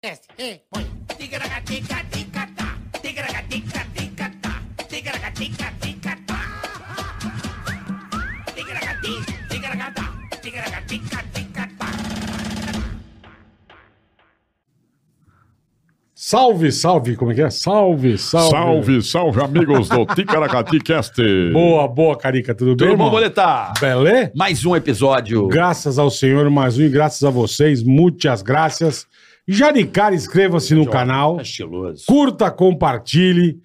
Desce, e põe. tá. Ticaracatica-ticatá, ticaracatica-ticatá, tá. ticaracatica-ticatá. Ticaracati, ticaracatá, ticaracatica-ticatá. Salve, salve, como é que é? Salve, salve. Salve, salve, amigos do Ticaracati Cast. Boa, boa, Carica, tudo bem, Tudo bom, irmão? Boletar? Belê? Mais um episódio. Graças ao Senhor, mais um, e graças a vocês, muitas graças. Jaricara, inscreva-se no canal, Tá estiloso. curta, compartilhe,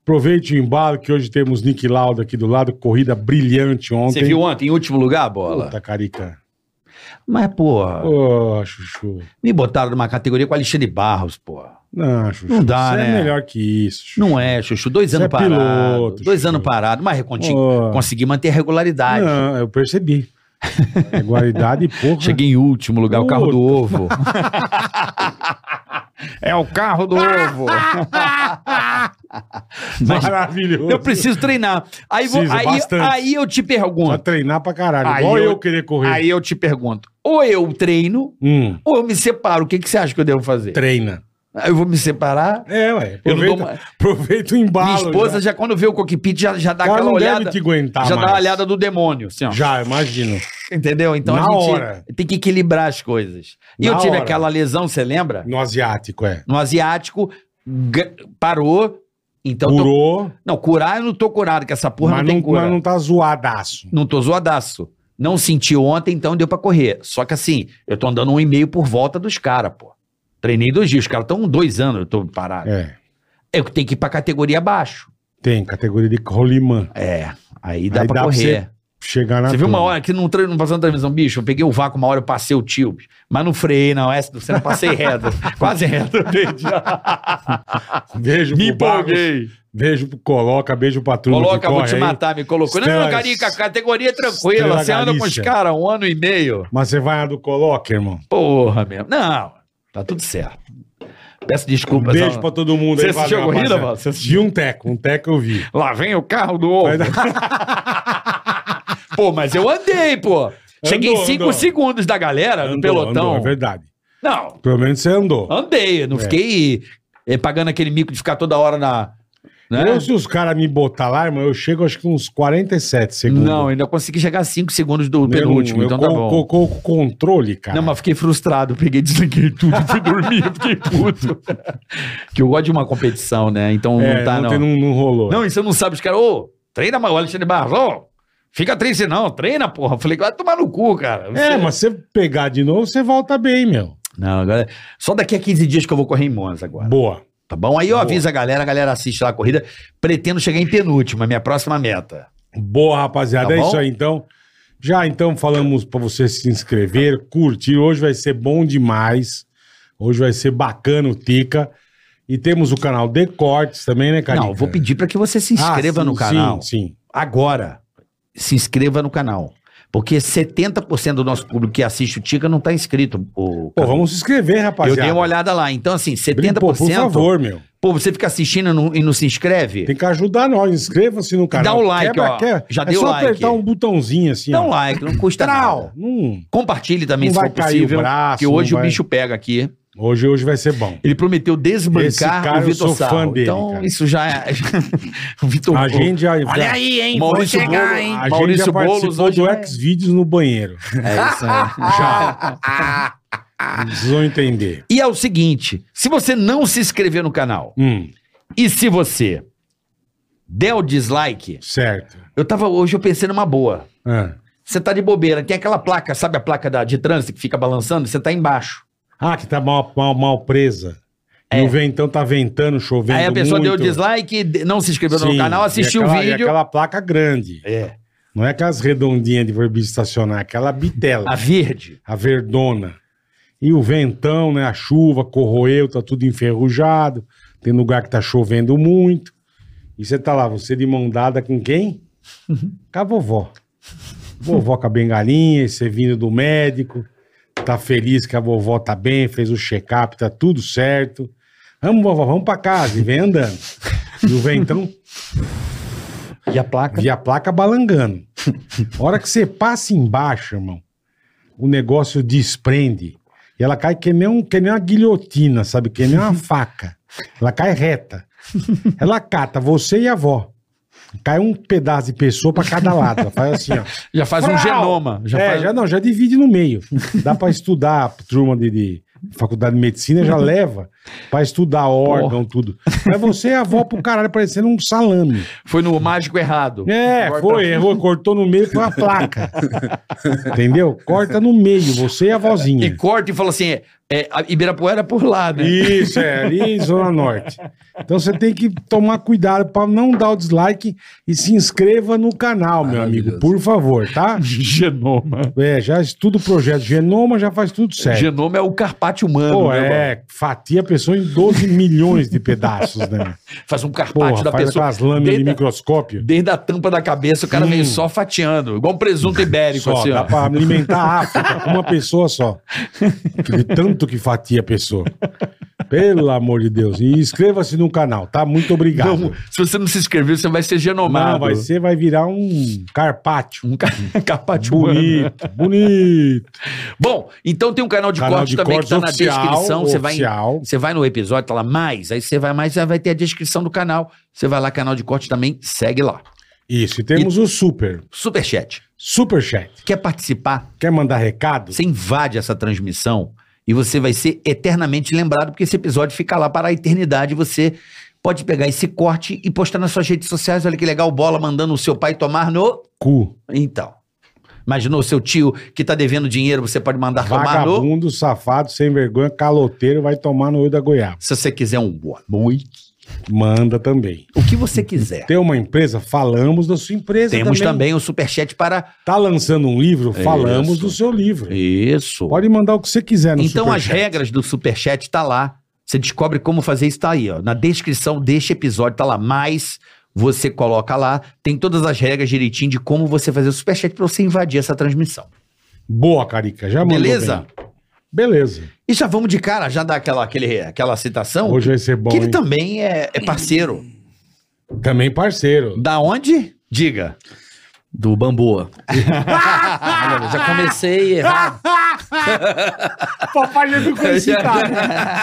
aproveite o embalo que hoje temos Nick Lauda aqui do lado, corrida brilhante ontem. Você viu ontem em último lugar, bola? Puta, Carica. Mas, porra, Ô, Chuchu. me botaram numa categoria com Alexandre Barros, porra. Não, Chuchu. Não dá, você é né? melhor que isso, Chuchu. Não é, Chuchu. Dois Você anos é piloto, parado. Dois Chuchu. anos parado, mas conti- Ô. consegui manter a regularidade. Não, eu percebi. É Igualdade, porra. Cheguei em último lugar, o carro do ovo. É o carro do ovo. Mas Maravilhoso. eu preciso treinar. Aí, vou- Precisa, aí- bastante. aí eu te Pra pergunto. treinar pra caralho. Aí Igual eu, eu- querer correr. Aí eu te pergunto. Ou eu treino, Hum, ou eu me separo. O que, que você acha que eu devo fazer? treina. Aí Eu vou me separar? É, ué. Eu não dou Aproveita, aproveita o Minha embalo. esposa já, quando vê o cockpit já, já dá Ela aquela não deve olhada. te aguentar já dá mais. uma olhada do demônio, assim, ó. Já, imagino. Entendeu? Então Na a gente hora. tem que equilibrar as coisas. E Na eu tive hora. aquela lesão, você lembra? No asiático, é. No asiático, gra- parou. Então, tô- Curou, não, curar eu não tô curado, que essa porra mas, não tem não, cura. mas Não... não tá zoadaço. tô zoadaço. Não senti ontem, então deu pra correr. Só que assim, eu tô andando um e meio por volta dos caras, pô. Treinei dois dias, os caras estão dois anos, eu tô parado. É. Eu tenho que ir pra categoria abaixo. Tem categoria de rolimã. É, aí dá Aí pra dá pra né, correr. Chegar na. Você viu uma turma. hora que não treino, não passando transmissão, bicho, eu peguei o vácuo uma hora, eu passei o tio, bicho. mas não freiei na S do não passei reto, quase reto, eu perdi. Beijo Me Tipo, pro Bagos, empolguei. Beijo pro Coloca, beijo pra turma. Coloca, que vou corre te aí. matar, me colocou. Não, Estrela- não, Carica, categoria é Estrela tranquila, você anda com os Galícia. caras um ano e meio. Mas você vai na do Coloca, irmão. Porra mesmo. Não, tá tudo certo. Peço desculpas. Beijo ó. pra todo mundo Você aí. assistiu valeu, a corrida, rapaziada. mano? Você assistiu? Vi um teco, um teco eu vi. Lá vem o carro do ovo. Vai dar- Pô, mas eu andei, pô. Cheguei Andou, em 5 andou. segundos da galera, do pelotão. andou, é verdade. não, Pelo menos você andou. Andei, eu não É. fiquei eh, pagando aquele mico de ficar toda hora na. né? Eu, se os caras me botar lá, irmão, eu chego acho que uns 47 segundos. Não, ainda consegui chegar a 5 segundos do penúltimo, eu então co- tá bom. co- co- co- controle, cara. Não, mas fiquei frustrado, peguei, desliguei tudo, fui dormir, fiquei puto. que eu gosto de uma competição, né? Então É, não tá, não. ontem Não, não, não rolou. e você não sabe, os caras, ô, treina mais, o Alexandre Barros, ô, fica triste não, treina, porra. Eu falei, vai tomar no cu, cara. é, Você- mas você pegar de novo, você volta bem, meu. Não, agora, só daqui a 15 dias que eu vou correr em Monza agora. Boa. Tá bom? Aí eu Boa. aviso a galera, a galera assiste lá a corrida. Pretendo chegar em penúltimo, é minha próxima meta. Boa, rapaziada. Tá é bom? isso aí, então. Já então falamos pra você se inscrever, curtir. Hoje vai ser bom demais. Hoje vai ser bacana o Tica. E temos o canal de cortes também, né, cara? Ah, Não, eu vou pedir para que você se inscreva no canal. Sim, sim. Agora, se inscreva no canal. Porque 70% do nosso público que assiste o Tica não está inscrito. ô, Pô, Cadu. vamos se inscrever, eu rapaziada. dei uma olhada lá. Então, assim, 70%. Pô, por favor, meu. Pô, você fica assistindo e não, e não se inscreve? Tem que ajudar nós. Inscreva-se no canal. Dá o like, ó. Já é deu só like. apertar um botãozinho assim, Dá um ó. like, não custa Trau. nada. Hum, Compartilhe também, Não se vai for cair o possível. braço, que hoje não o vai- bicho pega aqui. hoje, hoje vai ser bom. Ele prometeu Esse desbancar cara o eu Vitor sou fã Sarro. dele, então, cara. isso já é. o Vitor A gente já... Olha aí, hein? Vou Maurício chegar, Bolo- hein? A gente já Maurício Boulos participou hoje é- do vai- Xvideos no banheiro. É isso aí. Já. Ah, Ah. Vocês vão entender. E é o seguinte: se você não se inscrever no canal Hum, e se você der o dislike, certo. eu tava hoje eu pensei numa boa. Ah. Você tá de bobeira, tem aquela placa, sabe a placa da- de trânsito que fica balançando? Você tá embaixo. Ah, que tá mal, mal, mal presa. E É. o ventão tá ventando, chovendo Aí a pessoa muito. deu o dislike, de- não se inscreveu Sim, no canal, assistiu e aquela- o e vídeo. aquela placa grande. É, Não é aquelas redondinhas de verbo estacionar, aquela bitela. a verde. a verdona. E o ventão, né? A chuva corroeu, tá tudo enferrujado. Tem lugar que tá chovendo muito. E você tá lá, você de mão dada com quem? Com a vovó. Vovó com a bengalinha, e você vindo do médico. Tá feliz que a vovó tá bem, fez o check-up, tá tudo certo. Vamos, vovó, vamos pra casa. E vem andando. E o ventão E a placa? e a placa balangando. A hora que você passa embaixo, irmão, o negócio desprende. E ela cai que nem, um, que nem uma guilhotina, sabe? Que nem uma faca. Ela cai reta. Ela cata você e a avó. Cai um pedaço de pessoa pra cada lado. Ela faz assim, ó. Já faz Frau! um genoma. Já é, faz... já não, já divide no meio. Dá pra estudar, a turma de, de faculdade de medicina já leva pra estudar órgão, tudo. Mas você e a avó pro caralho parecendo um salame. Foi no mágico errado. É, Corta- foi, errou, cortou no meio, foi uma placa. Entendeu? Corta no meio, você e a vozinha. E corta e fala assim: é, é, a Ibirapuera é por lá, né? Isso, é, ali, Zona Norte. Então você tem que tomar cuidado pra não dar o dislike e se inscreva no canal, meu amigo, Maravilhoso. por favor, tá? Genoma. É, já estuda o projeto Genoma, já faz tudo certo. Genoma é o carpate humano. Pô, né, mano? é, fatia a pessoa em 12 milhões de pedaços, né? Faz um carpate Porra, da faz pessoa. aquelas lâminas de desde, a- microscópio. desde a tampa da cabeça, o cara Hum. veio só fatiando. Igual um presunto ibérico, Só, assim, dá ó. pra alimentar a África com uma pessoa só. De tanto que fatia a pessoa. Pelo amor de Deus. E inscreva-se no canal, tá? Muito obrigado. Não, Então, se você não se inscreveu, você vai ser genomado. Não, vai ser, vai virar um carpátio. Um ca- carpate humano. Bonito, bonito. Bom, então tem um canal de Canal corte de também que tá na cortes oficial, descrição. Você vai, oficial. você vai no episódio, tá lá mais, aí você vai mais, aí vai ter a descrição do canal. Você vai lá, canal de corte também, segue lá. Isso, e temos o super, Superchat. superchat. Quer participar? Quer mandar recado? Você invade essa transmissão e você vai ser eternamente lembrado, porque esse episódio fica lá para a eternidade. Você pode pegar esse corte e postar nas suas redes sociais. Olha que legal, bola mandando o seu pai tomar no. Cu, Então. Imaginou seu tio que tá devendo dinheiro, você pode mandar tomar no. vagabundo, safado, sem vergonha, caloteiro, vai tomar no olho da goiaba. Se você quiser um boa noite, Manda também. o que você quiser. Tem uma empresa? Falamos da sua empresa Temos também o superchat para. Tá lançando um livro? Isso. Falamos do seu livro. Isso. Pode mandar o que você quiser no Então as superchat. regras do Superchat tá lá. Você descobre como fazer isso, tá aí, ó. Na descrição deste episódio tá lá. Mais você coloca lá. Tem todas as regras direitinho de como você fazer o Superchat pra você invadir essa transmissão. Boa, Carica, já mandou Beleza? bem. Beleza. E já vamos de cara, já dá aquela, aquele, aquela citação. Hoje vai ser bom, Então, que ele hein? também é, é parceiro. Também parceiro. Da onde? Diga. Do Bamboa. Olha, já comecei errado. Papai já ficou excitado.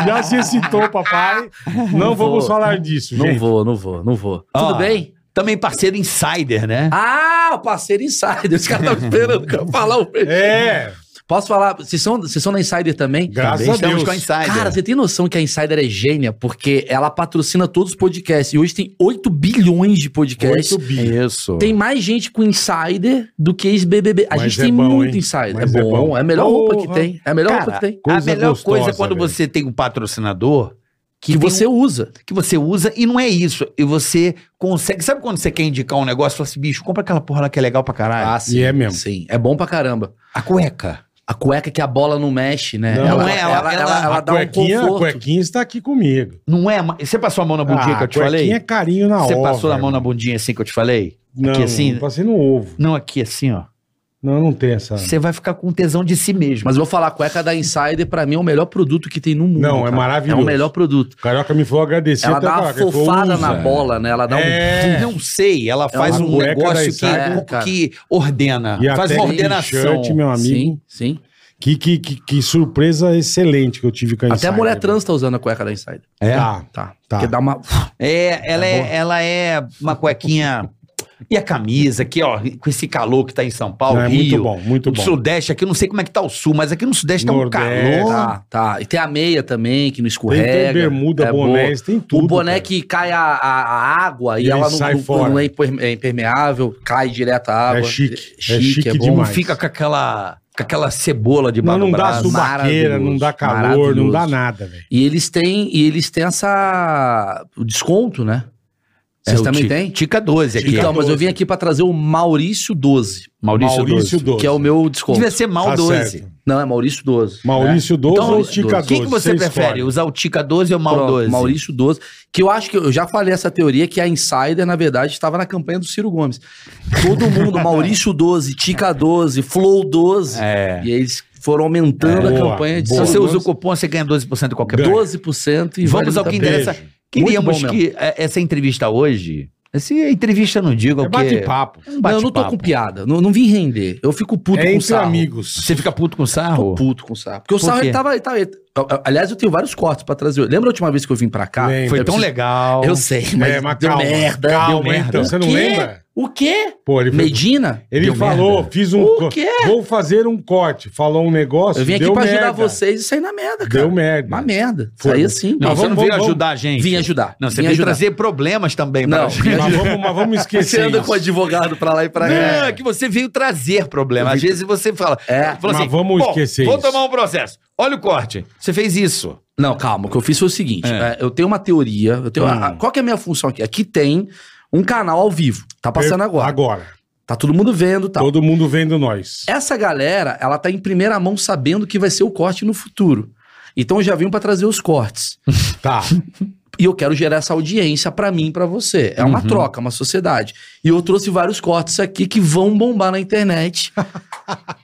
Já se excitou, papai. Não, Não vamos vou. falar disso, Não gente. vou, não vou, não vou. Ó, Tudo bem? Ah, Também parceiro insider, né? Ah, o parceiro Insider. Os caras estavam esperando que eu falar o É, Posso falar? Vocês são, vocês são na Insider também? graças Também a Deus. estamos com a insider. Cara, você tem noção que a Insider é gênia? Porque ela patrocina todos os podcasts. E hoje tem 8 bilhões de podcasts. 8 bi. Isso. Tem mais gente com Insider do que ex-BBB. A Mas gente é tem bom, muito hein? Insider. Mas é é bom. bom. É a melhor roupa que Porra. tem. É a melhor roupa que tem. a Coisa melhor coisa é gostosa, quando velho. você tem um patrocinador Que, tem você um- usa. que você usa e não é isso. E você consegue. Sabe quando você quer indicar um negócio e fala assim, bicho, compra aquela porra lá que é legal pra caralho? sim. é mesmo. Sim, é bom pra caramba. a cueca. A cueca que a bola não mexe, né? Não, ela, é, ela, ela- ela, ela- ela a dá um cuequinha, a conforto. cuequinha está aqui comigo. Não é? ma- Você passou a mão na bundinha Ah, que eu te a cuequinha falei? é carinho na Você hora. passou a mão na bundinha assim que eu te falei? Não, aqui assim? não passei no ovo. Não, aqui assim, ó. Não, não tem essa. Você vai ficar com tesão de si mesmo. Mas eu vou falar, a cueca da Insider, pra mim, é o melhor produto que tem no mundo. Não, é cara. maravilhoso. tá É o melhor produto. O Carioca me falou agradecer. ela até dá o uma Carioca, ele falou, fofada usa. na bola, né? Ela dá É. Não sei, ela faz uma um cueca da negócio que, Insider, cara. que ordena. E faz até uma que ordenação. t-shirt, meu um... amigo. É Sim, sim. Que, que, que, que surpresa excelente que eu tive com a Até Insider. a mulher trans tá usando a cueca da Insider. É? Tá. Tá. Tá. Porque dá uma... É, ela, é, ela é uma cuequinha. E a camisa aqui, ó, com esse calor que tá em São Paulo, Não, é Rio. muito bom, muito bom. Sudeste, aqui eu não sei como é que tá o sul, mas aqui no Sudeste tá um Nordeste. calor. Tá, tá. E tem a meia também, que não Tem, escorrega. tem bermuda, é boa. bonés, tem tudo. o boné cara. que cai a, a- a água e Ele ela não, sai não- fora. não é imperme- é impermeável, cai direto a água. É chique, é chique bom. demais. Não fica com aquela, com aquela cebola de Não, baixo não dá do braço. subaqueira, não dá Maravilhoso, calor, não dá maravilhoso. nada, velho. E eles têm, e eles têm essa o desconto, né? É Vocês o também Tica- têm? Tica 12 aqui. Então, ó. mas eu vim aqui pra trazer o Maurício 12, Maurício, Maurício 12. 12. que é o meu desconto. Devia ser Mal Tá 12. certo. Não, é Maurício 12. Maurício 12 Então, ou Tica 12? Quem que você prefere, escolhe. usar o Tica 12 ou o Mal É. Pronto, 12? Maurício 12. Que eu acho que eu já falei essa teoria que a Insider, na verdade, estava na campanha do Ciro Gomes. Todo mundo, Maurício 12, Tica 12, Flow 12. É. E aí eles foram aumentando É. a Boa, campanha Então, de Se boa. você Ciro usa o Gomes, cupom, você ganha 12% de qualquer Ganha. coisa. 12% e Vamos vale ao que muito a pena. é interessa. Beijo. Queríamos Muito bom que eh, essa entrevista hoje Esse entrevista eu não digo, é É o quê? bate-papo. É um Não, eu não tô bate-papo. com piada. Não, não vim render. Eu fico puto É com entre sarro. amigos. Você fica puto com sarro? Tô puto com o sarro. Porque o Por sarro quê? ele tava, ele tava- ele- Aliás, eu tenho vários cortes pra trazer. Lembra a última vez que eu vim pra cá? Lembro. Foi Eu tão preciso- legal. Eu sei, mas, É, mas deu calma, merda. calma, deu merda. então, você não O quê? lembra? O quê? Pô, ele, foi- Medina? ele deu falou, merda. fiz um... O co- quê? Vou fazer um corte. Falou um negócio, Eu vim aqui deu pra ajudar merda. vocês e sair na merda, cara. Deu merda. Uma merda. Foi. Saí assim. Mas Não, você vamos- não veio vamos- ajudar a gente. Vim ajudar. Não, você Vim veio ajudar. trazer problemas também Não. pra gente. Mas vamos, mas vamos esquecer Você anda isso. com advogado pra lá e pra Não, cá. é que você veio trazer problemas. Às vezes você fala. É. fala assim, Mas vamos "Bom, esquecer Vou isso." tomar um processo. Olha o corte. Você fez isso. Não, calma. O que eu fiz foi o seguinte: é, eu tenho uma teoria. Eu tenho, Hum. a- a- qual que é a minha função aqui? Aqui tem um canal ao vivo. Tá passando agora. Agora. Tá É. todo mundo vendo e tal. Todo mundo vendo nós. Essa galera, ela tá em primeira mão sabendo que vai ser o corte no futuro. Então eu já vim pra trazer os cortes. Tá. E eu quero gerar essa audiência pra mim e pra você. É uma Uhum. troca, uma sociedade. E eu trouxe vários cortes aqui que vão bombar na internet.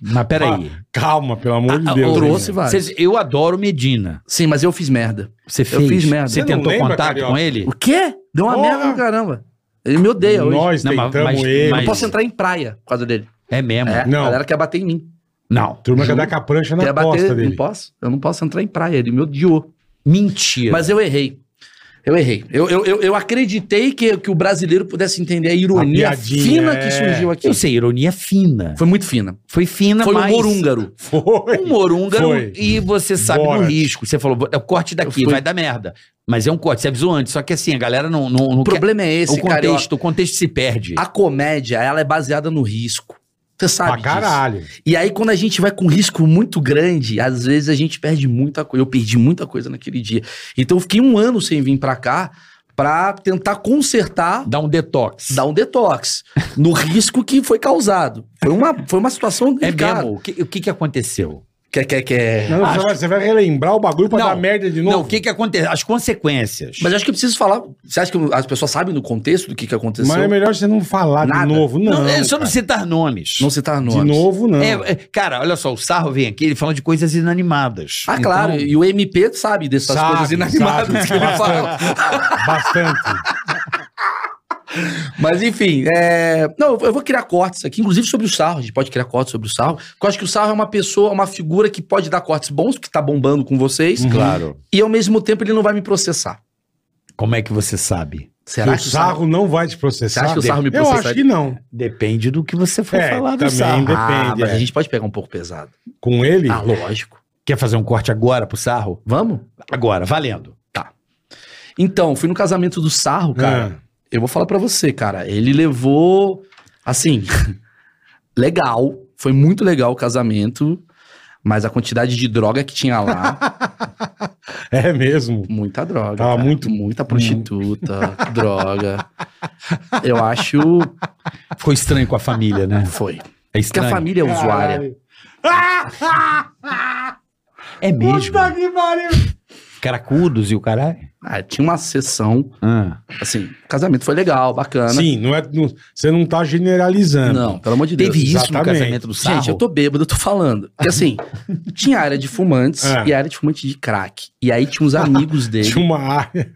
Mas peraí. Calma, pelo amor de Ah, Deus. eu trouxe hein, vários. Vocês- Ah, eu adoro Medina. Sim, mas eu fiz merda. Você Eu fez? fiz merda. Você Você não tentou lembra, contato Carioca? com ele? O quê? Deu uma Porra! merda do caramba. Ele me odeia meu? Nós hoje. Não, mas- tentamos mas- ele. Eu mas- não posso entrar em praia por causa dele. É mesmo. É, Não. a galera quer bater em mim. Não. Turma quer dar com a prancha na quer costa bater, dele. não posso? Eu não posso entrar em praia, ele me odiou. Mentira. Mas eu errei. Eu errei. Eu, eu, eu, eu acreditei que, que o brasileiro pudesse entender a ironia A piadinha, fina é. que surgiu aqui. eu sei, ironia fina. Foi muito fina. Foi fina, Foi mas... um morúngaro. Foi. Um morúngaro Foi. e você sabe do Borat. risco. Você falou, é o corte daqui, Eu fui- vai dar merda. Mas é um corte, você avisou antes. Só que assim, a galera não... não, não O problema é quer... esse, o contexto, cara. Ah, o contexto se perde. A comédia, ela é baseada no risco. Você sabe Pra caralho. disso. E aí, quando a gente vai com um risco muito grande, às vezes a gente perde muita coisa. Eu perdi muita coisa naquele dia. Então, eu fiquei um ano sem vir pra cá pra tentar consertar Dá um detox. dar um detox no risco que foi causado. Foi uma, foi uma situação É delicada. mesmo. O que, o que, que aconteceu? Quer, quer, quer. Não, você, vai, você vai relembrar o bagulho pra Não. dar merda de novo? Não, o que, que aconteceu? As consequências. Mas eu acho que eu preciso falar. Você acha que as pessoas sabem do contexto do que, que aconteceu? Mas é melhor você não falar Nada. de novo, não. não, é só não cara. citar nomes. Não tá citar nomes. De novo, não. É, é, cara, olha só, o Sarro vem aqui, ele fala de coisas inanimadas. Ah, claro. Então, E o MP sabe dessas Sabe, coisas inanimadas sabe. que ele fala. Bastante. Mas enfim, é... não, eu vou criar cortes aqui, inclusive sobre o Sarro. A gente pode criar cortes sobre o Sarro. Porque eu acho que o Sarro é uma pessoa, uma figura que pode dar cortes bons, porque tá bombando com vocês. Uhum. Uhum. Claro. E ao mesmo tempo ele não vai me processar. Como é que você sabe? Será o sarro não vai te processar? Você acha que o sarro me Eu acho processaria? que não. Depende do que você for É, falar do também Sarro. depende. Ah, mas é. a gente pode pegar um pouco pesado. Com ele? Ah, lógico. Quer fazer um corte agora pro Sarro? Vamos? Agora, valendo. Então, fui no casamento do Sarro, cara. Ah, Eu vou falar pra você, cara. Ele levou. Assim. legal. Foi muito legal o casamento. Mas a quantidade de droga que tinha lá, é mesmo. muita droga. Tava muito- Muita prostituta, droga. Eu acho. Ficou estranho com a família, né? Foi. Porque É a estranho. família é usuária. Caralho. Ah, É mesmo. puta que pariu. Caracudos e o caralho. Ah, tinha uma sessão. Ah. Assim, o casamento foi legal, Tá, né? bacana. Sim, não é, não- você não tá generalizando. Não, pelo amor de Deus. Teve isso no exatamente. casamento do Sarro? Gente, eu tô bêbado, eu tô falando. Porque assim, tinha área de fumantes É. e área de fumante de crack. E aí tinha uns amigos dele Tinha uma área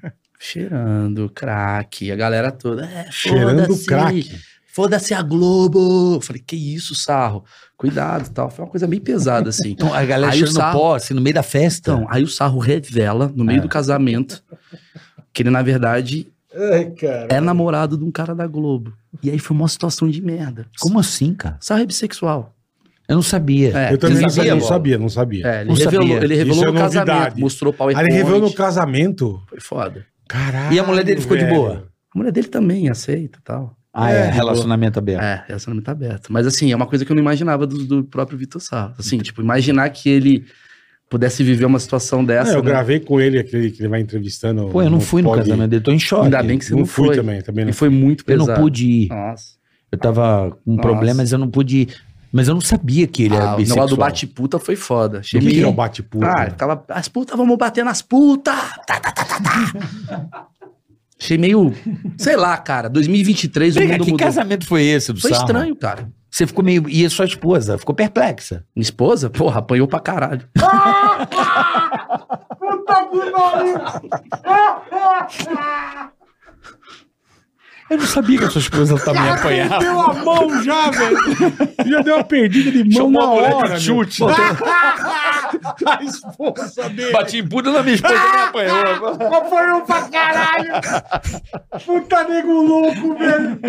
cheirando crack, a galera toda. É, cheirando foda-se, crack. Foda-se a Globo. Eu falei, que isso, sarro? Cuidado e tal. Foi uma coisa bem pesada, assim. Então, a galera Aí o cheirando Sarro- pó, assim, no meio da festa. Então, aí o sarro revela, no É. meio do casamento, que ele, na verdade, Ai, cara. é namorado de um cara da Globo. E aí foi uma situação de merda. Como assim, cara? Sarro é bissexual. Eu não sabia. É, Eu também você não sabia, sabia, não Bola? sabia, não sabia. É, ele Não revelou, sabia. ele revelou Isso é no casamento, novidade. mostrou o Ah, PowerPoint. ele revelou no casamento? Foi foda. Caralho. E a mulher dele ficou de velho. boa? A mulher dele também aceita e tal. Ah, é, É, relacionamento aberto. É, essa não tá aberta. Mas assim, é uma coisa que eu não imaginava do, do próprio Vitor Sarro. Assim, tipo, imaginar que ele pudesse viver uma situação Não, dessa. É, eu né? gravei com ele aquele que ele vai entrevistando. É, Pô, eu não fui no pod. casamento dele, tô em choque. Ainda bem que você Não, não, fui foi. também, também E não. foi muito Eu pesado. não pude ir. Nossa. Eu tava com Nossa. problemas, eu não pude ir. Mas eu não sabia que ele Ah, era o negócio bissexual. do bate-puta foi foda. O que, Cheguei. que é o bate-puta? Ah, tava. As putas, vamos bater nas putas! Tá, tá, tá, tá, tá. Achei meio. Sei lá, cara. 2023 o Pega, mundo que mudou. casamento foi esse do Foi Sarro? estranho, cara. Você ficou meio... E a sua esposa? Ficou perplexa. Minha esposa, porra, apanhou pra caralho. Eu não sabia que a sua esposa também apanhava. Deu a mão já, velho. Já deu uma perdida de mão na hora. chute. A esposa dele. Bati em bunda na minha esposa também Ah, né, apanhou. Apanhou ah, pra caralho. um Puta nego louco, velho.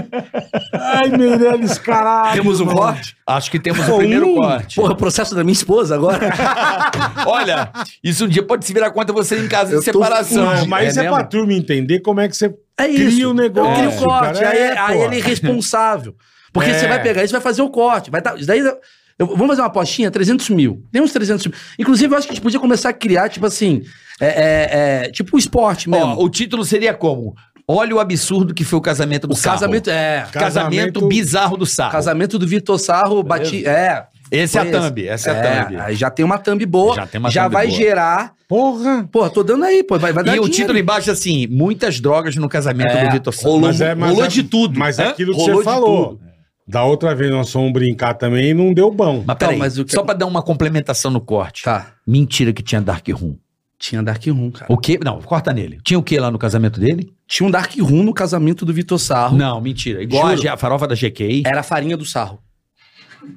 Ai, Meirelles, caralho. Temos um corte? Acho que temos Pô, o primeiro um? corte. Porra, processo da minha esposa agora? Olha, isso um dia pode se virar contra você em casa Eu de tô separação. fudido. Não, mas É isso é, mesmo? pra turma entender como é que você É Cria isso. um o negócio, Eu crio o corte. cara. aí, É, aí porra. ele é responsável. Porque É. você vai pegar isso e vai fazer o corte. Vai tá, isso daí, eu- vamos fazer uma apostinha? 300 mil. Tem uns 300 mil. Inclusive, eu acho que a gente podia começar a criar, tipo assim, é, é, é, tipo um esporte mesmo. Ó, o título seria como? Olha o absurdo que foi o casamento do o Sarro. casamento, é. Casamento Casamento- bizarro do Sarro. Casamento do Vitor Sarro, bati, é. Esse é a Foi esse. thumb, essa é a thumb. aí já tem uma thumb boa, Já já, tem uma thumb vai boa. gerar. Porra. Pô, tô dando aí, pô, vai, vai E dar o dinheiro. título embaixo assim, muitas drogas no casamento É, do Vitor Sarro. rolou- Mas é- mas rolou é- de tudo. Mas é Hã? aquilo que Rolou você de falou. tudo. Da outra vez nós fomos brincar também e não deu bom. Mas peraí, Não, mas o que- só pra dar uma complementação no corte. Tá, Mentira que tinha Dark Room. tinha Dark Room, cara. O quê? Não, corta nele. Tinha o que lá no casamento dele? Tinha um Dark Room no casamento do Vitor Sarro. Não, mentira. Igual a, Juro. ge- a farofa da GK. Era a farinha do sarro.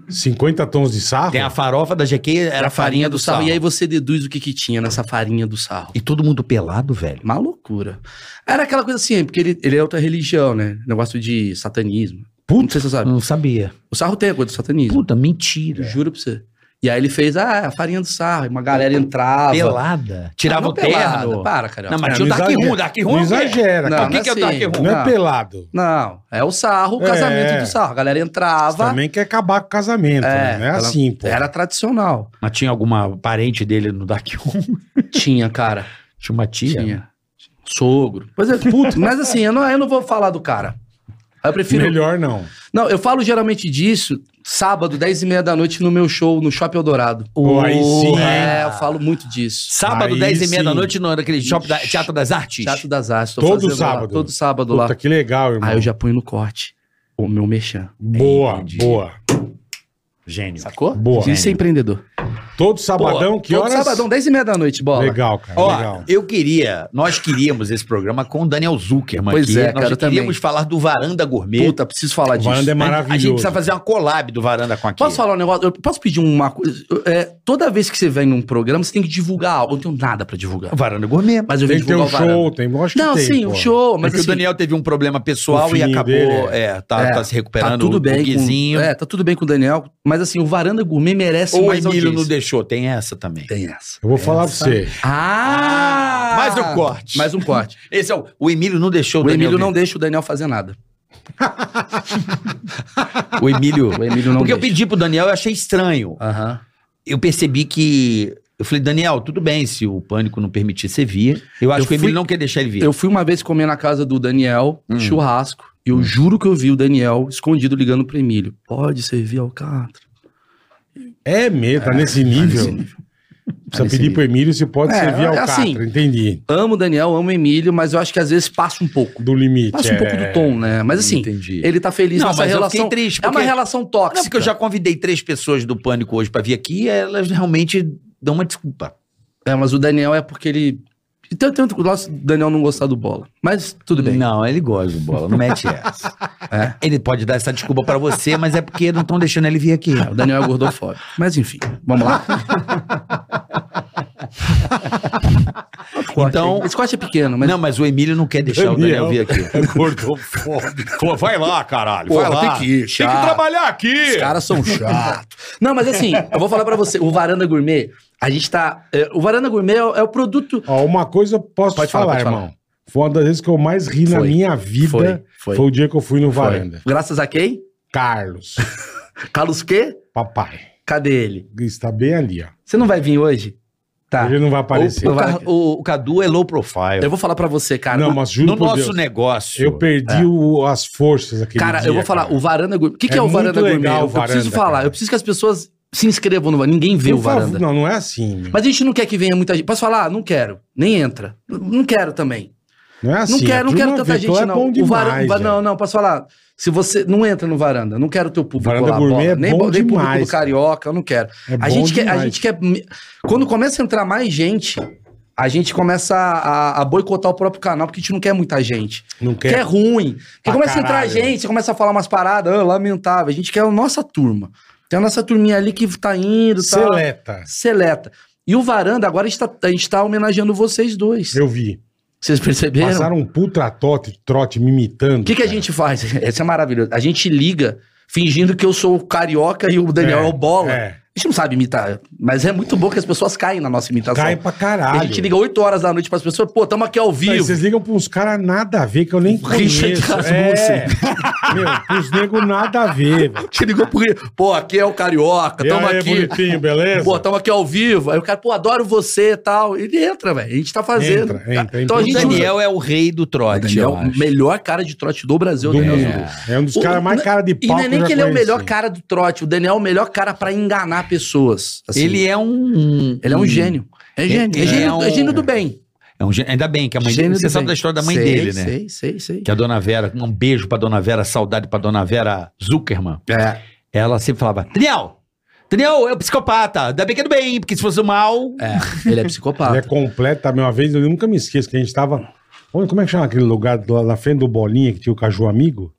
50 tons de sarro? Tem a farofa da GK, era, É. Era a farinha do sarro. Sarro. E aí você deduz o que, que tinha nessa farinha do sarro. E todo mundo pelado, velho. Uma loucura. Era aquela coisa assim, porque ele, ele é outra religião, né? Negócio de satanismo. Puta. Não sei se você sabe. Não sabia. O sarro tem a coisa do satanismo. Puta, Eu mentira. Juro pra você. E aí ele fez, ah, a farinha do sarro. E uma galera entrava. Pelada. Tirava Não, o terno. pelada. Para, cara. Não, mas É, tinha o Dark exagera. Room, Dark Room. Não é- exagera, né? Não, cara. O que, que é o assim, Dark Room? Não é não. pelado. Não, é o sarro, o casamento É. do sarro. A galera Você entrava. também quer acabar com o casamento, né? Não é ela- assim, pô. Era tradicional. Mas tinha alguma parente dele no Dark Room? Tinha, cara. Tinha uma tia? Tinha. Sogro. Pois é, puto. mas assim, eu não, eu não vou falar do cara. Eu prefiro. Melhor não. Não, eu falo geralmente disso sábado, 10 e meia da noite, no meu show, no Shopping Eldorado. Pô, aí sim, hein? É, eu falo muito disso. Sábado, Aí 10 e meia sim. da noite, no naquele shopping da- Teatro das Artes. Teatro das Artes. tô Todo fazendo lá, sábado? todo sábado Puta, lá. que legal, irmão. Aí Ah, eu já ponho no corte o meu mexer. Boa, Entendi. boa, Gênio. Sacou? Boa. Isso é empreendedor. Todo sabadão, Pô, que todo horas? sabadão, 10 e meia da noite, bola. Legal, cara, Ó, legal. eu queria, nós queríamos esse programa com o Daniel Zuckerman. Pois aqui. é, nós cara, eu queríamos também. falar do Varanda Gourmet. Né? Puta, preciso falar O disso. Varanda é maravilhoso. A gente precisa fazer uma collab do Varanda com aqui. Posso falar um negócio? Eu posso pedir uma coisa? Eu- é, toda vez que você vem num programa, você tem que divulgar algo. Eu não tenho nada pra divulgar. Varanda Gourmet. Mas eu vim Tem que ter divulgar um o Varanda. show, tem... Acho que Não, tem, sim, pô. um show, Mas mas que o assim, Daniel teve um problema pessoal O e filhinho acabou. dele, é, tá, É, tá se tá recuperando. tudo bem. o Com, Guizinho. é, tá tudo bem com o Daniel. Mas assim, o Varanda Gourmet merece Ou o mais Emílio audiência. não deixou. Tem essa também. Tem essa. Eu vou falar pra você. Ah! Mais um corte. Mais um corte. Esse é o, o Emílio não deixou O, o Daniel Emílio não vir. deixa o Daniel fazer nada. O Emílio. O Emílio não Porque eu deixa. pedi pro Daniel, eu achei estranho. Aham. Eu percebi que. Eu falei, Daniel, tudo bem se o pânico não permitir você vir. Eu acho que Eu o fui- Emílio não quer deixar ele vir. Eu fui uma vez comer na casa do Daniel, Hum. churrasco. E eu juro que eu vi o Daniel escondido ligando pro Emílio. Pode servir alcatra. É mesmo, tá nesse nível. Tá Precisa nesse pedir nível. pro Emílio se pode É, servir é ao assim. Catra, entendi. Amo o Daniel, amo o Emílio, mas eu acho que às vezes passa um pouco. Do limite. Passa um é. pouco do tom, né? Mas assim, entendi. ele tá feliz Não, nessa mas eu relação. fiquei triste, É uma porque- relação tóxica. Não, porque eu já convidei três pessoas do Pânico hoje pra vir aqui e elas realmente dão uma desculpa. É, mas o Daniel é porque ele. Então tem outro lado do Daniel não gostar do bola. Mas tudo bem. Não, ele gosta do bola, não mete essa. É, Ele pode dar essa desculpa pra você, mas é porque não estão deixando ele vir aqui. É, O Daniel é gordofóbico. Mas enfim, vamos lá. Então. Esse corte é pequeno, mas. Não, mas o Emílio não quer deixar o Daniel vir aqui. É gordofóbico. Pô, vai lá, caralho. Pô, vai lá. tem que ir, Tem chato. que trabalhar aqui. Os caras são chatos. Não, mas assim, eu vou falar pra você. O Varanda Gourmet, a gente tá. é, o Varanda Gourmet é, o- é o produto. Ó, uma coisa eu posso Pode te falar, falar, pode falar. irmão. Foi uma das vezes que eu mais ri na Foi. minha vida. Foi, Foi, foi. o dia que eu fui no varanda. Graças a quem? Carlos, Carlos quê? papai. Cadê ele? Está bem ali, ó. Você não vai vir hoje? Tá. Ele não vai aparecer. O, o Ca- o- o Cadu é low profile. Eu vou falar pra você, cara. não, O- mas juro No por nosso Deus. negócio. Eu perdi o- as forças aquele É. Cara, dia, eu vou falar, cara. o Varanda Gourmet. O que, que é, É o muito Varanda legal Gourmet? o Eu- eu preciso Varanda, falar, cara. eu preciso que as pessoas se inscrevam no Varanda. Ninguém vê Por o favor, Varanda. Não, não é assim, meu. Mas a gente não quer que venha muita gente. Posso falar? Não quero. Nem entra. N- Não quero também. Não é assim. não quero, a não turma quero tanta vê, então gente, é não. Bom o demais, varanda. velho. Não, não, posso falar. Se você não entra no varanda, não quero o teu público Varanda lá, Gourmet bola. é nem, bom bo- nem público demais, do carioca, eu não quero. É a, bom gente quer a demais. gente quer. Quando começa a entrar mais gente, a gente começa a, a boicotar o próprio canal, porque a gente não quer muita gente. Não Que quer. é ruim. Porque Pra começa a entrar caralho. gente, você começa a falar umas paradas, ah, lamentável. A gente quer a nossa turma. Tem a nossa turminha ali que tá indo, tá? Seleta. Seleta. E o Varanda, agora a gente tá, a gente tá homenageando vocês dois. Eu vi. Vocês perceberam? Passaram um puta trote, trote me imitando. O que, que a cara. gente faz? Essa é maravilhoso. A gente liga fingindo que eu sou o carioca e o Daniel é, o bola. É. A gente não sabe imitar, mas é muito bom que as pessoas caem na nossa imitação. Cai pra E caralho. a gente liga 8 horas da noite pras pessoas, pô, tamo aqui ao Aí vivo. Vocês ligam pra uns caras nada a ver, que eu nem conheço. Richard é. Meu, pros negros nada a ver, velho. A gente ligou pro Rio, pô, aqui é o carioca, E tamo aí, aqui. tá bonitinho, beleza? Pô, tamo aqui ao vivo. Aí o cara, pô, adoro você e tal. Ele entra, velho. A gente tá fazendo. Entra, entra, Então a entra. gente O Daniel é o rei do usa... trote, Daniel, eu acho. melhor cara de trote do Brasil. do Daniel. mundo. É um dos né? O- caras mais cara de pau E não é eu nem já que ele é o conheci. melhor cara do trote. O Daniel é o melhor cara pra enganar pessoas. assim. Ele é um... Ele é um gênio. É gênio. É Ele gênio, é um- é gênio do bem. É um gênio. Ainda bem que a mãe Gênio dele... Você do sabe bem. da história da mãe Sei, dele, né? Sei, sei, sei. Que a dona Vera... Um beijo pra dona Vera, saudade pra dona Vera Zuckerman. É. Ela sempre falava, Daniel, Daniel é um psicopata. Ainda bem que é do bem, porque se fosse o mal... é. Ele é Ele psicopata. é completo, tá? Uma vez eu nunca me esqueço que a gente tava. Olha, como é que chama aquele lugar lá na frente do Bolinha que tinha o Caju Amigo?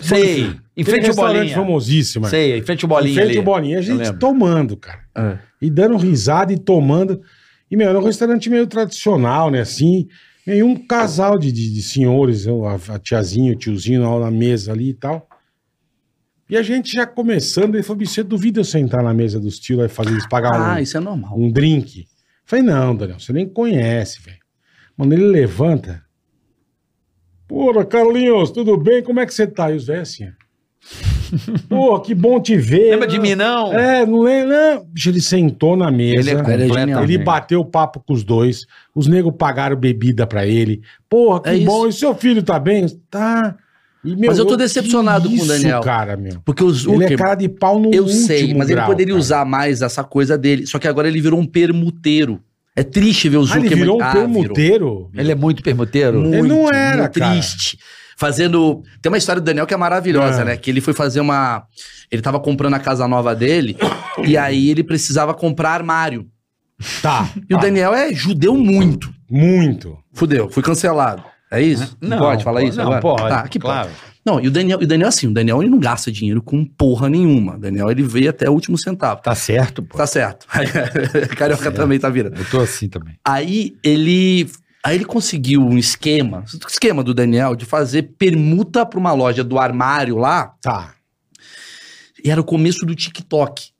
Sei. Em frente ao Aquele restaurante bolinha. famosíssimo. é. Sei, em frente ao Em bolinha frente ali. ao Bolinha. A Eu gente lembro. tomando, cara. É. E dando risada e tomando. E, meu, era um restaurante meio tradicional, né? Assim. E um casal de, de, de senhores, eu, a, a tiazinha, o tiozinho na, na mesa ali e tal. E a gente já começando, ele falou: "Bicho, você duvida eu sentar na mesa dos tios lá e fazer eles pagar um, Ah, isso é normal. um drink. Falei, não, Daniel, você nem conhece, velho. Mano, ele levanta. Porra, Carlinhos, tudo bem? Como é que você tá? E os velhos assim, ó. Pô, que bom te ver. Lembra de mim, não? É, não lembra? não. Bicho, Ele sentou na mesa. Ele é Ele é completo. genial. Ele bateu papo com os dois. Os negros pagaram bebida pra ele. Porra, que É isso. bom. E seu filho tá bem? Tá. E, meu, Mas eu tô que decepcionado com o Daniel. cara, meu. Porque o Ele é Zuckerman, cara de pau no eu último sei, mas ele grau, poderia cara. usar mais essa coisa dele. Só que agora ele virou um permuteiro. É triste ver o Ah, Zuckerman. ele virou um Ah, permuteiro? Ele é muito permuteiro. Muito, Ele não era, muito cara. triste. Fazendo. Tem uma história do Daniel que é maravilhosa, É. né? Que ele foi fazer uma. Ele tava comprando a casa nova dele e aí ele precisava comprar armário. Tá. E o Daniel é judeu muito. Muito. Fudeu, fui cancelado. É isso? Não, pode falar isso Né? não, agora? Pode, Tá, que claro. Não, e o Daniel, e o Daniel assim, o Daniel ele não gasta dinheiro com porra nenhuma. O Daniel ele veio até o último centavo. Tá certo, pô. Tá certo. Carioca também tá virando. Eu tô assim também. Aí ele. Aí ele conseguiu um esquema, esquema do Daniel, de fazer permuta pra uma loja do armário lá, Tá. e era o começo do TikTok.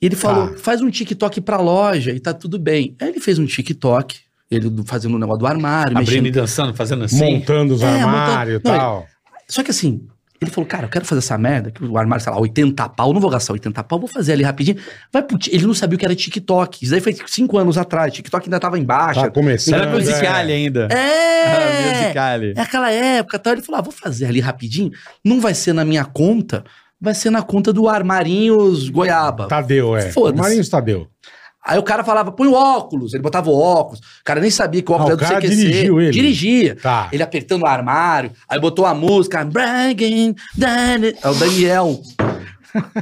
E ele falou: faz um TikTok pra loja e tá tudo bem. Aí ele fez um TikTok, ele do- fazendo um negócio do armário, Abrindo e mexendo. dançando, fazendo assim. Montando os É, armários e montando- tal. Só que assim, ele falou: cara, eu quero fazer essa merda, que o armário, sei lá, 80 pau, não vou gastar 80 pau, vou fazer ali rapidinho. Vai pro ti- Ele não sabia o que era TikTok. Isso daí foi cinco anos atrás, TikTok ainda tava embaixo. Tá Ah, começando. Era musicalha ainda. Ah, É! musicalha. É aquela época, tal. Ele falou: ah, vou fazer ali rapidinho. Não vai ser na minha conta, vai ser na conta do Armarinhos Goiaba. É. Tadeu, é. Foda-se. Marinhos Tadeu. Aí o cara falava: põe o óculos. Ele botava o óculos. O cara nem sabia que o óculos Ah, o era do cara CQC. dirigiu ele. Dirigia. Tá. Ele apertando o armário. Aí botou a música. Bragging, Dani- É o Daniel.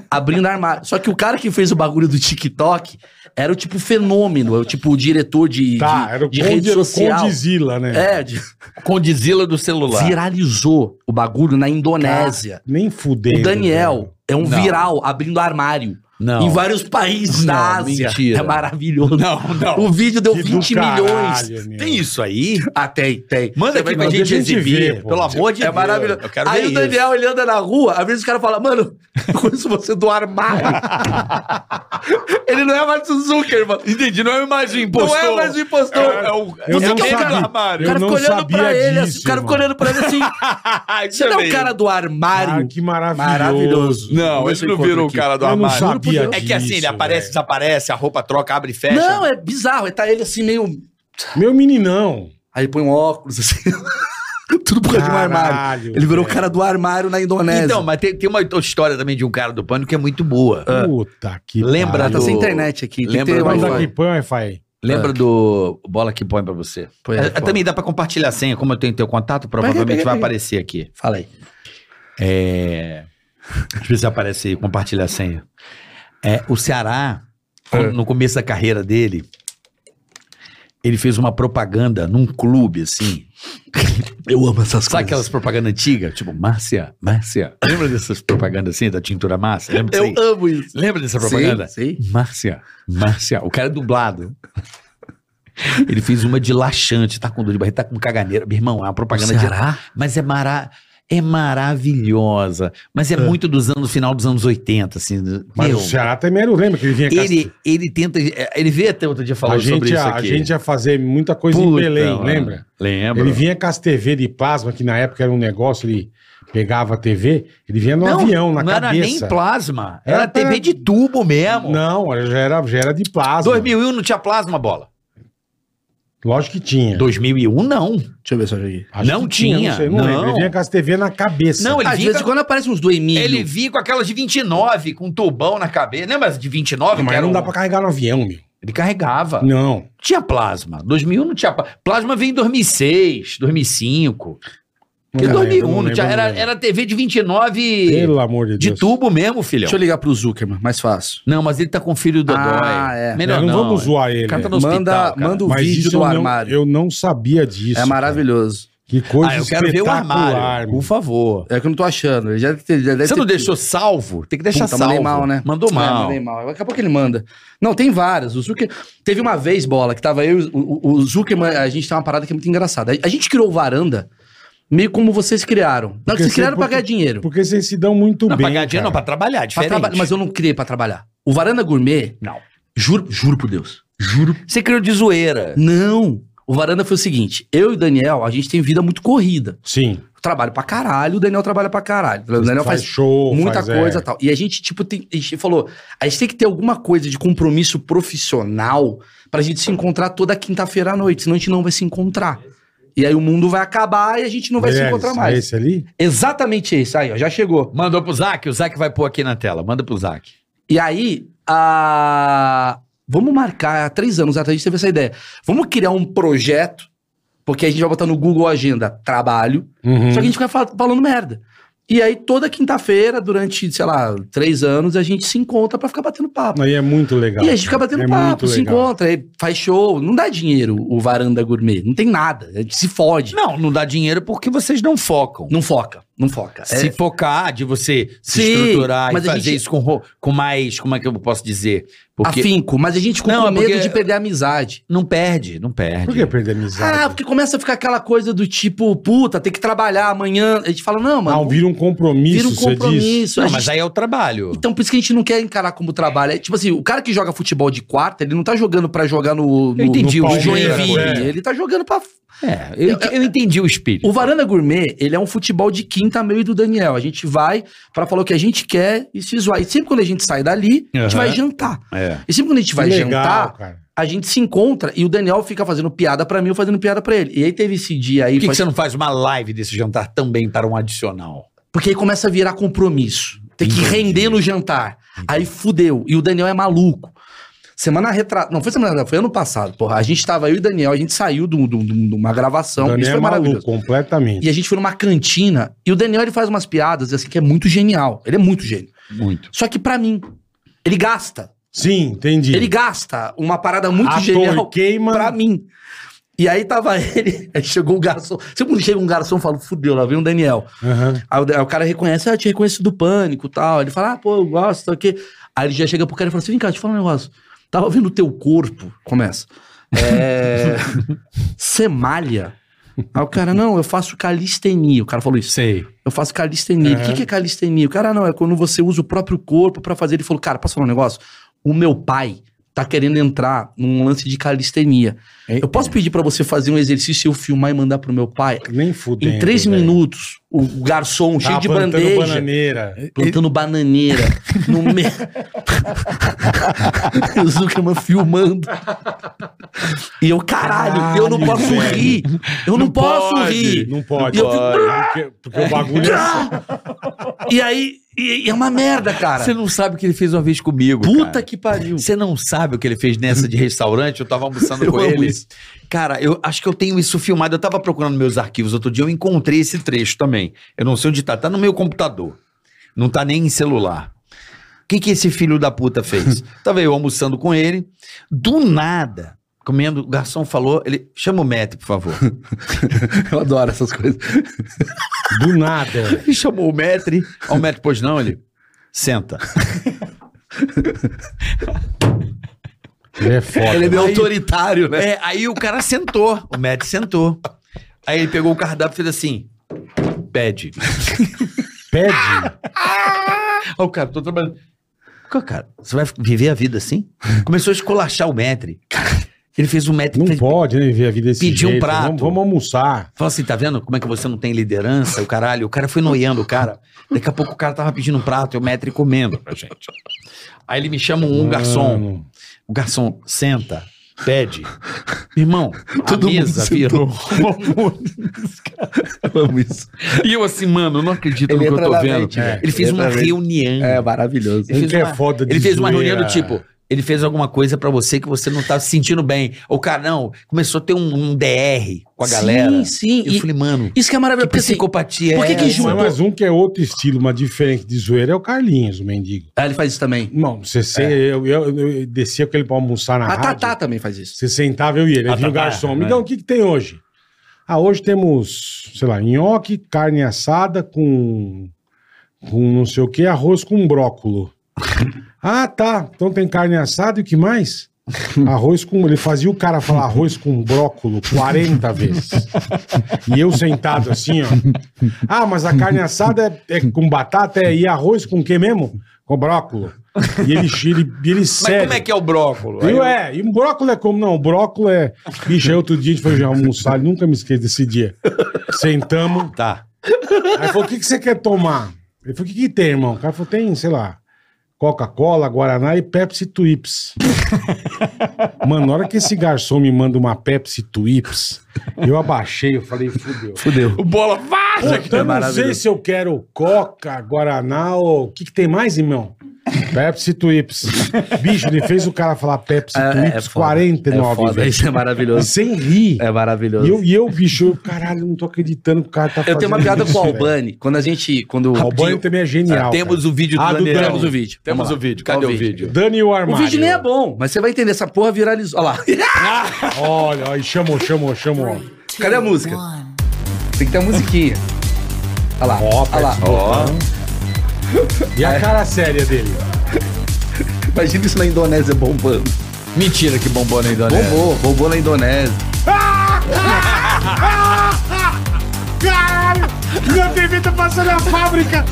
abrindo o armário. Só que o cara que fez o bagulho do TikTok era o tipo fenômeno. É o tipo o diretor de, Tá, de, era o de rede Conde, social. Condizila, né? É, de- Condizila do celular. viralizou o bagulho na Indonésia. Nem fudendo. O Daniel velho. é um Não. viral abrindo armário. Não. Em vários países Não, da Ásia. mentira. É maravilhoso. Não, não. O vídeo deu Que do 20 milhões. caralho, meu. Tem isso aí? Ah, tem, tem. Manda Você aqui vai pra ver. gente deixa a gente exibir. ver, pô. Pelo amor de É Deus. maravilhoso. Eu quero Aí ver o Daniel, ele anda na rua, às vezes o cara fala, mano, eu conheço você do armário. ele não é mais o Zuckerman. isso. Entendi, não é mais um Não impostor. é mais o impostor. É, o... Eu Você não quer sabia. aquele armário? O Eu cara não ficou olhando sabia pra ele, assim, disso, o cara ficou irmão. olhando pra ele assim, você não é o cara do armário. Ah, Cara, Ah, que maravilhoso. Maravilhoso. Não, Deixa ele eu não encontrar virou o aqui. cara do Eu não armário. sabia É que assim, ele disso, aparece, velho. desaparece, a roupa troca, abre e fecha. Não, é bizarro. Tá ele assim meio. Meu meninão. Aí põe um óculos assim. Tudo por causa de um Caralho, armário. Ele virou o velho. cara do armário na Indonésia. Então, mas tem, tem uma outra história também de um cara do pânico que é muito boa. Puta que Lembra ah, tá do- sem internet aqui. Tem que Lembra ter do- Mas Wi-Fi. daqui é, põe o Wi-Fi. Lembra do Bola que põe pra você? Põe Ah. É, aí, fala. também dá pra compartilhar a senha, como eu tenho teu contato, provavelmente pega, vai pega. aparecer aqui. Fala aí. É... Deixa eu ver se aparece aí, compartilha a senha. É, o Ceará quando- no começo da carreira dele, ele fez uma propaganda num clube, assim. Eu amo essas Sabe coisas. aquelas propagandas antigas? Tipo, Márcia, Márcia. Lembra dessas propagandas assim, da tintura Márcia? Lembra disso Eu aí? amo isso. Lembra dessa Sim, Tá propaganda? sim. Márcia, Márcia. O cara é dublado. Ele fez uma de laxante, tá com dor de barriga, tá com caganeira. Meu irmão, é uma propaganda de. Ceará? Mas é mara... é maravilhosa. Mas é, muito dos anos, final dos anos 80, assim. Mas Meu, o Ceará também não lembra que ele vinha com essa- ele, ele tenta. Ele veio até outro dia a falando sobre gente, isso ia, aqui. a gente ia fazer muita coisa Puta, em Belém, é. mano. lembra? Lembra? Ele vinha com as TV de plasma, que na época era um negócio, ele pegava a TV, ele vinha no um avião, na não cabeça. era nem plasma. Era, Era- TV de tubo mesmo. Não, era- já era, já era de plasma. 2001 não tinha plasma bola. Lógico que tinha. 2001 não. Deixa eu ver se eu joguei. não que tinha, não sei, não, não. lembro. Ele vinha com as TV na cabeça. Não, ele Às vinha vezes com- quando aparece uns doeminhos. Ele vinha com aquelas de 29, com um tubão na cabeça. Lembra as de 29? Não, que mas era não um- dá pra carregar no avião, meu. Ele carregava. Não. Tinha plasma. 2001 não tinha plasma. Plasma veio em 2006, 2005. Não e lembro, 2001 não não, lembro, tinha. não Era, lembro. era TV de 29 Pelo amor de de Deus. tubo mesmo, filhão. Deixa eu ligar pro Zuckerman, mais fácil. Não, mas ele tá com o filho do Ah, Dói. é. Melhor Nós não. não vamos zoar ele. O cara tá no Manda- hospital, cara. manda o Mas vídeo isso eu do não, armário. eu não sabia disso. é maravilhoso. cara. Que coisa Ah, eu quero ver o armário, por favor. É que eu não tô achando. Ele já, ele já deve Você ter- não deixou salvo? Tem que deixar Puta, salvo. mandei mal, né? Mandou É, mal. mandei mal. Daqui a pouco ele manda. Não, tem várias. O Zucker... Teve uma vez, bola, que tava eu e o, o, o Zuckerman. A gente tem uma parada que é muito engraçada. A, a gente criou o varanda meio como vocês criaram. Não, Porque é vocês criaram sempre- pra ganhar dinheiro. Porque vocês se dão muito Não, bem. pra ganhar dinheiro não, pra cara. trabalhar, Pra diferente. traba- Mas eu não criei pra trabalhar. O Varanda Gourmet. Não. Juro, juro por Deus. Juro. Você criou de zoeira. Não. O Varanda foi o seguinte: eu e o Daniel, a gente tem vida muito corrida. Sim. Eu trabalho pra caralho, o Daniel trabalha pra caralho. O Daniel faz, show, muita faz, é. coisa e tal. E a gente, tipo, tem, a gente falou, a gente tem que ter alguma coisa de compromisso profissional pra gente se encontrar toda quinta-feira à noite, senão a gente não vai se encontrar. E aí o mundo vai acabar e a gente não vai se Beleza, encontrar mais. é Esse ali? Exatamente isso. Aí, ó, já chegou. Mandou pro Zac, o Zac vai pôr aqui na tela. Manda pro Zac. E aí, a... vamos marcar, há três anos atrás a gente teve essa ideia. Vamos criar um projeto, porque a gente vai botar no Google Agenda trabalho, Uhum. Só que a gente fica fal- falando merda. E aí, toda quinta-feira, durante, sei lá, três anos, a gente se encontra pra ficar batendo papo. Aí é muito legal. E a gente fica batendo É papo, muito se legal. encontra, aí faz show. Não dá dinheiro o varanda gourmet. Não tem nada. A gente se fode. Não, não dá dinheiro porque vocês não focam. Não foca, não foca. Se É, focar, de você se Sim, estruturar e mas a fazer gente- isso com, ro- com mais. Como é que eu posso dizer? Porque afinco, mas a gente ficou Não, com é medo porque- de perder a amizade. não perde, não perde. Por que perder a amizade? Ah, porque começa a ficar aquela coisa do tipo, puta, tem que trabalhar amanhã. A gente fala, não, mano, Ah, vira um compromisso, vira um você diz. compromisso. A Não, gente mas aí é o trabalho. Então, por isso que a gente não quer encarar como trabalho. É, tipo assim, o cara que joga futebol de quarta, ele não tá jogando pra jogar no, no, Eu entendi no o Palmeiras, Joinville. é. Ele tá jogando pra. É, eu, eu entendi o espírito. O Varanda Gourmet, ele é um futebol de quinta, meio e do Daniel. A gente vai pra falar o que a gente quer e se zoar. E sempre quando a gente sai dali, a Aham. gente vai jantar. É. E sempre quando a gente vai Que legal, jantar, cara. a gente se encontra e o Daniel fica fazendo piada pra mim ou fazendo piada pra ele. E aí teve esse dia aí. Por que, que faz- você não faz uma live desse jantar também para um adicional? Porque aí começa a virar compromisso. Tem que Entendi. render no jantar. Aí fudeu. E o Daniel é maluco. Semana retrasada. Não foi semana retrasada, foi ano passado, porra. A gente tava, eu e o Daniel, a gente saiu de um- de um- de um- de uma gravação. Daniel isso é foi maluco, maravilhoso. completamente. E a gente foi numa cantina. E o Daniel, ele faz umas piadas, assim, que é muito genial. Ele é muito gênio. Muito. Só que pra mim, ele gasta. Sim, entendi. Ele gasta uma parada muito Ator genial queima. pra mim. E aí tava ele, aí chegou o garçom. Sempre quando chega um garçom, eu falo, fudeu, lá vem o Daniel. Aham. Aí o, aí o cara reconhece, ah, eu te reconheço do pânico e tal. Ele fala, ah, pô, eu gosto, tá aqui. Aí ele já chega pro cara e fala assim: vem cá, deixa eu falar um negócio. Tava vendo o teu corpo. Começa. É. Você malha. Aí o cara, não, eu faço calistenia. O cara falou isso. Sei. Eu faço calistenia. O que, que é calistenia? O cara, não, é quando você usa o próprio corpo pra fazer. Ele falou, cara, posso falar um negócio? O meu pai tá querendo entrar num lance de calistenia. Eu posso pedir pra você fazer um exercício e eu filmar e mandar pro meu pai? Nem fudendo. Em três velho. minutos, o o garçom cheio Tava de plantando bandeja, bananeira. plantando bananeira no meio. o Zuckerman filmando. E eu, caralho, eu não Caralho, posso velho. rir. Eu não, posso pode, rir. Não pode. E eu fico- Porque, porque o bagulho é... E aí, e- e é uma merda, cara. Você não sabe o que ele fez uma vez comigo. Puta cara. que pariu. Você não sabe o que ele fez nessa de restaurante? Eu tava almoçando Eu com amo ele. isso. Cara, eu acho que eu tenho isso filmado. Eu tava procurando meus arquivos outro dia, eu encontrei esse trecho também. Eu não sei onde tá. Tá no meu computador. Não tá nem em celular. que, que esse filho da puta fez? Tava eu almoçando com ele, do nada, comendo, o garçom falou, ele, chama o Matt, por favor. Eu adoro essas coisas. é Do nada. Ele chamou o mestre. Ó, o mestre, pois não, ele. Senta. Ele é foda. Ele é meio autoritário, né? É, aí o cara sentou. O mestre sentou. Aí ele pegou o cardápio e fez assim: pede. Pede. Ó, o cara, tô trabalhando. Pô, Cara, você vai viver a vida assim? Começou a esculachar o mestre. Ele fez o mestre. Não fez- pode, né? Viver a vida desse Pedir um jeito. prato. Vamos, vamos almoçar. Falou assim, tá vendo como é que você não tem liderança, o caralho? O cara foi noiando o cara. Daqui a pouco o cara tava pedindo um prato e o mestre comendo pra gente. Aí ele me chama um garçom. Mano, O garçom senta, pede. Irmão, Todo a mundo mesa sentou. virou. um uma monte. Eu amo isso. e eu assim, mano, eu não acredito Ele no que entra eu tô na vendo. É, mente, velho. Ele fez Entra uma na mente. reunião. É maravilhoso. Ele Ele fez que uma- é foda de Ele fez uma zoeira. reunião do tipo, ele fez alguma coisa pra você que você não tá se sentindo bem. O cara, não, começou a ter um, um DR com a galera. Sim, sim. E E eu falei, mano, Isso que é que maravilhoso. porque assim, psicopatia por que é que essa? junta? Mas mais um que é outro estilo, mas diferente de zoeira é o Carlinhos, o mendigo. Ah, ele faz isso também. Não, você se- eu, eu- eu descia com ele pra almoçar na A rádio. Tatá também faz isso. Você sentava eu e Ah, ele. Aí vinha o tá. Tatá, É, garçom. né? Me dá o que, que tem hoje? Ah, hoje temos, sei lá, nhoque, carne assada com, com não sei o que, arroz com brócolo. ah, tá. Então tem carne assada e o que mais? Arroz com. Ele fazia o cara falar arroz com brócolo 40 vezes. E eu sentado assim, ó. Ah, mas a carne assada é, é com batata é, e arroz com o que mesmo? Com brócolo. E ele, ele, ele Mas como é que é o brócolis? Viu? É, e brócolis é como? Não, brócolis é. Bicho, aí outro dia a gente foi almoçar, nunca me esqueço desse dia. Sentamos. Tá. Aí falou: o que, que você quer tomar? Ele falou: o que, que tem, irmão? O cara falou: tem, sei lá, Coca-Cola, Guaraná e Pepsi Twips. Mano, na hora que esse garçom me manda uma Pepsi Twips, eu abaixei, eu falei: fudeu. Fudeu. O bola vai! Puta, eu não sei se eu quero Coca, Guaraná ou. O que, que tem mais, irmão? Pepsi Twips. Bicho, ele fez o cara falar Pepsi Twips 49 é foda, vezes. Isso é maravilhoso. Sem rir. É maravilhoso. Assim. E eu, e eu, bicho, eu, caralho, não tô acreditando que o cara tá Eu tenho uma piada com o Albano. Albani. Quando a gente. Quando O Albani também é genial. Temos cara. o vídeo do Ah, do Daniel. Daniel. Temos o vídeo. Temos o vídeo. Cadê Qual o vídeo? Dani e o O armário. vídeo nem é bom, mas você vai entender. Essa porra viralizou. Olha lá. Olha, olha, chamou, chamou, chamou. Cadê a música? Tem que ter a musiquinha. Olha lá. Ó, olha lá. E a cara séria dele? Imagina isso na Indonésia bombando. Mentira que bombou na É. Indonésia. Bombou, bombou na Indonésia. Caralho! Minha TV tá passando a fábrica!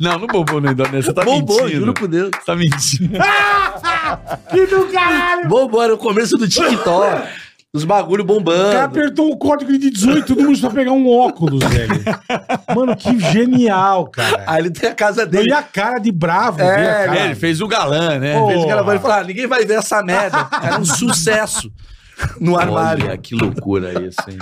Não, não bombou na Indonésia. Tá bombou, mentindo. juro por Deus. Tá mentindo. Que do caralho! Bombou, era o começo do TikTok. Os bagulho O cara bombando. apertou o código de 18, todo mundo só pegar um óculos, velho. Mano, que genial, cara. Aí ele tem a casa E dele. a cara de bravo, É, viu, a cara? É, ele fez o galã, né? Pô, Às vezes o cara vai falar, "Ah, ninguém vai ver essa merda. Era um sucesso no armário. Olha, que loucura isso, hein?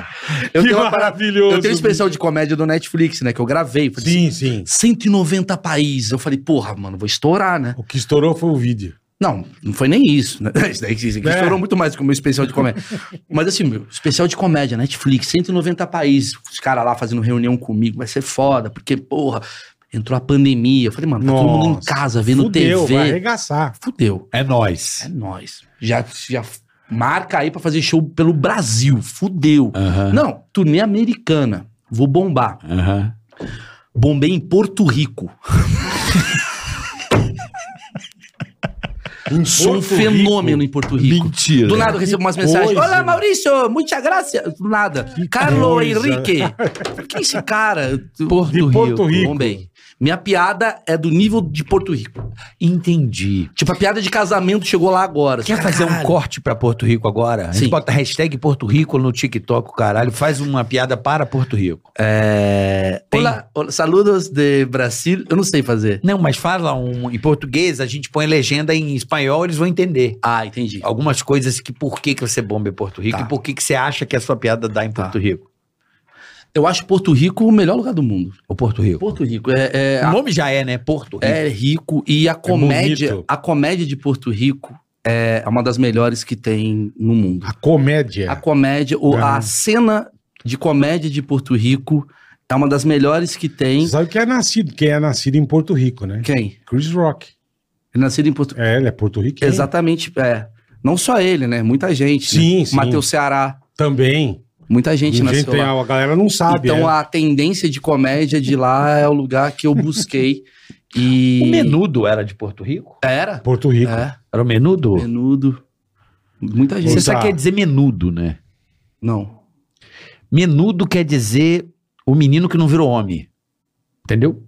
eu que tenho uma parada- maravilhoso. Eu tenho um especial de comédia do Netflix, né? Que eu gravei. Sim, Falei, sim. 190 países. Eu falei, porra, mano, vou estourar, né? O que estourou foi o vídeo. Não, não foi nem isso. Né? Isso daí isso aqui É. estourou muito mais que o meu especial de comédia. Mas assim, meu, especial de comédia, Netflix, 190 países. Os caras lá fazendo reunião comigo, vai ser foda, porque, porra, entrou a pandemia. Eu falei, mano, tá todo mundo em Nossa, casa, vendo Fudeu, TV. vai arregaçar. Fudeu. É É nós. nóis. Já, já marca aí pra fazer show pelo Brasil. Fudeu. Não, turnê americana. Vou bombar. Aham. Bombei em Porto Rico. Sou um Porto fenômeno em Porto Rico. Mentira. Do nada eu recebo umas mensagens. coisa. Olá, Maurício, muita graça. Do nada. Carlo coisa. Henrique. Quem é esse cara? De Porto Rico. Bombei. Minha piada é do nível de Porto Rico. Entendi. Tipo, a piada de casamento chegou lá agora. Quer fazer um corte pra Porto Rico agora? A gente Sim. bota hashtag Porto Rico no TikTok, o caralho. Faz uma piada para Porto Rico. É... Olá, olá, saludos de Brasil. Eu não sei fazer. Não, mas fala um em português, a gente põe legenda em espanhol, eles vão entender. Ah, entendi. Algumas coisas que por que, que você bomba em Porto Rico Tá. e por que, que você acha que a sua piada dá em Tá. Porto Rico. Eu acho Porto Rico o melhor lugar do mundo. O Porto Rico. Porto Rico é, é, O nome já é, né? Porto Rico. é rico e a comédia, bonito. a comédia de Porto Rico é uma das melhores que tem no mundo. A comédia. A comédia ou Ah. a cena de comédia de Porto Rico É uma das melhores que tem. Você sabe que é nascido, quem é nascido em Porto Rico, né? Quem? Chris Rock. Ele é nascido em Portugal. É, ele é porto-riquenho. Exatamente, é. Não só ele, né? Muita gente. Sim, né? sim. Matheus Ceará. Também. Muita gente Ninguém nasceu tem, lá. a galera não sabe. então é. a tendência de comédia de lá é o lugar que eu busquei. e... O menudo era de Porto Rico? Era? Porto Rico. É, Era o menudo? menudo. Muita gente. Você Tá. só quer dizer menudo, né? Não. Menudo quer dizer o menino que não virou homem. Entendeu?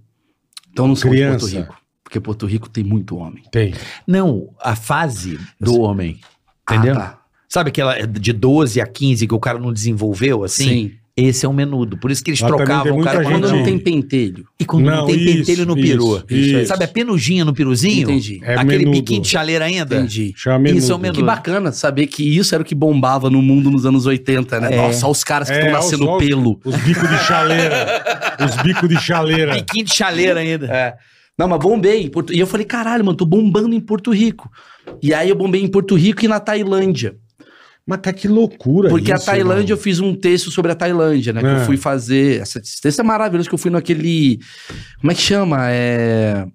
Então não sou de Porto Criança. Rico. Porque Porto Rico tem muito homem. Tem. Não, a fase do sei. homem. Entendeu? Ah, tá. Sabe aquela de 12 a 15 que o cara não desenvolveu assim? Sim. Esse é um menudo. Por isso que eles Lá também trocavam tem o cara muita Quando quando gente- não não tem. tem pentelho. E quando não, Não, tem isso, pentelho no isso, peru. isso. Sabe a penuginha no peruzinho? Entendi. É Aquele menudo. biquinho de chaleira ainda? Entendi. Chama Isso é o menudo. Que bacana saber que isso era o que bombava no mundo nos anos 80, né? É. Nossa, olha os caras que É, estão olha nascendo só os- pelo. Os bicos de chaleira. Os bicos de chaleira. Biquinho de chaleira ainda. É. Não, mas bombei. em Porto- E eu falei, caralho, mano, tô bombando em Porto Rico. E aí eu bombei em Porto Rico e na Tailândia. Mas cara, que loucura Porque isso, a Tailândia, irmão. eu fiz um texto sobre a Tailândia, né? Que É. eu fui fazer. Essa- Esse texto é maravilhoso, que eu fui naquele. Como é que chama? É.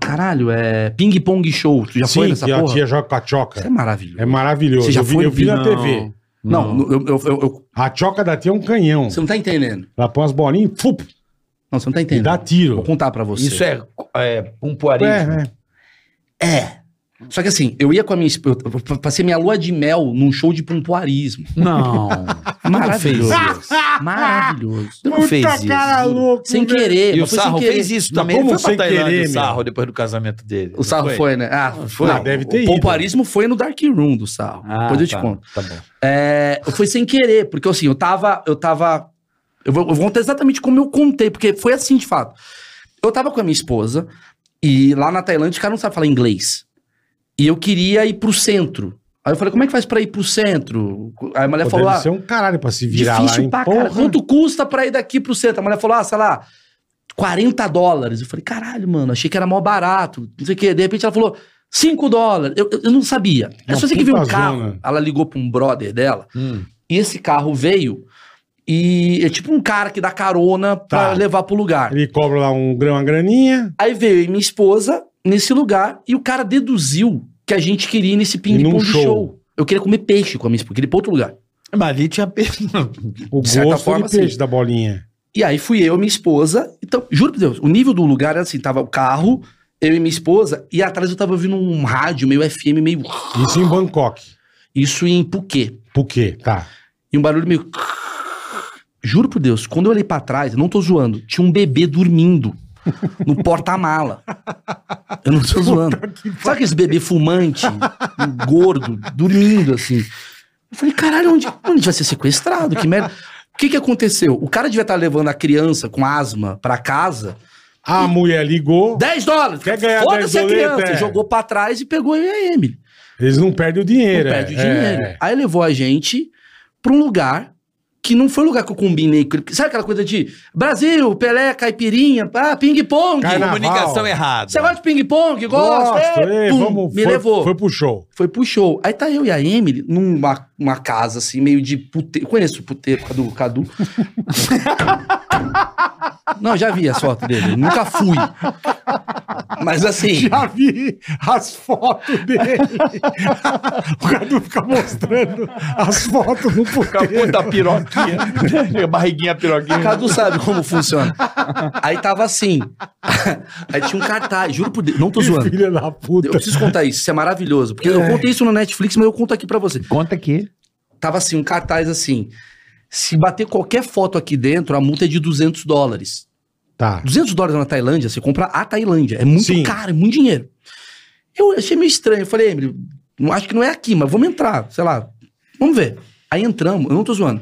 Caralho, é. Ping Pong Show. Tu já Sim, foi nessa que porra? a tia joga com a Isso é Tchoca. maravilhoso. É maravilhoso. Você já eu vi, foi? eu vi na Não. TV. Não, eu- eu- eu- eu- A Tchoca da tia é um canhão. você não tá entendendo. Ela põe as bolinhas fup, Não, você não tá e entendendo. dá tiro. Vou contar pra você. Isso é, é um pompoarismo. É, né? É. Só que assim, eu ia com a minha esposa. Eu passei minha lua de mel num show de pompoarismo. Não. Maravilhoso. Maravilhoso. Tu não fez isso. cara louco. Sem velho. querer. E o mas foi sem Sarro querer. fez isso Mas também. como ele foi sem pra Tailândia, querer, o meu? Sarro, depois do casamento dele. O Sarro foi, né? Ah, foi. Ah, deve ter O ido. pompoarismo foi no Dark Room do Sarro. Ah, Depois eu te tá. conto. Tá bom. É, foi sem querer, porque assim, eu tava. Eu tava. Eu vou, eu vou contar exatamente como eu contei, porque foi assim de fato. Eu tava com a minha esposa, e lá na Tailândia o cara não sabe falar inglês. E eu queria ir pro centro. Aí eu falei, como é que faz pra ir pro centro? Aí a mulher Pô, falou, deve ah, ser um caralho pra se virar difícil lá, hein? pra Porra. cara. Quanto custa pra ir daqui pro centro? A mulher falou, ah, sei lá, 40 dólares. Eu falei, caralho, mano, achei que era mó barato. Não sei o quê. De repente ela falou, 5 dólares. Eu, eu- eu não sabia. É Uma só sei que veio um puta carro. zona. Ela ligou pra um brother dela. Hum. E esse carro veio e é tipo um cara que dá carona pra Tá. levar pro lugar. Ele cobra lá um grão, uma graninha Aí veio eu e minha esposa nesse lugar e o cara deduziu que a gente queria ir nesse E num ping-pong show. show. Eu queria comer peixe com a minha esposa, queria ir pra outro lugar. Mas ali tinha o De certa gosto forma, de peixe sim. da bolinha. E aí fui eu e minha esposa. Então, juro por Deus, o nível do lugar era assim: tava o carro, eu e minha esposa, e atrás eu tava ouvindo um rádio meio FM, meio. Isso em Bangkok. Isso em Phuket. Por quê? Tá. E um barulho meio. Juro por Deus, quando eu olhei pra trás, eu não tô zoando, tinha um bebê dormindo no porta-mala. Eu não tô zoando. Sabe aqueles bebê fumante, gordo, dormindo assim? Eu falei, caralho, onde, onde vai ser sequestrado? Que merda. O que que aconteceu? O cara devia estar levando a criança com asma pra casa. A mulher ligou, 10 dólares! Quer ganhar 10 Foda-se a doleta, criança! é. Jogou pra trás e pegou eu e a Emily. eles não perdem o dinheiro. Não é. perde o dinheiro. É. Aí levou a gente pra um lugar que não foi o lugar que eu combinei. com ele. Sabe aquela coisa de Brasil, Pelé, caipirinha, pá, ping-pong? Carnaval. comunicação errada. Você gosta de ping-pong? Gosta? Gosto, É, ei, pum, vamos, me foi, levou. Foi Foi... pro show. pro show. Aí tá eu e a Emily numa uma casa, assim, meio de puteiro. Conheço o puteiro, Cadu. Cadu. Não, já vi as fotos dele. Nunca fui. Mas assim. Já vi as fotos dele. o Cadu fica mostrando as fotos no puteiro. Puta piroquinha. Barriguinha piroquinha. Cadu sabe como funciona. Aí tava assim. Aí tinha um cartaz, juro por Deus. Não tô zoando. Filha da puta. Eu preciso contar isso, isso é maravilhoso. Porque eu contei isso no Netflix, mas eu conto aqui pra você. Conta aqui. Tava assim, um cartaz assim. Se bater qualquer foto aqui dentro, a multa é de 200 dólares. Tá. 200 dólares na Tailândia, você compra a Tailândia. É muito Sim. caro, é muito dinheiro. Eu achei meio estranho. Eu falei, Emily, não- acho que não é aqui, mas vamos entrar, sei lá. Vamos ver. Aí entramos, eu não tô zoando.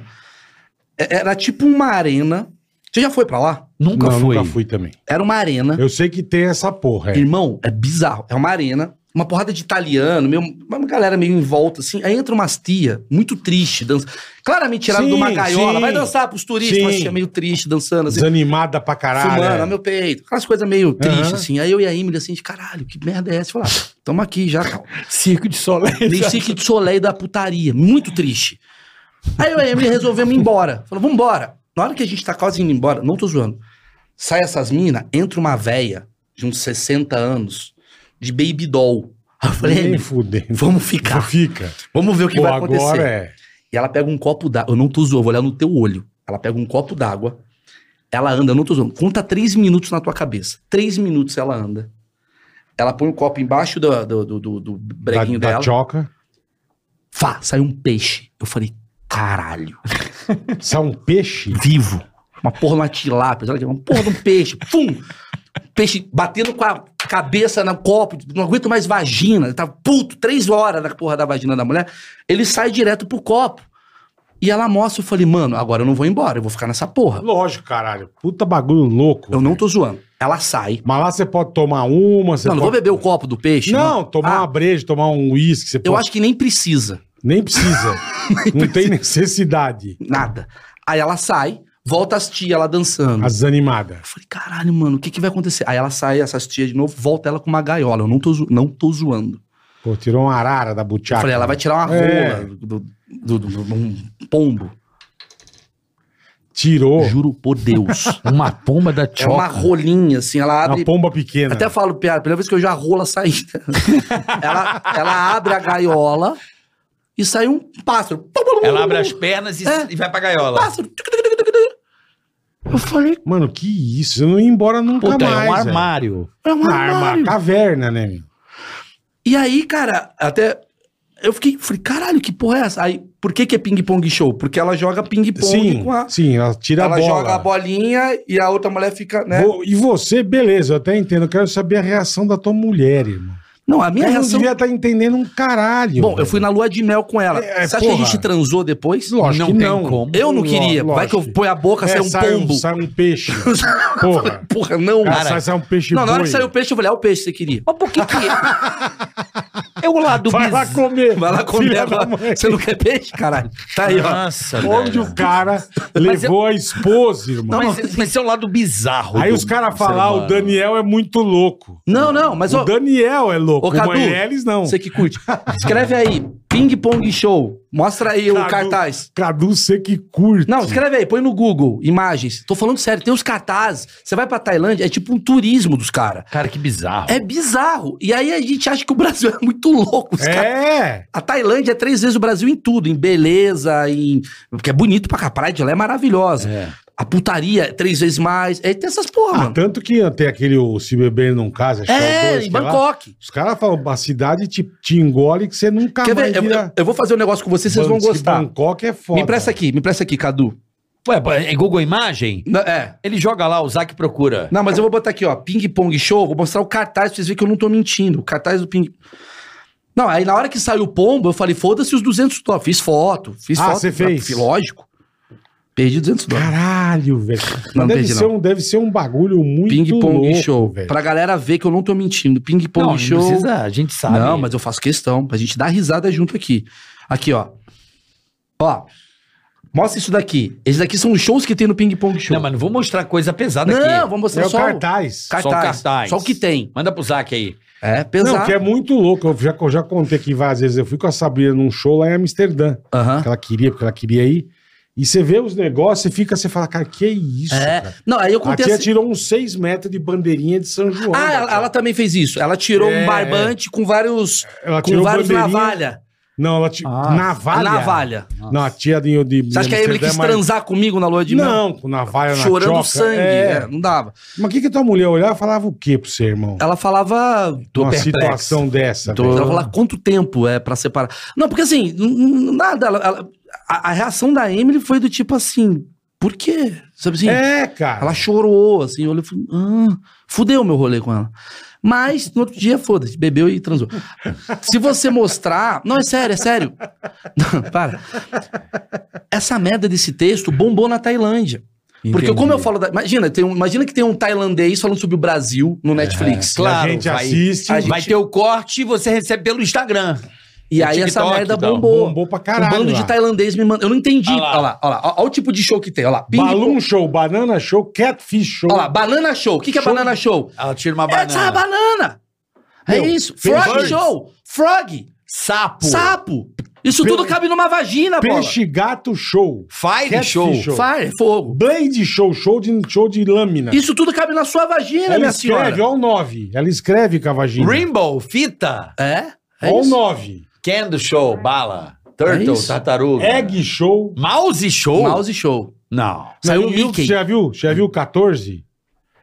É- Era tipo uma arena. Você já foi pra lá? Nunca Não, foi. Nunca fui também. Era uma arena. Eu sei que tem essa porra. É. Irmão, é bizarro. É uma arena, uma porrada de italiano, meio, uma galera meio em volta, assim. Aí entra umas tia, muito triste, dança. Claramente tirada Sim, de uma gaiola. sim. Vai dançar pros turistas, Sim. uma tia meio triste, dançando, assim. Desanimada pra caralho. Fumando, é. ó, meu peito. Aquelas coisas meio tristes, Aham. assim. Aí eu e a Emily, assim, de caralho, que merda é essa? Falar, tamo aqui já, tá calma. Circo de Soleil. Meio Cirque de Soleil da putaria. Muito triste. Aí eu e a Emily resolvemos ir embora. Falou, vambora. Na hora que a gente tá quase indo embora, não tô zoando. Sai essas minas, entra uma véia de uns 60 anos, de baby doll. Aí Eu falei, Nem "Amy, fudendo. vamos ficar. Fica. Vamos ver o que Hum. Pô, vai acontecer. agora é. E ela pega um copo d'água. Eu não tô zoando, eu vou olhar no teu olho. Ela pega um copo d'água. Ela anda, eu não tô zoando. Conta três minutos na tua cabeça. Três minutos ela anda. Ela põe o copo embaixo do, do, do, do- do Da, breguinho da dela. choca. Fá, sai um peixe. Eu falei, caralho. Sai um peixe. Vivo. Uma porra, uma tilápia. sabe? Uma porra de um peixe. Fum! Peixe batendo com a cabeça no copo. Não aguento mais vagina. Ele tá puto. Três horas na porra da vagina da mulher. Ele sai direto pro copo. E ela mostra. Eu falei, mano, agora eu não vou embora. Eu vou ficar nessa porra. Tá Lógico, caralho. Puta bagulho louco. Eu não tô zoando. Ela sai. Mas lá você pode tomar uma, você não, não vou pode... beber o copo do peixe. Não, tomar Ah, uma breja, tomar um uísque, você Eu pode- acho que nem precisa. Nem precisa. não tem necessidade. Nada. Aí ela sai. Volta as tia ela dançando. As desanimadas. Eu falei, caralho, mano, o que, que vai acontecer? Aí ela sai, essas tias de novo, volta ela com uma gaiola. Eu não tô, zo- não tô zoando. Pô, tirou uma arara da Eu butiaca. falei, ela vai tirar uma rola É. do, do- do- do- um pombo. Tirou Juro por Deus. Uma pomba da é choca. uma rolinha, assim, ela abre. uma pomba pequena. Até falo, piada, primeira vez que eu já rola saí. ela, ela abre a gaiola e sai um pássaro. Ela abre as pernas e, É. e vai pra gaiola. Pássaro. Eu falei, Mano, que isso? Eu não ia embora nunca puta, mais. é um velho. armário. É um Uma armário. arma, caverna, né, meu? E aí, cara, até. Eu fiquei, falei, caralho, que porra é essa? Aí, por que que é ping-pong show? Porque ela joga ping-pong Sim, com a. sim, ela tira ela a bola. joga a bolinha e a outra mulher fica, né? Vo- E você, beleza, eu até entendo. Eu quero saber a reação da tua mulher, irmão. Não, a eu minha não reação. devia estar entendendo um caralho. Bom, eu velho. fui na lua de mel com ela. É, Você acha que a porra. gente transou depois? Lógico Não que tem não. como. Eu não queria. Lógico. Vai que eu ponho a boca, É, sai um sai pombo. sai um peixe. Porra. Porra, não. Cara, Cara, sai, sai um peixe não, na hora boi. que saiu o peixe, eu falei, ah, o peixe que você queria. Mas por que que... é o lado Vai lá bizarro. comer. Vai lá comer filha da agora. mãe. Ah. Você não quer peixe, caralho? Tá aí, ó. Nossa, Onde o cara levou a esposa, irmão. Mas, mas esse é o lado bizarro. Aí do- os caras do falar ser o humano. Daniel é muito louco. Não, não, mas O ó, Daniel é louco. Ô, O Cadu, Meirelles não. você que curte. Escreve aí, Ping Pong Show. Mostra aí o Cadu- cartaz. Cadu, você que curte. Não, escreve aí, põe no Google, imagens. Tô falando sério, tem os cartazes. Você vai pra Tailândia, é tipo um turismo dos caras. Cara, que bizarro. É bizarro. E aí a gente acha que o Brasil é muito louco. Os cara- É. A Tailândia é três vezes o Brasil em tudo, em beleza, em. Porque é bonito pra cá, a praia de lá é maravilhosa. A putaria é três vezes mais. É, tem essas porra, Ah, mano. tanto que tem aquele o Se Beber Não Casa, Show É, dois, sei em lá. Bangkok. Os caras falam, a cidade te, te engole que você nunca Quer mais ver? Eu, vira... eu vou fazer um negócio com vocês, vocês vão Diz que gostar. Bangkok é foda. Me empresta aqui, me empresta aqui, Cadu. Ué, é Google Imagem? Na- É. Ele joga lá, o Zac procura. Não, mas eu vou botar aqui, ó, Ping Pong Show, vou mostrar o cartaz pra vocês verem que eu não tô mentindo. O cartaz do Ping. Não, aí na hora que saiu o pombo, eu falei, foda-se os 200 dólares. Fiz foto, fiz Ah, foto. você fez? Lógico. Perdi 200 dólares. Caralho, velho. Não, deve, perdi, ser não. um, deve ser um bagulho muito Ping Pong louco, Show. velho. Pra galera ver que eu não tô mentindo. Ping Pong não Show. precisa, a gente sabe. Não, mas eu faço questão, pra gente dar risada junto aqui. Aqui, ó. Ó. Mostra isso daqui. Esses daqui são os shows que tem no Ping Pong Show. Não, mas não vou mostrar coisa pesada não, aqui. vamos É mostrar o só, o cartaz. cartaz, Só o cartaz. Só o que tem. Manda pro Zac aí. É, Não, pesado. que é muito louco. Eu já, eu já contei aqui várias vezes. Eu fui com a Sabrina num show lá em Amsterdã. Aham. Que ela queria, porque ela queria ir. E você vê os negócios, você fica, você fala, cara, que isso? É. cara? Não, aí eu A contei tia assim- tirou uns seis metros de bandeirinha de São João. Ah, ela, ela também fez isso. Ela tirou É, um barbante com vários. Ela um com vários bandeirinha- navalha. Não, ela tirou. Ah, Navalha? Navalha. Não, a tia de. de é Você acha que a Emily quis transar comigo na lua de mel? Não, com navalha na Chorando choca. sangue. É. É, não dava. Mas o que, que tua mulher olhava e falava o que pro seu irmão? Ela falava. Tô Uma perplexa. situação dessa. Tô- velho. Ela falava quanto tempo é pra separar. Não, porque assim, n- n- nada. ela- ela- a, a reação da Emily foi do tipo assim: por quê? Sabe assim? É, cara. Ela chorou, assim, eu olhei e falei, ah, fudeu meu rolê com ela. Mas, no outro dia, foda-se, bebeu e transou. Se você mostrar. Não, é sério, é sério. Não, para. Essa merda desse texto bombou na Tailândia. Porque, como eu falo. da- Imagina, tem um- imagina que tem um tailandês falando sobre o Brasil no Netflix. a Claro, gente vai- assiste. a gente- Vai ter o corte e você recebe pelo Instagram. E aí, TikTok, essa merda então, bombou. bombou pra caralho, Um bando lá. de tailandês me manda. Eu não entendi. Olha Olha lá. lá, olha lá. Olha o tipo de show que tem. Olha lá. Ping- Balloon show, banana show, catfish show. Olha lá, banana show. O que, que é banana show? Ela tira uma É essa banana. banana. É Meu, isso. fez Frog birds. show. Frog. Sapo. Sapo! Isso Pe- tudo cabe numa vagina, bola. Peixe Gato Show. Fire Catfish show. show. Fire, fogo. Blade Show, show de, show de lâmina. Isso tudo cabe na sua vagina, Ela minha escreve, senhora. ó o 9. Ela escreve com a vagina. Rainbow, fita. É? É Ó o isso. 9. Candle show, bala. É Turtle, isso. tartaruga. Egg Show. Mouse show? Mouse show. Não. Saiu Não, o viu? Mickey. Você já viu? Você já viu o 14?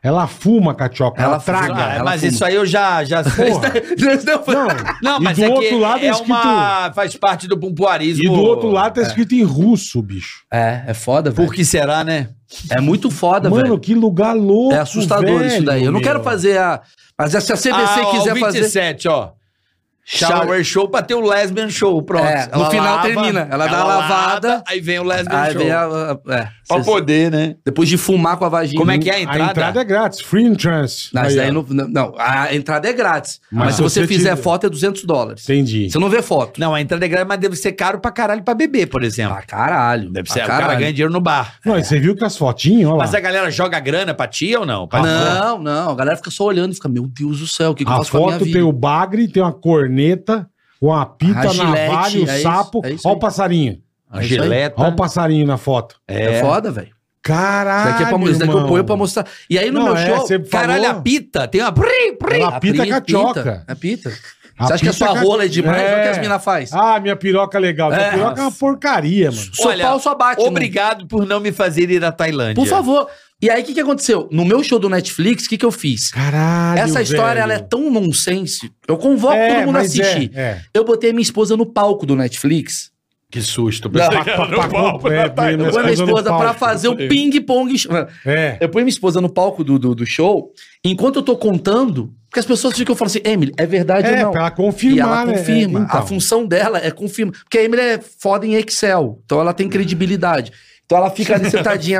Ela fuma cachoca, ela, Ela fuma. traga. Ah, ela mas fuma. isso aí eu já... já... Porra. Não, Não, e mas do é outro que lado é, é escrito. uma... Faz parte do pompoarismo. E do outro lado tá escrito em russo, bicho. É, é foda, velho. Por que será, né? É muito foda, Mano, velho. que lugar louco. É assustador isso velho, daí. Eu não meu. quero fazer a. Mas se a CBC Ah, ó, quiser o fazer. 27, ó. Shower, Shower show pra ter o lesbian show, pronto. É, no Ela final termina, ela dá a lavada, aí vem o lesbian Aí show. vem a. a- é, Pra cês- poder, né? depois de fumar com a vagina. Como é que é a A entrada? entrada, é grátis, free entrance. Mas Aí, daí ó. não, não, a entrada é grátis. Mas, se você fizer tiver- foto é 200 dólares. Entendi. Você não vê foto. né? Não, a entrada é grande, mas deve ser caro pra caralho pra beber, por exemplo. Ah, caralho. deve Ah, ser, o cara caralho. ganha dinheiro no bar. Não, e você viu que as fotinhas, olha lá. Mas é a galera joga grana pra ti ou não? Pra Não, não. A galera fica só olhando e fica, meu Deus do céu, o que, que eu né? A faço com a minha foto vida? É tem o bagre, tem uma corneta, uma A pita, gilete, navalha, o é isso, sapo. é isso Olha o aí. passarinho. A É isso aí. gileta. Olha o passarinho na foto. É foda, velho. Isso Caralho, daqui, é pra, isso daqui eu irmão. ponho pra mostrar. E aí no Não, meu é, show. você Caralho, falou. a pita. Tem uma... Prim, prim. Ela apita com a tioca. É pita. A Você acha que a pita sua ca- rola é demais? Olha o que É. as minas faz. Ah, minha piroca é legal. Minha É. piroca é uma porcaria, mano. Seu Olha, pau só bate. não- Obrigado por não me fazer ir à Tailândia. Por favor. E aí, o que, que aconteceu? No meu show do Netflix, o que, que eu fiz? Caralho, Essa história, velho. ela é tão nonsense. Eu convoco É, todo mundo a mas é, assistir. é. Eu botei minha esposa no palco do Netflix. Que susto. Pra- pra- pra- tá é, minha tá, Eu ponho minha esposa no esposa pra palco. fazer o ping-pong. show. É. Eu ponho minha esposa no palco do, do, do show. Enquanto eu tô contando, porque as pessoas ficam falando assim, Emily, é verdade ou É, não? pra ela E confirmar, ela né? confirma. É, então. A função dela é confirmar. Porque a Emily é foda em Excel. Então ela Hum. tem credibilidade. Então ela fica ali sentadinha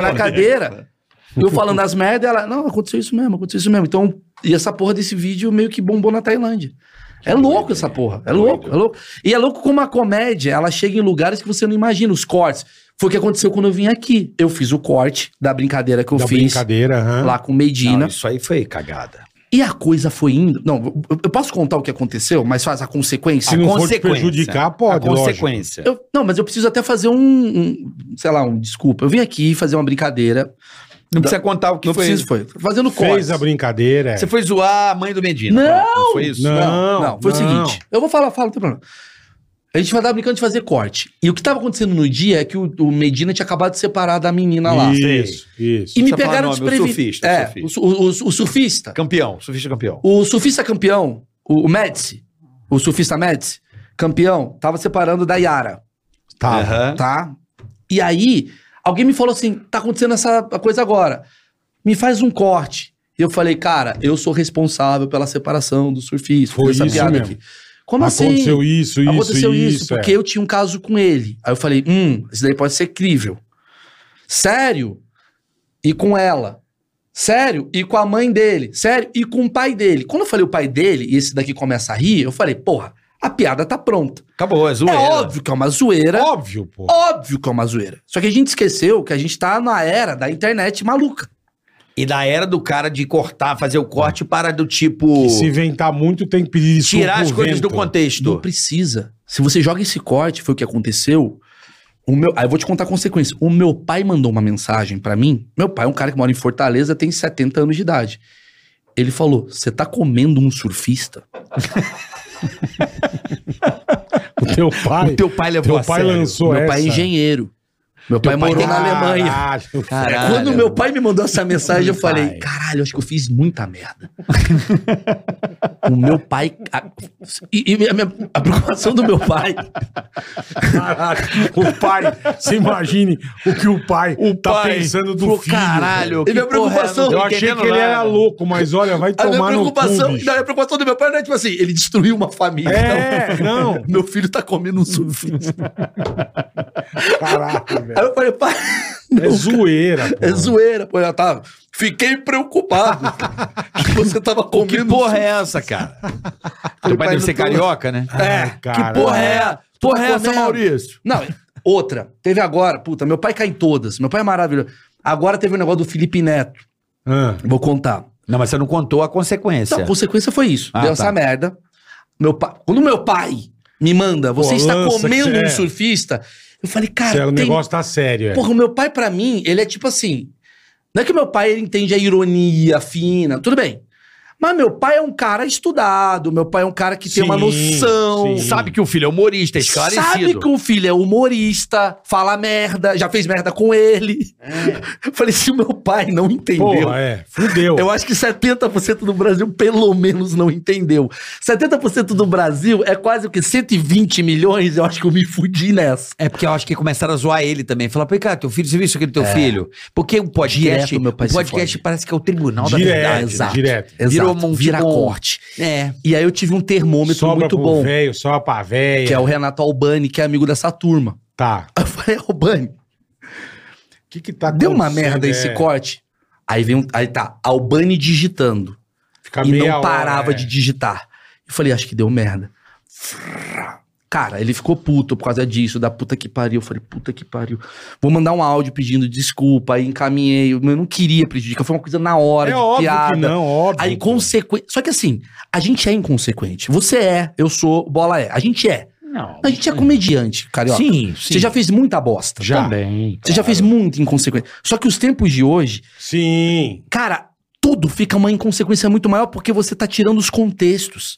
na cadeira, eu falando as merdas, ela. Não, aconteceu isso mesmo, aconteceu isso mesmo. Então, e essa porra desse vídeo meio que bombou na Tailândia. É louco né? essa porra. É louco, é louco. E é louco como a comédia, ela chega em lugares que você não imagina, os cortes. Foi o que aconteceu quando eu vim aqui. Eu fiz o corte da brincadeira que eu Da fiz brincadeira, aham. lá com Medina. isso aí foi cagada. E a coisa foi indo. Não, eu- eu posso contar o que aconteceu, mas faz a consequência. Se não for te consequência. prejudicar, pode, a lógico. consequência. Eu- não, mas eu preciso até fazer um, um- sei lá, um desculpa. Eu vim aqui fazer uma brincadeira. Não precisa contar o que não foi. preciso, foi. Fazendo Fez cortes. a brincadeira. é. Você foi zoar a mãe do Medina. Não! pronto, Não foi isso? Não. Não, não, foi não. o seguinte. Eu vou falar, fala, não tem problema. A gente vai dar brincando de fazer corte. E o que tava acontecendo no dia é que o, o Medina tinha acabado de separar da menina lá. Isso, isso. E me Precisa falar nome, pegaram o desprevenido. surfista, É, surfista. o, o, o surfista. Campeão, surfista campeão. O surfista campeão, o, o Médici, o surfista Médici, campeão, tava separando da Yara, Tá. Aham. tá? E aí, alguém me falou assim, tá acontecendo essa coisa agora, me faz um corte. E eu falei, cara, eu sou responsável pela separação do surfista. Foi fiz essa isso piada mesmo. Como Aconteceu assim? isso, isso, aconteceu isso, é. porque eu tinha um caso com ele. Aí eu falei, hum, isso daí pode ser crível. Sério? E com ela? Sério? E com a mãe dele? Sério? E com o pai dele? Quando eu falei o pai dele, e esse daqui começa a rir, eu falei, porra, a piada tá pronta. Acabou, é zoeira. É óbvio que é uma zoeira. Óbvio, pô. Óbvio que é uma zoeira. Só que a gente esqueceu que a gente tá na era da internet maluca. E da era do cara de cortar, fazer o corte para do tipo. E É. Se inventar muito, tem que pedir desculpa Tirar as pro coisas do vento. Não contexto. precisa. Se você joga esse corte, foi o que aconteceu. O meu, aí eu vou te contar a consequência. O meu pai mandou uma mensagem pra mim. Meu pai é um cara que mora em Fortaleza, tem 70 anos de idade. Ele falou: Você tá comendo um surfista? O teu pai. O teu pai levou Teu a pai sério. lançou meu pai é essa. tá engenheiro. Meu pai é morou na Alemanha. Caralho, Caralho. Quando meu pai me mandou essa mensagem, eu Meu falei: pai. Caralho, acho que eu fiz muita merda. o meu pai. a- e e a, minha- a preocupação do meu pai. Caralho, o pai, você imagine o que o pai tá pai pensando do falou, filho. caralho, E minha que porra é? preocupação- Não tô Eu achei entendendo né? que ele nada. era louco, mas olha, vai A minha tomar no cu, preocupação, bicho. não, a preocupação do meu pai não é tipo assim, ele destruiu uma família. É, não. Meu filho tá comendo um surfista. Caralho, Aí velho. eu falei, pai, É zoeira, pô. é zoeira, pô, já tá. Fiquei preocupado que você tava comendo. Que um porra é essa, cara? teu pai deve ser carioca, né? É, Ah, cara. que porra é? essa? Porra é essa, comendo. Maurício? Não, é outra. Teve agora, puta, meu pai cai em todas. Meu pai é maravilhoso. Agora teve o negócio do Felipe Neto. Ah, Vou contar. Não, mas você Tá, não contou a consequência. Então, a consequência foi isso. Ah, Deu tá. essa merda. Meu pai, quando meu pai me manda, você Pô, está lança, comendo que- é. um surfista? Eu falei, cara, Sério, o tem- negócio tá sério. É. Porra, o meu pai, pra mim, ele é tipo assim. Não é que meu pai ele entende a ironia fina, tudo bem. Mas meu pai é um cara estudado, meu pai é um cara que tem uma Sim, noção. sim. Sabe que o filho é humorista, é esclarecido. Sabe que o filho é humorista, fala merda, já fez merda com ele. Eu Falei, se meu pai não entendeu. É. Porra, é. Fudeu. Eu acho que 70% do Brasil, pelo menos, não entendeu. 70% do Brasil é quase o que? 120 milhões? Eu acho que eu me fudi nessa. É porque eu acho que começaram a zoar ele também. Falar, pô, cara, teu filho, você viu isso aqui do teu filho? Porque o podcast, Direto, meu pai o se podcast fode. parece que é o tribunal da direto, verdade. exato. direto. Virou Exato, um- vira virou um- corte. É. E aí eu tive um termômetro Sobra muito pro bom, velho, sobra pra velha. que é o Renato Albani, que é amigo dessa turma. Tá. Aí Eu falei, Albani, O que que tá deu uma acontecendo? merda esse É, corte? Aí vem um, aí tá, Albani digitando. Fica e meia não hora, parava é. de digitar. Eu falei, acho que deu merda. Cara, ele ficou puto por causa disso, da puta que pariu. Eu falei, puta que pariu. Vou mandar um áudio pedindo desculpa, aí encaminhei. Eu não queria prejudicar, foi uma coisa na hora, É de óbvio piada. que não, óbvio. A inconsequente. Só que assim, a gente é inconsequente. Você é, eu sou, bola é. A gente é. Não. A gente é comediante, carioca. Sim, Você sim. já fez muita bosta. Já. Também. Você já fez muita inconsequência. Só que os tempos de hoje, Sim. cara, tudo fica uma inconsequência muito maior porque você tá tirando os contextos.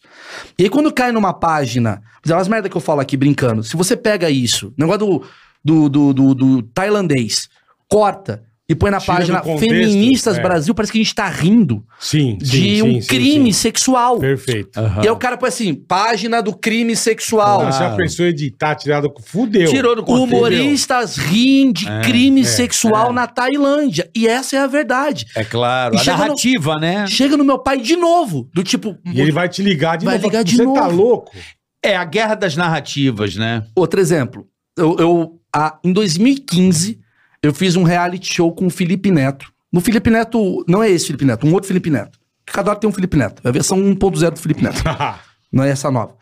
E aí quando cai numa página, por exemplo, as merda que eu falo aqui brincando, se você pega isso, negócio do, do, do, do- do tailandês, corta e põe na Tira do página contexto, Feministas é. Brasil, parece que a gente tá rindo Sim, sim, de sim, um sim, crime sim. sexual. Perfeito. E aí o cara põe assim, página do crime sexual. Não, se a pessoa editar, tirar do... Fudeu. Tirou do contexto. Humoristas riem de crime é, sexual na Tailândia. E essa é a verdade. É claro. E a chega no- narrativa, né? Chega no meu pai de novo. Do tipo. E ele vai te ligar de Vai novo. ligar de Você novo. tá louco? É a guerra das narrativas, né? Outro exemplo. Eu, eu- a- em 2015, eu fiz um reality show com o Felipe Neto. No Felipe Neto. Não é esse Felipe Neto, um outro Felipe Neto. Cada hora tem um Felipe Neto. É a versão 1.0 do Felipe Neto. Não é essa nova.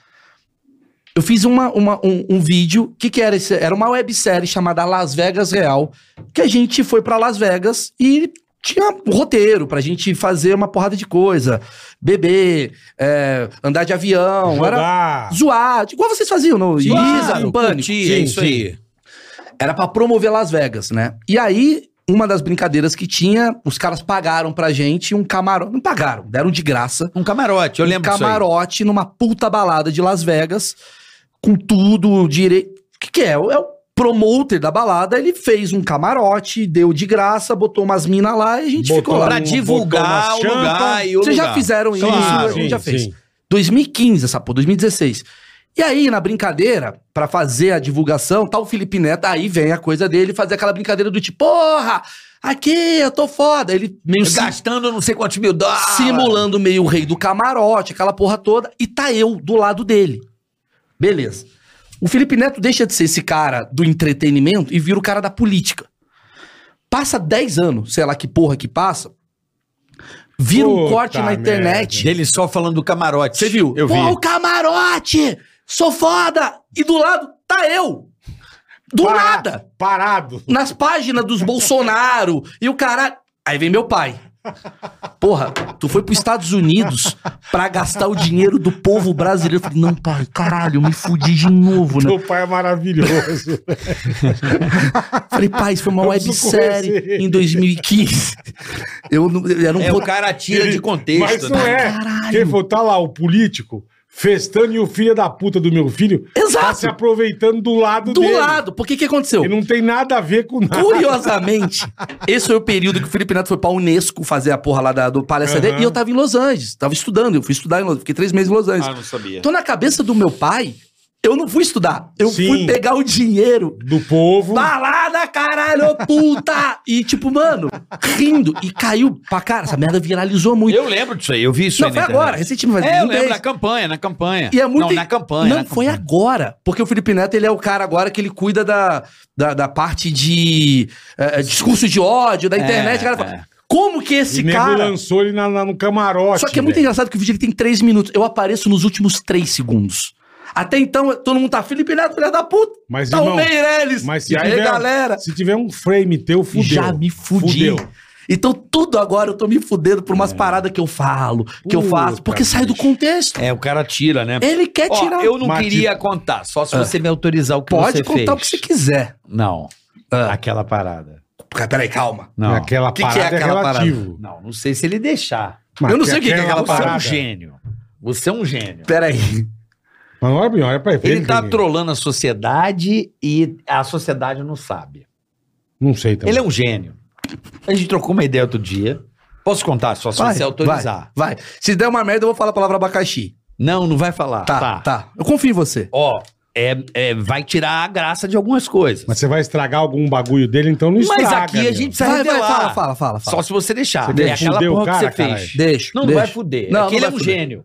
Eu fiz uma, uma- um, um vídeo. O que, que era esse? Era uma websérie chamada Las Vegas Real. Que a gente foi pra Las Vegas e tinha um roteiro pra gente fazer uma porrada de coisa. Beber, é, andar de avião. Era Jogar. zoar. Igual vocês faziam no Sim, Ibiza, claro, no Pânico. Curtir, é Sim, isso sim. aí. Era pra promover Las Vegas, né? E aí, uma das brincadeiras que tinha, os caras pagaram pra gente um camarote. Não pagaram, deram de graça. Um camarote, eu um lembro camarote numa puta balada de Las Vegas, com tudo direito. O que, que é? É o promoter da balada, ele fez um camarote, deu de graça, botou umas minas lá e a gente Botou ficou um- lá. Pra divulgar botou o uma champa. lugar e o Vocês já lugar. fizeram isso, Claro, a gente já Ah, sim, fez. sim. 2015, essa porra, 2016. E aí, na brincadeira, pra fazer a divulgação, tá o Felipe Neto, aí vem a coisa dele fazer aquela brincadeira do tipo, porra, aqui, eu tô foda. Ele meio isso. sim- Gastando não sei quantos mil dólares. simulando meio o rei do camarote, aquela porra toda, e tá eu do lado dele. Beleza. O Felipe Neto deixa de ser esse cara do entretenimento e vira o cara da política. Passa 10 anos, sei lá que porra que passa, vira um Puta corte na merda. internet Dele só falando do camarote. você viu? Eu vi. Pô, o camarote! Sou foda! E do lado tá eu! Do Para- nada! Parado. Nas páginas dos Bolsonaro e o cara. Aí vem meu pai. Porra, tu foi pros Estados Unidos pra gastar o dinheiro do povo brasileiro. Eu falei, não, pai, caralho, eu me fudi de novo, né? Meu pai é maravilhoso. Falei, pai, isso foi uma Eu preciso websérie conhecer. em 2015. Eu, não- eu era um É, o roteiro- cara tira de Mas contexto. não né? é. Porque falou, tá lá o político festando e o filho da puta do meu filho tá Exato! se aproveitando do lado do dele. lado. Porque o que aconteceu? E não tem nada a ver com nada. Curiosamente, esse foi o período que o Felipe Neto foi pra Unesco fazer a porra lá da, do palestra Aham. dele. E eu tava em Los Angeles, tava estudando. Eu fui estudar em Los fiquei três meses em Los Ah, Angeles. não sabia. Então, na cabeça do meu pai, eu não fui estudar. Eu Sim. fui pegar o dinheiro. Do povo. Ah, Balada, caralho, ô puta! E tipo, mano, rindo. E caiu pra cara. Essa merda viralizou muito. Eu lembro disso aí, eu vi isso não, aí foi na agora, internet. recentemente. faz É, eu um lembro mês. na campanha, na campanha. E é muito. Não, na campanha. Não, na foi campanha. agora. Porque o Felipe Neto, ele é o cara agora que ele cuida da, da, da parte de eh, discurso de ódio, da internet. O cara fala, é. Como que esse E nego cara. lançou ele na, na- no camarote. Só que é muito velho. engraçado que o vídeo ele tem três minutos. Eu apareço nos últimos três segundos. Até então, eu- todo mundo tá Felipe Neto, filha da puta. Mas, tá o irmão, Meirelles. mas se e aí, tiver- galera. se tiver um frame teu, fudeu. Já me fudi. Fudeu. Então tudo agora eu tô me fudendo por É. umas paradas que eu falo, que eu Puta, faço, porque sai do bicho. contexto. É, o cara tira, né? Ele quer Ó, tirar. eu não Mas queria contar, só se você me autorizar o que É. Pode você fez. contar o que você quiser. Não, Ah, aquela parada. peraí, calma. Não, Aquela Que que é parada é, aquela parada? relativo. não, não sei se ele deixar. Mas Eu não sei o que que é aquela Você é um parada. gênio. Você é um gênio. Peraí. Mas olha, bem, olha pra ele. é um Ele tá que- trolando a sociedade e a sociedade não sabe. Não sei Então. também. Ele é um gênio. A gente trocou uma ideia outro dia. Posso contar só se você autorizar? Vai, vai. Se der uma merda, eu vou falar a palavra abacaxi. Não, não vai falar. Tá, tá. Eu confio em você. Ó, é, é, vai tirar a graça de algumas coisas. Mas você vai estragar algum bagulho dele, então não um Mas estraga. aqui a meu. gente precisa Vai, vai, revelar. fala, fala, fala. Só fala. se você deixar. Você é aquela fudeu o porra cara, que você fez. caralho. Deixa. Não, não deixa. vai fuder. Não, é que não ele é vai um fuder. gênio.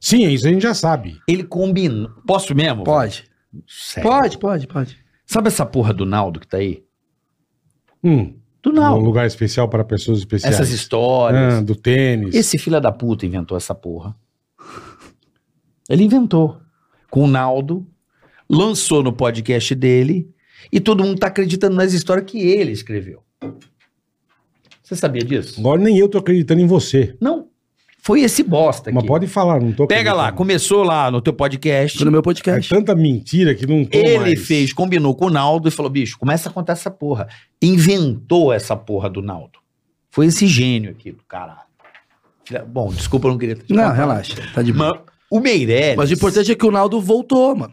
Sim, isso a gente já sabe. Ele combinou. Posso mesmo? Pode. Sério. Pode, pode, pode. Sabe essa porra do Naldo que tá aí? Hum, Do um Naldo. lugar especial para pessoas especiais. Essas histórias. Ah, do tênis. Esse filho da puta inventou essa porra. Ele inventou. Com o Naldo, lançou no podcast dele e todo mundo tá acreditando nas histórias que ele escreveu. Você sabia disso? Agora nem eu tô acreditando em você. Não. Foi esse bosta Tá aqui. Mas pode falar, não tô Pega lá, acreditando. começou lá no teu podcast. No meu É podcast. tanta mentira que não tô Ele mais. fez, combinou com o Naldo e falou: bicho, começa a contar essa porra. Inventou essa porra do Naldo. Foi esse gênio aqui do caralho. Filha- Bom, desculpa, eu não queria. te Não, contar. relaxa. Tá de boa. Mas o Meirelles. Mas o importante é que o Naldo voltou, mano.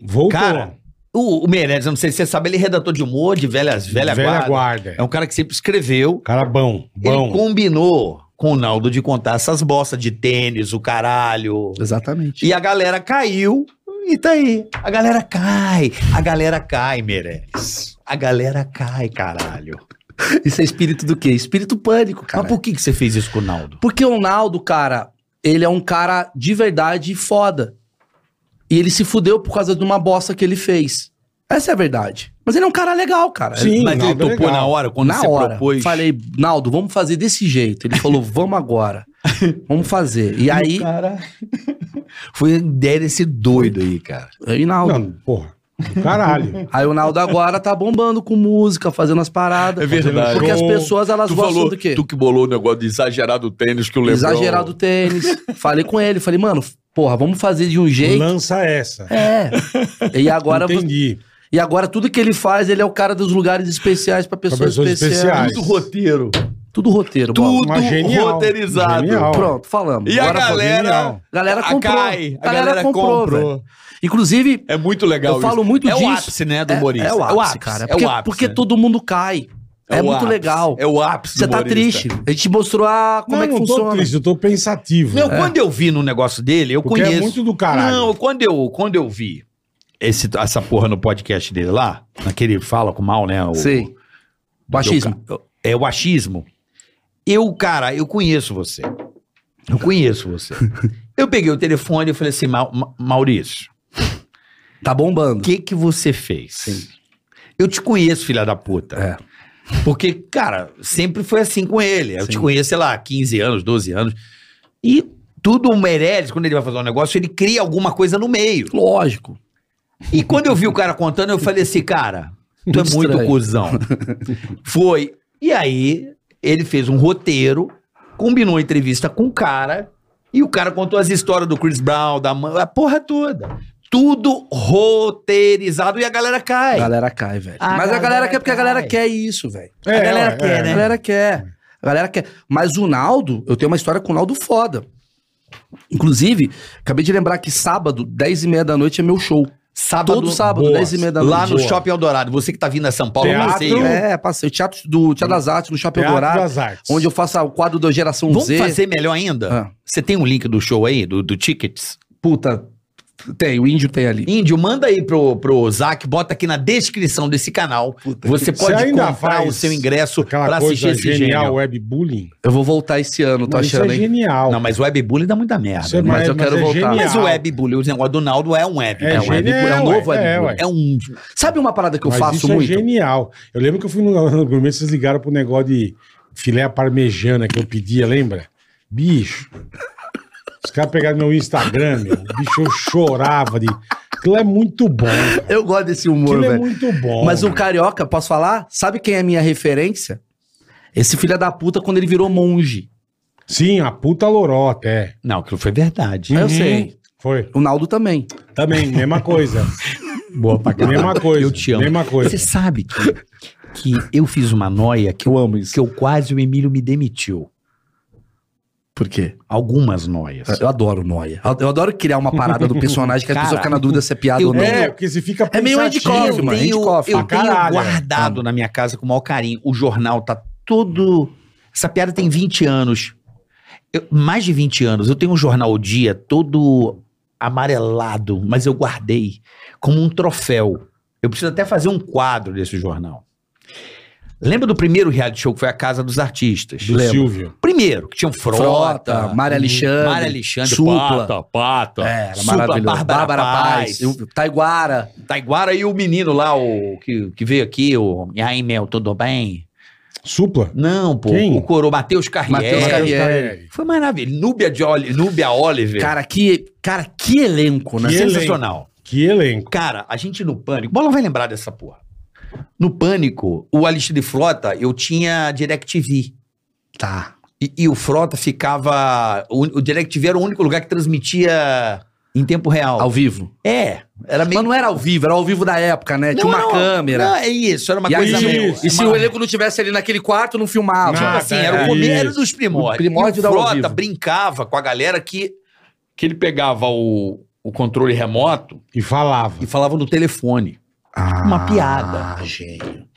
Voltou. Cara, o, o Meirelles, eu não sei se você sabe, ele é redator de humor de velhas, velha, guarda. É um cara que sempre escreveu. Cara bom, bom. Ele combinou com o Naldo de contar essas bostas de tênis, o caralho. Exatamente. E a galera caiu e tá aí. A galera cai. A galera cai, Meirelles. A galera cai, caralho. Isso é espírito do quê? Espírito pânico, cara. Mas por que, que você fez isso com o Naldo? Porque o Naldo, cara, ele é um cara de verdade foda. E ele se fudeu por causa de uma bosta que ele fez. Essa é a verdade. Mas ele é um cara legal, cara. Sim, Ele- Mas ele Naldo é topou legal. na hora, quando na você hora, propôs. falei, Naldo, vamos fazer desse jeito. Ele falou, vamos agora. Vamos fazer. E aí, Cara... Foi a ideia desse doido aí, cara. aí Naldo. Não, porra. do Caralho. Aí o Naldo agora tá bombando com música, fazendo as paradas. É verdade. Porque as Show. pessoas, elas gostam do quê? que bolou o negócio de exagerar do tênis que o Exagerar do tênis. falei com ele, falei, mano, porra, vamos fazer de um jeito. Lança essa. É. E agora, Entendi. e agora tudo que ele faz, ele é o cara dos lugares especiais pra pessoas, pessoas especiais. especiais. Tudo roteiro. Tudo roteiro, bola. Tudo Mas genial, roteirizado. genial. Pronto, falamos. E a Agora foi- galera... genial. galera a comprou. cai, a galera, velho. comprou. Inclusive, É muito legal eu falo muito é disso. o ápice, né, do é, humorista. é o ápice, cara. É Porque, o ápice. porque né? todo mundo cai. É, o muito ápice. legal. É o ápice Você do tá humorista. triste. A gente mostrou a, como não, é que não tô funciona. triste, eu tô pensativo. né? Não, quando eu vi no negócio dele, eu Porque é conheço. muito do caralho. Não, quando eu, quando eu vi esse, essa porra no podcast dele lá, naquele fala com mal, né? O, Sei. Baixismo. do- é o achismo. Eu, cara, eu conheço você. Eu conheço você. Eu peguei o telefone e falei assim, "Mau- Ma- Maurício, Tá o bombando. que que você fez? Eu te conheço, filha da puta. É. Porque, cara, sempre foi assim com ele. Eu Sim. te conheço, sei lá, 15 anos, 12 anos. E tudo o Meirelles, quando ele vai fazer um negócio, ele cria alguma coisa no meio. Lógico. E quando eu vi o cara contando, eu falei assim, cara, tu é Muito muito estranho. cuzão. Foi. E aí, ele fez um roteiro, combinou a entrevista com o cara, e o cara contou as histórias do Chris Brown, da mãe, a porra toda. Tudo roteirizado e a galera A cai. galera cai, velho. A Mas a galera galera quer porque a cai. galera quer isso, velho. É, a galera é, quer, é. né? A galera quer. A galera quer. Mas o Naldo, eu tenho uma história com o Naldo foda. Inclusive, acabei de lembrar que sábado, 10 e meia da noite, é meu show. Sábado, Todo sábado, boa. 10 e meia da noite. lá no Shopping Eldorado. Você que tá vindo a São Paulo, Teatro. passeio. É, passei. Teatro, do, teatro das Artes, no Shopping Teatro Dourado. das Artes. Onde eu faço o quadro da Geração Vamos um Z. fazer melhor ainda? Ah. Você tem o link do show aí, do, do Tickets? Puta, tem, o índio tem ali. Índio, manda aí pro, pro Zac, bota aqui na descrição desse canal. você Você pode ainda comprar faz o seu ingresso Aquela pra coisa assistir esse genial, gênio. webbullying. Eu vou voltar esse ano, tô Mano, isso achando, é hein? genial. Não, mas o webbullying dá muita Isso merda. é né? mas eu mais- quero é voltar. genial. Mas o webbullying, o negócio do Naldo é um web. É né? um genial, webbullying, é um ué, novo é, webbullying. ué. É um... Sabe uma parada que eu Mas faço isso muito? é genial. Eu lembro que eu fui no, no gourmet, vocês ligaram pro negócio de filé à parmejana que eu pedia, lembra? Bicho. Os caras pegaram meu Instagram, meu. Bicho, eu chorava de... Aquilo é muito bom. cara. Eu gosto desse humor, Aquilo é velho. muito bom. Mas o cara carioca, posso falar? Sabe quem é minha referência? Esse filho da puta, quando ele virou monge. Sim, a puta lorota, é. Não, aquilo foi verdade. Eu Uhum. sei. Foi. O Naldo também. Também, mesma coisa. Uhum. Boa pra caralho. mesma coisa. Eu te amo. Mesma coisa. Você sabe que, que eu fiz uma noia que eu amo isso. Que eu quase o Emílio me demitiu. Por quê? Algumas noias. Eu adoro noia. Eu adoro criar uma parada do personagem que a Cara, pessoa fica na dúvida se é piada eu- ou não. É, porque você fica É meio Andy pensativo. Kaufman. é. mano, tenho, Hitchcock, eu pra caralho, tenho guardado na minha casa com o maior carinho. O jornal tá todo. Essa piada tem 20 anos. Eu- mais de 20 anos. Eu tenho um jornal O Dia todo amarelado, mas eu guardei como um troféu. Eu preciso até fazer um quadro desse jornal. Lembra do primeiro reality show que foi a Casa dos Artistas? Do Silvio. Primeiro, que tinham Frota, Frota, Mário Alexandre, Mário Alexandre, Supla. Pata, Pata. É, era Supla, maravilhoso. Bárbara Paz. eu- Taiguara. Taiguara e o menino lá, o que, que veio aqui, o. E aí, meu, tudo bem? Supla? Não, pô. Quem? O coro Matheus Matheus Carrier. Carrier. Foi maravilhoso. Núbia, de Oli- Núbia Oliver. Cara, que, cara, que elenco, né? Que elenco. sensacional. Que elenco. Cara, a gente no Pânico. Bola vai lembrar dessa porra. No Pânico, o Alexandre Frota, eu tinha DirecTV. Tá. E, e o Frota ficava. O, o DirecTV era o único lugar que transmitia em tempo real. Ao vivo. É. Era meio. Mas não era ao vivo, era ao vivo da época, né? Tinha Não, uma não, câmera. Não, é isso. Era uma e, aí, coisa Isso. meio. e se o elenco não tivesse ali naquele quarto, não filmava. Nada. Tipo assim, era o é, começo isso. dos primórdios. O primórdio E da o ao Frota vivo. brincava com a galera que, que ele pegava o, o controle remoto E falava. e falava no telefone. Uma piada. Ah, gênio.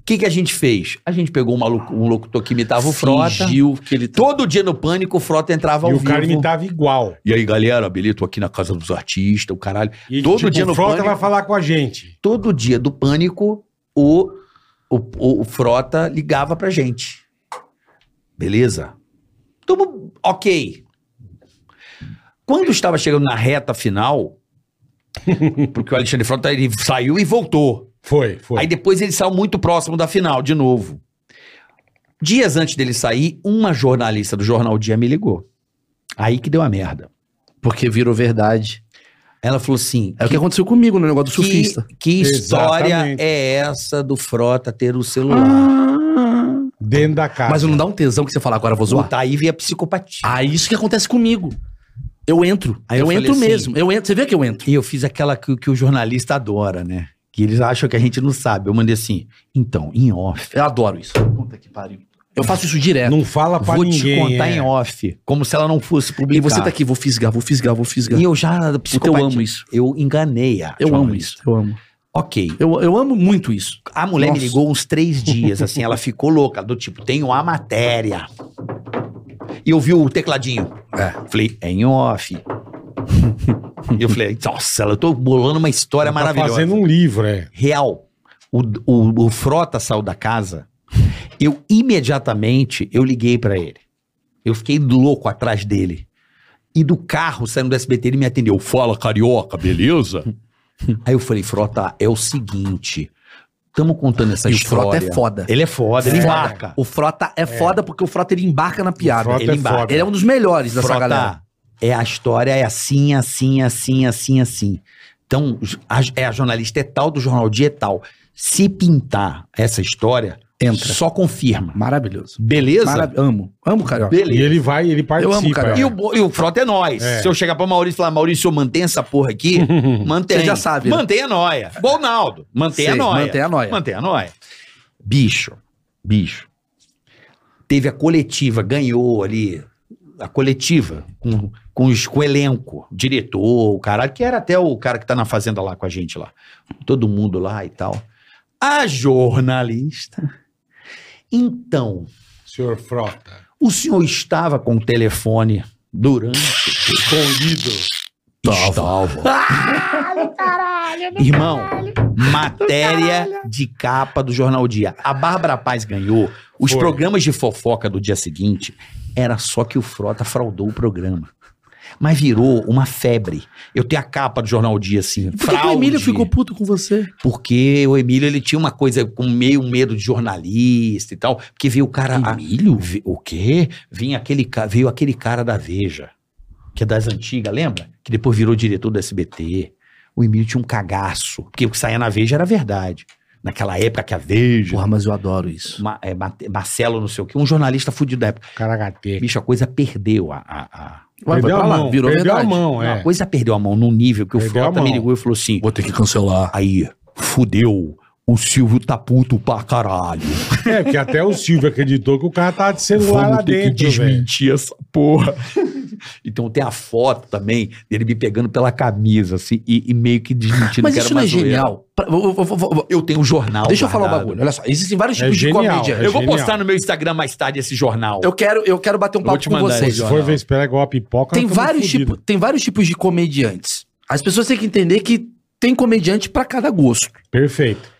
O que, que a gente fez? A gente pegou um, maluco, um locutor que imitava o Frota. Fingiu que ele... Todo dia no pânico, o Frota entrava ao E o vivo. cara imitava igual. E aí, galera, beleza, tô aqui na casa dos artistas, o caralho. E, Todo tipo, dia no o Frota Pânico. vai falar com a gente. Todo dia do pânico, o, o, o- o Frota ligava pra gente. Beleza? Tudo ok. Quando estava chegando na reta final, porque o Alexandre Frota ele saiu e voltou. Foi, foi. Aí depois ele saiu muito próximo da final, de novo. Dias antes dele sair, uma jornalista do Jornal Dia me ligou. Aí que deu a merda. Porque virou verdade. Ela falou assim: É o que aconteceu comigo no negócio do surfista. que, que história Exatamente. é essa do Frota ter o celular? Ah. Dentro da casa. Mas não dá um tesão que você falar agora, vou zoar. Puta, aí vem a psicopatia. Ah, isso que acontece comigo. Eu entro. Aí eu eu, falei entro assim- mesmo. Eu entro. Você vê que eu entro. E eu fiz aquela que, que o jornalista adora, né? Que eles acham que a gente não sabe. Eu mandei assim, então, em off. Eu adoro isso. Puta que pariu. Eu faço isso direto. Não fala pra Vou ninguém. te contar é. em off, como se ela não fosse E publicar. você tá aqui, vou fisgar, vou fisgar, vou fisgar. E eu já, Puta, eu amo isso. Eu enganei a Eu amo jornalista. isso. Eu amo. Ok. Eu, eu amo muito isso. A mulher Nossa. me ligou uns três dias, assim, ela ficou louca, do tipo, tenho a matéria. E eu vi o tecladinho. Falei, é em off. e eu falei, nossa, eu tô bolando uma história Tá maravilhosa. fazendo um livro, é. Real. O, o, o Frota saiu da casa, eu imediatamente, eu liguei pra ele. Eu fiquei louco atrás dele. E do carro, saindo do SBT, ele me atendeu. Fala, carioca, beleza? Aí eu falei, Frota, é o seguinte, estamos contando essa E o história. Frota é foda. Ele é foda, ele Foda. embarca. O Frota é, foda porque o Frota ele embarca na piada. Frota ele é embarca. foda. Ele é um dos melhores dessa Frota, galera. é a história é assim, assim, assim, assim, assim. Então, j- a, é a jornalista é tal, do jornal dia é tal. Se pintar essa história, Entra. só confirma. Maravilhoso. Beleza? Marav- amo. Amo, Carioca. E Beleza. ele vai, ele participa. cara. é. E o, bo- e o Frota é nós. É. Se eu chegar pra Maurício e falar, Maurício, mantém essa porra aqui, mantém. Você já sabe, né? Mantém a noia. Igual o Naldo. Mantém a Sei, noia. mantém a noia. Mantém a noia. Bicho, bicho. Teve a coletiva, ganhou ali a coletiva com, com, os, com o elenco, diretor, o caralho, que era até o cara que tá na fazenda lá com a gente lá. Todo mundo lá e tal. A jornalista. Então, Senhor Frota. o senhor estava com o telefone durante. Escondido. Estava. Irmão, matéria de capa do Jornal O Dia. A Bárbara Paz ganhou. Os Foi. programas de fofoca do dia seguinte era só que o Frota fraudou o programa. Mas virou uma febre. Eu tenho a capa do Jornal O Dia, assim. Por que, que o Emílio ficou puto com você? Porque o Emílio, ele tinha uma coisa com meio medo de jornalista e tal. Porque veio o cara... Emílio? o quê? Vinha aquele, ca- veio aquele cara da Veja, que é das antigas, lembra? Que depois virou diretor do SBT. O Emílio tinha um cagaço. Porque o que saía na Veja era verdade. naquela época que a Veja, Porra, mas eu adoro isso. Ma- é, Mate- Marcelo não sei o quê, um jornalista fudido da época. Caracateca. Bicho, a coisa perdeu a... a- a- Ué, Perdeu a vai pra lá, mão, virou perdeu a verdade. mão, A é. coisa perdeu a mão num nível que o Perdeu a Frota me mão. ligou e falou assim, Vou ter que cancelar. aí, fudeu, o Silvio tá puto pra caralho. É, porque até o Silvio acreditou que o cara tava de celular lá Vamos ter que dentro, velho. desmentir essa porra. então tem a foto também dele me pegando pela camisa, assim, e, e meio que desmentindo Mas que isso uma não é zoeira. genial. Pra- vou- vou- vou- vou- Eu tenho um jornal. Deixa eu falar um guardado. bagulho. Olha só, existem vários É tipos de genial, comédia. é eu vou genial. postar no meu Instagram mais tarde esse jornal. Eu quero, eu quero bater um vou papo te com mandar vocês. esse Se jornal. for ver esperar igual a pipoca, Tem nós tamo vários, fudido. tipo, tem vários tipos de comediantes. As pessoas têm que entender que tem comediante pra cada gosto. Perfeito.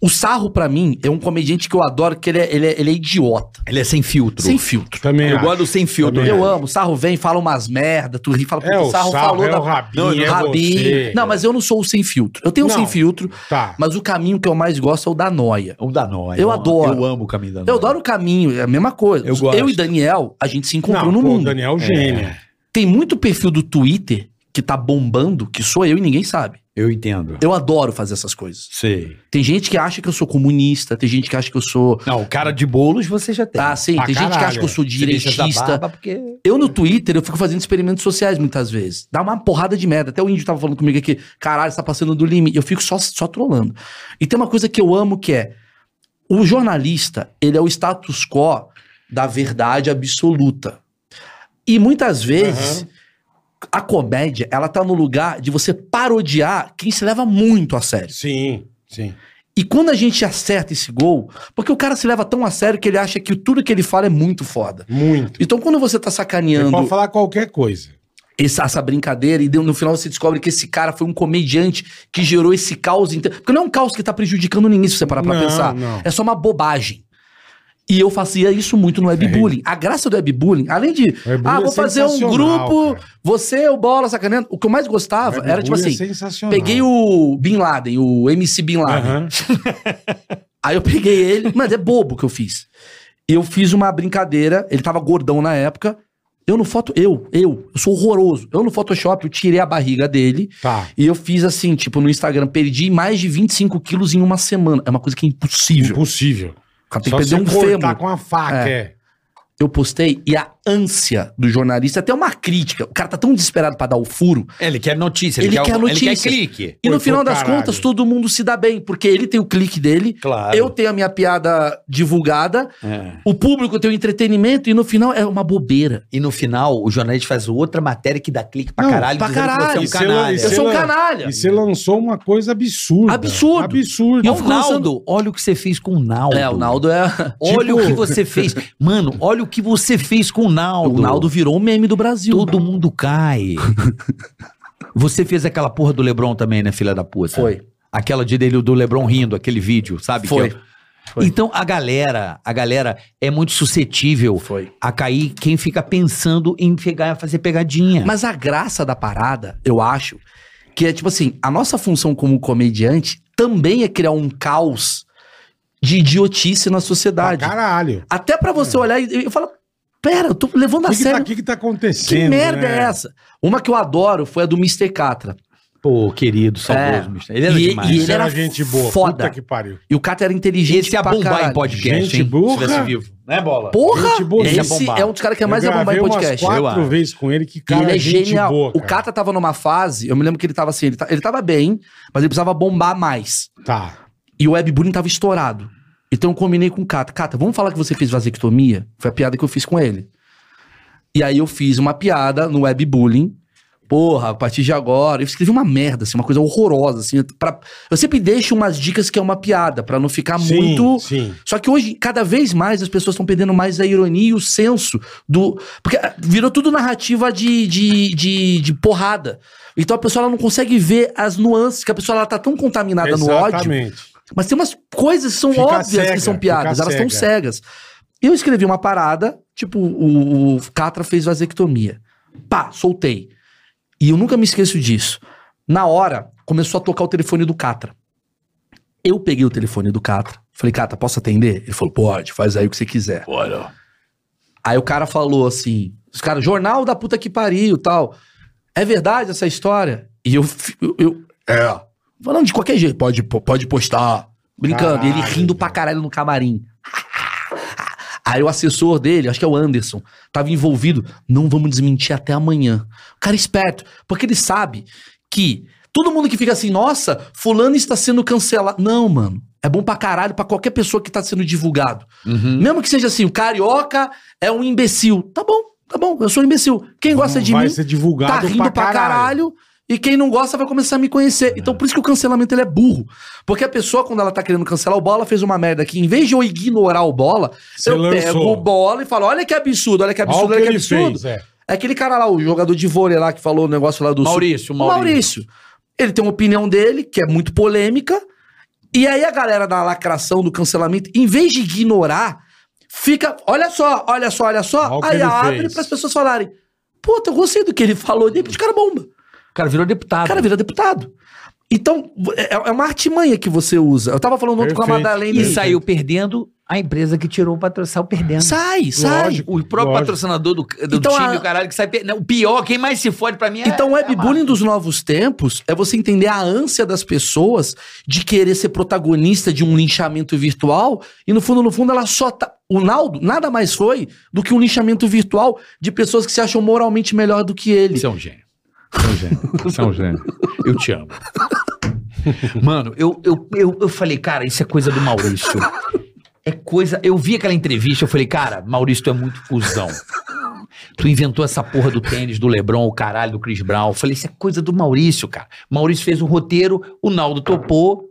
O Sarro, pra mim, é um comediante que eu adoro, que ele é, ele é- ele é idiota. Ele é sem filtro. Sem filtro. Também eu acho. gosto do sem filtro. Também Eu- Eu É. amo. O Sarro vem, fala umas merda, tu ri, fala... É, "Puta, o Sarro, é o Rabinho, Não, é você. Não, mas eu não sou o sem filtro. Eu tenho o Não. sem filtro, Tá. mas o caminho que eu mais gosto é o da noia. O um da Noia. Eu adoro. Eu amo o caminho da Noia. Eu adoro o caminho, é a mesma coisa. Eu gosto. e Daniel, a gente se encontrou Não, no pô, mundo. o Daniel é um gênio. Tem muito perfil do Twitter que tá bombando, que sou eu e ninguém sabe. Eu entendo. Eu adoro fazer essas coisas. Sei. Tem gente que acha que eu sou comunista, tem gente que acha que eu sou. Não, o cara de bolos você já tem. Ah, sim, É, Pra tem gente que caralho. acha que eu sou Você deixa essa direitista. barba porque... Eu no Twitter, eu fico fazendo experimentos sociais muitas vezes. Dá uma porrada de merda. Até o índio tava falando comigo aqui, caralho, você tá passando do limite. Eu fico só, só trolando. E tem uma coisa que eu amo que é: o jornalista, ele é o status quo da verdade absoluta. E muitas vezes. A comédia, ela tá no lugar de você parodiar quem se leva muito a sério. Sim, sim. E quando a gente acerta esse gol, porque o cara se leva tão a sério que ele acha que tudo que ele fala é muito foda. Muito. Então quando você tá Você pode sacaneando falar qualquer coisa. essa, essa brincadeira e no final você descobre que esse cara foi um comediante que gerou esse caos inteiro. Porque não é um caos que tá prejudicando ninguém se você parar pra Não, pensar. não. É só uma bobagem. E eu fazia isso muito no webbullying. A graça do webbullying, além de, É Webbullying ah, é vou fazer um sensacional, grupo, cara. você, o Bola, sacaneando. O que eu mais gostava era tipo Webbullying é assim, sensacional. peguei o Bin Laden, o MC Bin Laden. Aham. Aí eu peguei ele, mas é bobo que eu fiz. Eu fiz uma brincadeira, ele tava gordão na época. Eu no foto, eu, eu, eu sou horroroso. Eu no Photoshop, eu tirei a barriga dele Tá. e eu fiz assim, tipo, no Instagram, perdi mais de 25 quilos em uma semana. É uma coisa que é impossível. Impossível. O cara tem Só que perder você um cortar fêmur. com a faca, é. Eu postei e a ânsia do jornalista, até uma crítica. O cara tá tão desesperado pra dar o furo. Ele quer notícia. Ele quer Ele notícia. quer clique. E Foi no pro final das caralho. contas, todo mundo se dá bem, porque ele tem o clique dele, Claro. eu tenho a minha piada divulgada, É. O público tem o entretenimento e no final é uma bobeira. E no final, o jornalista faz outra matéria que dá clique pra Não, caralho. pra dizendo que caralho. E Você é se eu- Sei um canalha. Eu sou um lá. canalha. é. E você lançou uma coisa absurda. Absurdo. Absurdo. E Eu o fico lançando- Naldo, olha o que você fez com o Naldo. um É, o Naldo é. Olha Tipo- o que você fez. Mano, olha o que você fez com o Naldo. O Naldo virou um meme do Brasil. Todo mundo cai. Você fez aquela porra do Lebron também, né, filha da puta? Foi. Aquela de dele, do Lebron rindo, aquele vídeo, sabe? Foi. Que eu- Então, a galera, a galera é muito suscetível Foi. a cair quem fica pensando em pegar, fazer É. pegadinha. Mas a graça da parada, eu acho, que é tipo assim: a nossa função como comediante também é criar um caos de idiotice na Pra sociedade. caralho. Até pra você olhar e, e falar: pera, eu tô levando O a que, que, tá, sério. que que tá Que, acontecendo? merda né? é essa? Uma que eu adoro foi a do Mr. Catra. Pô, querido, saudoso, É. Mr. Ele era E- demais. e Isso ele era era gente boa. foda. Puta que pariu. E o Catra era Gente, é inteligente ia pra é bombar em caralho. podcast, Gente hein? burra. Se tivesse vivo. né, Não é bola? Porra! Gente boa, ia esse bombar. é um dos caras que mais eu ia bombar gravei em umas podcast. eu quatro acho. vezes com ele, que E cara ele é gente genial. boa, o Cata tava numa fase, eu me lembro que ele tava assim, ele, ta- ele tava bem, mas ele precisava bombar mais. Tá. E o webbullying tava estourado. Então eu combinei com o Cata. Cata, vamos falar que você fez vasectomia? Foi a piada que eu fiz com ele. E aí eu fiz uma piada no webbullying. Porra, a partir de agora. Eu escrevi uma merda, assim, uma coisa horrorosa, assim. pra- Eu sempre deixo umas dicas que é uma piada, pra não ficar Sim, muito. Tá. sim. Só que hoje, cada vez mais, as pessoas estão perdendo mais a ironia e o senso do. Porque ah, virou tudo narrativa de, de, de, de porrada. Então a pessoa ela não consegue ver as nuances, que a pessoa ela tá tão contaminada no ódio. Exatamente. Mas tem umas coisas que são Fica óbvias cega, que são fica piadas, elas estão cega. cegas. Eu escrevi uma parada, tipo, o, o Catra fez vasectomia. Pá, soltei. E eu nunca me esqueço disso. Na hora, começou a tocar o telefone do Catra. Eu peguei o telefone do Catra. Falei, Catra, posso atender? Ele falou, pode, faz aí o que você quiser. Olha. Aí o cara falou assim: os caras, jornal da puta que pariu tal. É verdade essa história? E eu. fi- eu, eu- é. Falando de qualquer jeito, pode, po- pode postar. Brincando. e ele Caralho, rindo pra velho. caralho no camarim. Aí o assessor dele, acho que é o Anderson, tava envolvido. Não vamos desmentir até amanhã. O cara é esperto, porque ele sabe que todo mundo que fica assim, nossa, fulano está sendo cancelado. Não, mano. É bom pra caralho pra qualquer pessoa que tá sendo divulgado. Uhum. Mesmo que seja assim, o carioca é um imbecil. Tá bom, tá bom, eu sou um imbecil. Quem gosta de vai mim ser divulgado tá rindo pra caralho. E quem não gosta vai começar a me conhecer. Então, por isso que o cancelamento ele é burro. Porque a pessoa, quando ela tá querendo cancelar o bola, ela fez uma merda que, em vez de eu ignorar o bola, Você eu lançou. pego o bola e falo: olha que absurdo, olha que Olha o absurdo, que olha que ele absurdo. fez, é. É aquele cara lá, o jogador de vôlei lá que falou o negócio lá do. Maurício, O Maurício. Maurício. Ele tem uma opinião dele, que é muito polêmica. E aí a galera da lacração, do cancelamento, em vez de ignorar, fica. Olha só, olha só, Olha olha o só. que aí ele abre fez. para as pessoas falarem. Puta, eu gostei do que ele falou. E de repente o cara bomba. O cara virou deputado. O Tá cara vira deputado. Então, é é uma artimanha que você usa. Eu tava falando ontem com a Perfeito. Madalena. e saiu perdendo a empresa que tirou o patrocínio, saiu perdendo. Sai, sai. Lógico. O próprio Lógico. patrocinador do, do Então, time, a- o caralho, que sai perdendo. O pior, quem mais se fode pra mim é. Então, o é a marca. webbullying dos novos tempos é você entender a ânsia das pessoas de querer ser protagonista de um linchamento virtual e, no fundo, no fundo, ela só tá... O Naldo nada mais foi do que um linchamento virtual de pessoas que se acham moralmente melhor do que ele. Você é um gênio. Você é um gênio. Você é um gênio. Eu te amo. Mano, eu, eu, eu, eu falei, cara, isso é coisa do Maurício. É coisa. Eu vi aquela entrevista, eu falei, cara, Maurício, tu é muito cuzão. Tu inventou essa porra do tênis, do Lebron, o caralho, do Chris Brown. Eu falei, isso é coisa do Maurício, cara. Maurício fez um roteiro, o Naldo topou,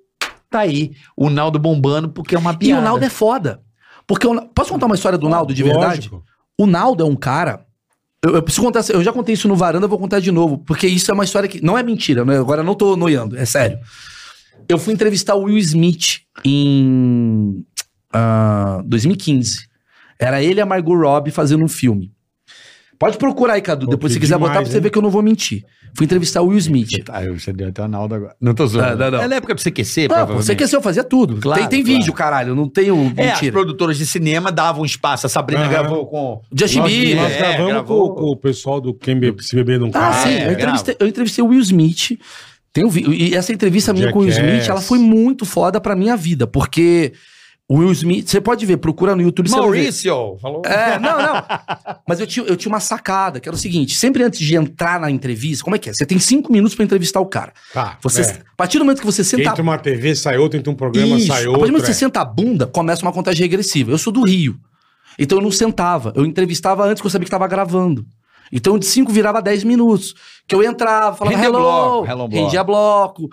tá aí. O Naldo bombando porque é uma E piada. o Naldo é foda. Porque o Na- Posso contar uma história do Naldo de verdade? Lógico. O Naldo é um cara. Eu, eu preciso contar. essa- Eu já contei isso no varanda, eu vou contar de novo. Porque isso é uma história que. Não é mentira, né? agora eu não tô noiando, é sério. Eu fui entrevistar o Will Smith em. ah, 2015. Era ele e a Margot Robbie fazendo um filme. Pode procurar aí, Cadu. Pô, Depois, que se quiser botar, demais, pra você hein? ver que eu não vou mentir. Fui entrevistar o Will Smith. Ah, eu já dei até o Naldo agora. Não tô zoando. Ah, não, não. É na época pra você aquecer, Não, pô, provavelmente. você quer ser, eu fazia tudo. Claro, tem tem claro. vídeo, caralho. Não tenho É, as mentira. produtoras de cinema davam espaço. A Sabrina Aham. gravou com. Justin Nós, Bieber. nós é, gravamos gravou. com, com o pessoal do Quem Bebe- Se Beber Não Ah, Cai. sim. é, eu, entrevistei, eu entrevistei o Will Smith. Tem o vi- e essa entrevista minha com o Will Jackass. Smith, ela foi muito foda pra minha vida, porque o Will Smith, você pode ver, procura no YouTube, você vai ver. Maurício! Falou. É, não, não. Mas eu tinha, eu tinha uma sacada, que era o seguinte, sempre antes de entrar na entrevista, como é que é? Você tem cinco minutos pra entrevistar o cara. Tá, Você, é. A partir do momento que você senta Entra uma TV, sai outra, entra um programa, isso. sai A partir do outro. momento que você é. senta a bunda, começa uma contagem regressiva. Eu sou do Rio. Então eu não sentava. Eu entrevistava antes que eu sabia que tava gravando. Então de 5 virava 10 minutos. Que eu entrava, falava Rendeu hello, bloco, hello, bloco." rendia bloco.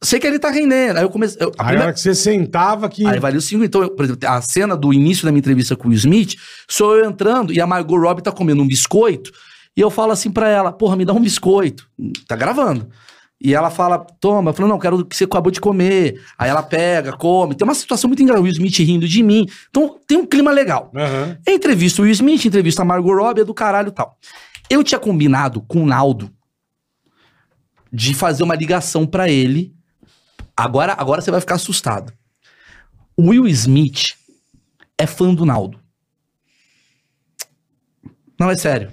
Sei que ele tá rendendo. Aí eu comecei... eu- a Aí a primeira- hora que você sentava que... Aí valeu 5. Então, eu- por exemplo, a cena do início da minha entrevista com o Will Smith, sou eu entrando e a Margot Robbie tá comendo um biscoito. E eu falo assim pra ela, porra, me dá um biscoito. Tá gravando. E ela fala, toma. Eu falo, não, quero o que você acabou de comer. Aí ela pega, come. Tem uma situação muito engraçada. O Will Smith rindo de mim. Então, tem um clima legal. Aham. Entrevista o Will Smith, entrevista a Margot Robbie, é do caralho e tal. Eu tinha combinado com o Naldo de fazer uma ligação pra ele. Agora, agora você vai ficar assustado. O Will Smith é fã do Naldo. Não, é sério.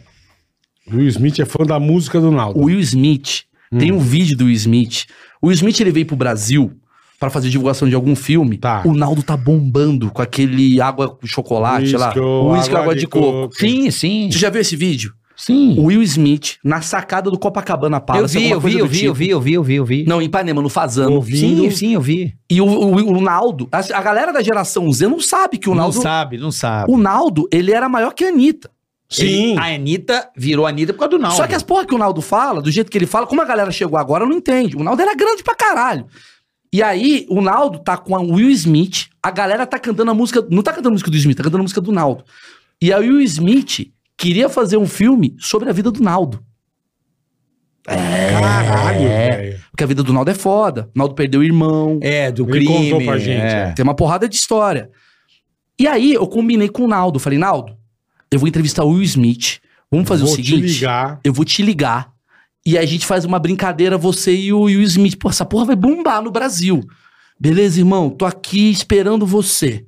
O Will Smith é fã da música do Naldo. O Will Smith, tem um vídeo do Will Smith. O Will Smith ele veio pro Brasil pra fazer divulgação de algum filme. Tá. O Naldo tá bombando com aquele água com chocolate lá. Whisky, Whisky, água, de, coco. Sim, sim. Você já viu esse vídeo? Sim. O Will Smith na sacada do Copacabana Eu Palace. vi, alguma eu coisa vi, eu do vi, tipo. eu vi, eu vi, eu vi, eu vi. Não, em Ipanema, no Fazano. Ouvindo. Sim, sim, eu vi. E o, o, o Naldo, a, a galera da geração Z não sabe que o Naldo. Não sabe, não sabe. O Naldo, ele era maior que a Anitta. Sim. Ele- a Anitta virou Anitta por causa do Naldo. Só que as porra que o Naldo fala, do jeito que ele fala, como a galera chegou agora, não entende. O Naldo era grande pra caralho. E aí, o Naldo tá com a Will Smith, a galera tá cantando a música. Não tá cantando a música do Smith, tá cantando a música do Naldo. E a Will Smith queria fazer um filme sobre a vida do Naldo. É. Caralho, velho. Porque a vida do Naldo é foda. O Naldo perdeu o irmão. É, do Ele crime. contou pra gente, é. Tem uma porrada de história. E aí eu combinei com o Naldo. Falei, Naldo, eu vou entrevistar o Will Smith. Vamos fazer Vou o seguinte. te ligar. Eu vou te ligar. E a gente faz uma brincadeira, você e o Will Smith. Pô, essa porra vai bombar no Brasil. Beleza, irmão? Tô aqui esperando você.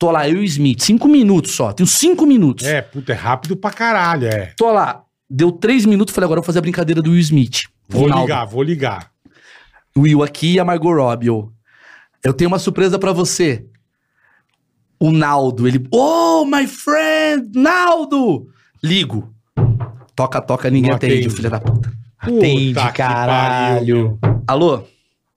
Tô lá, eu e o Smith. Cinco minutos só. Tenho cinco minutos. É, puta, é rápido pra caralho, é. Tô lá. Deu três minutos, falei, agora eu vou fazer a brincadeira do Will Smith. Vou Ronaldo. ligar, vou ligar. O Will aqui e a Margot Robbie. eu. Eu tenho uma surpresa pra você. O Naldo, ele. Oh, my friend, Naldo! Ligo. Toca, toca, ninguém Não atende, atende. filho da puta. Atende, caralho. Alô?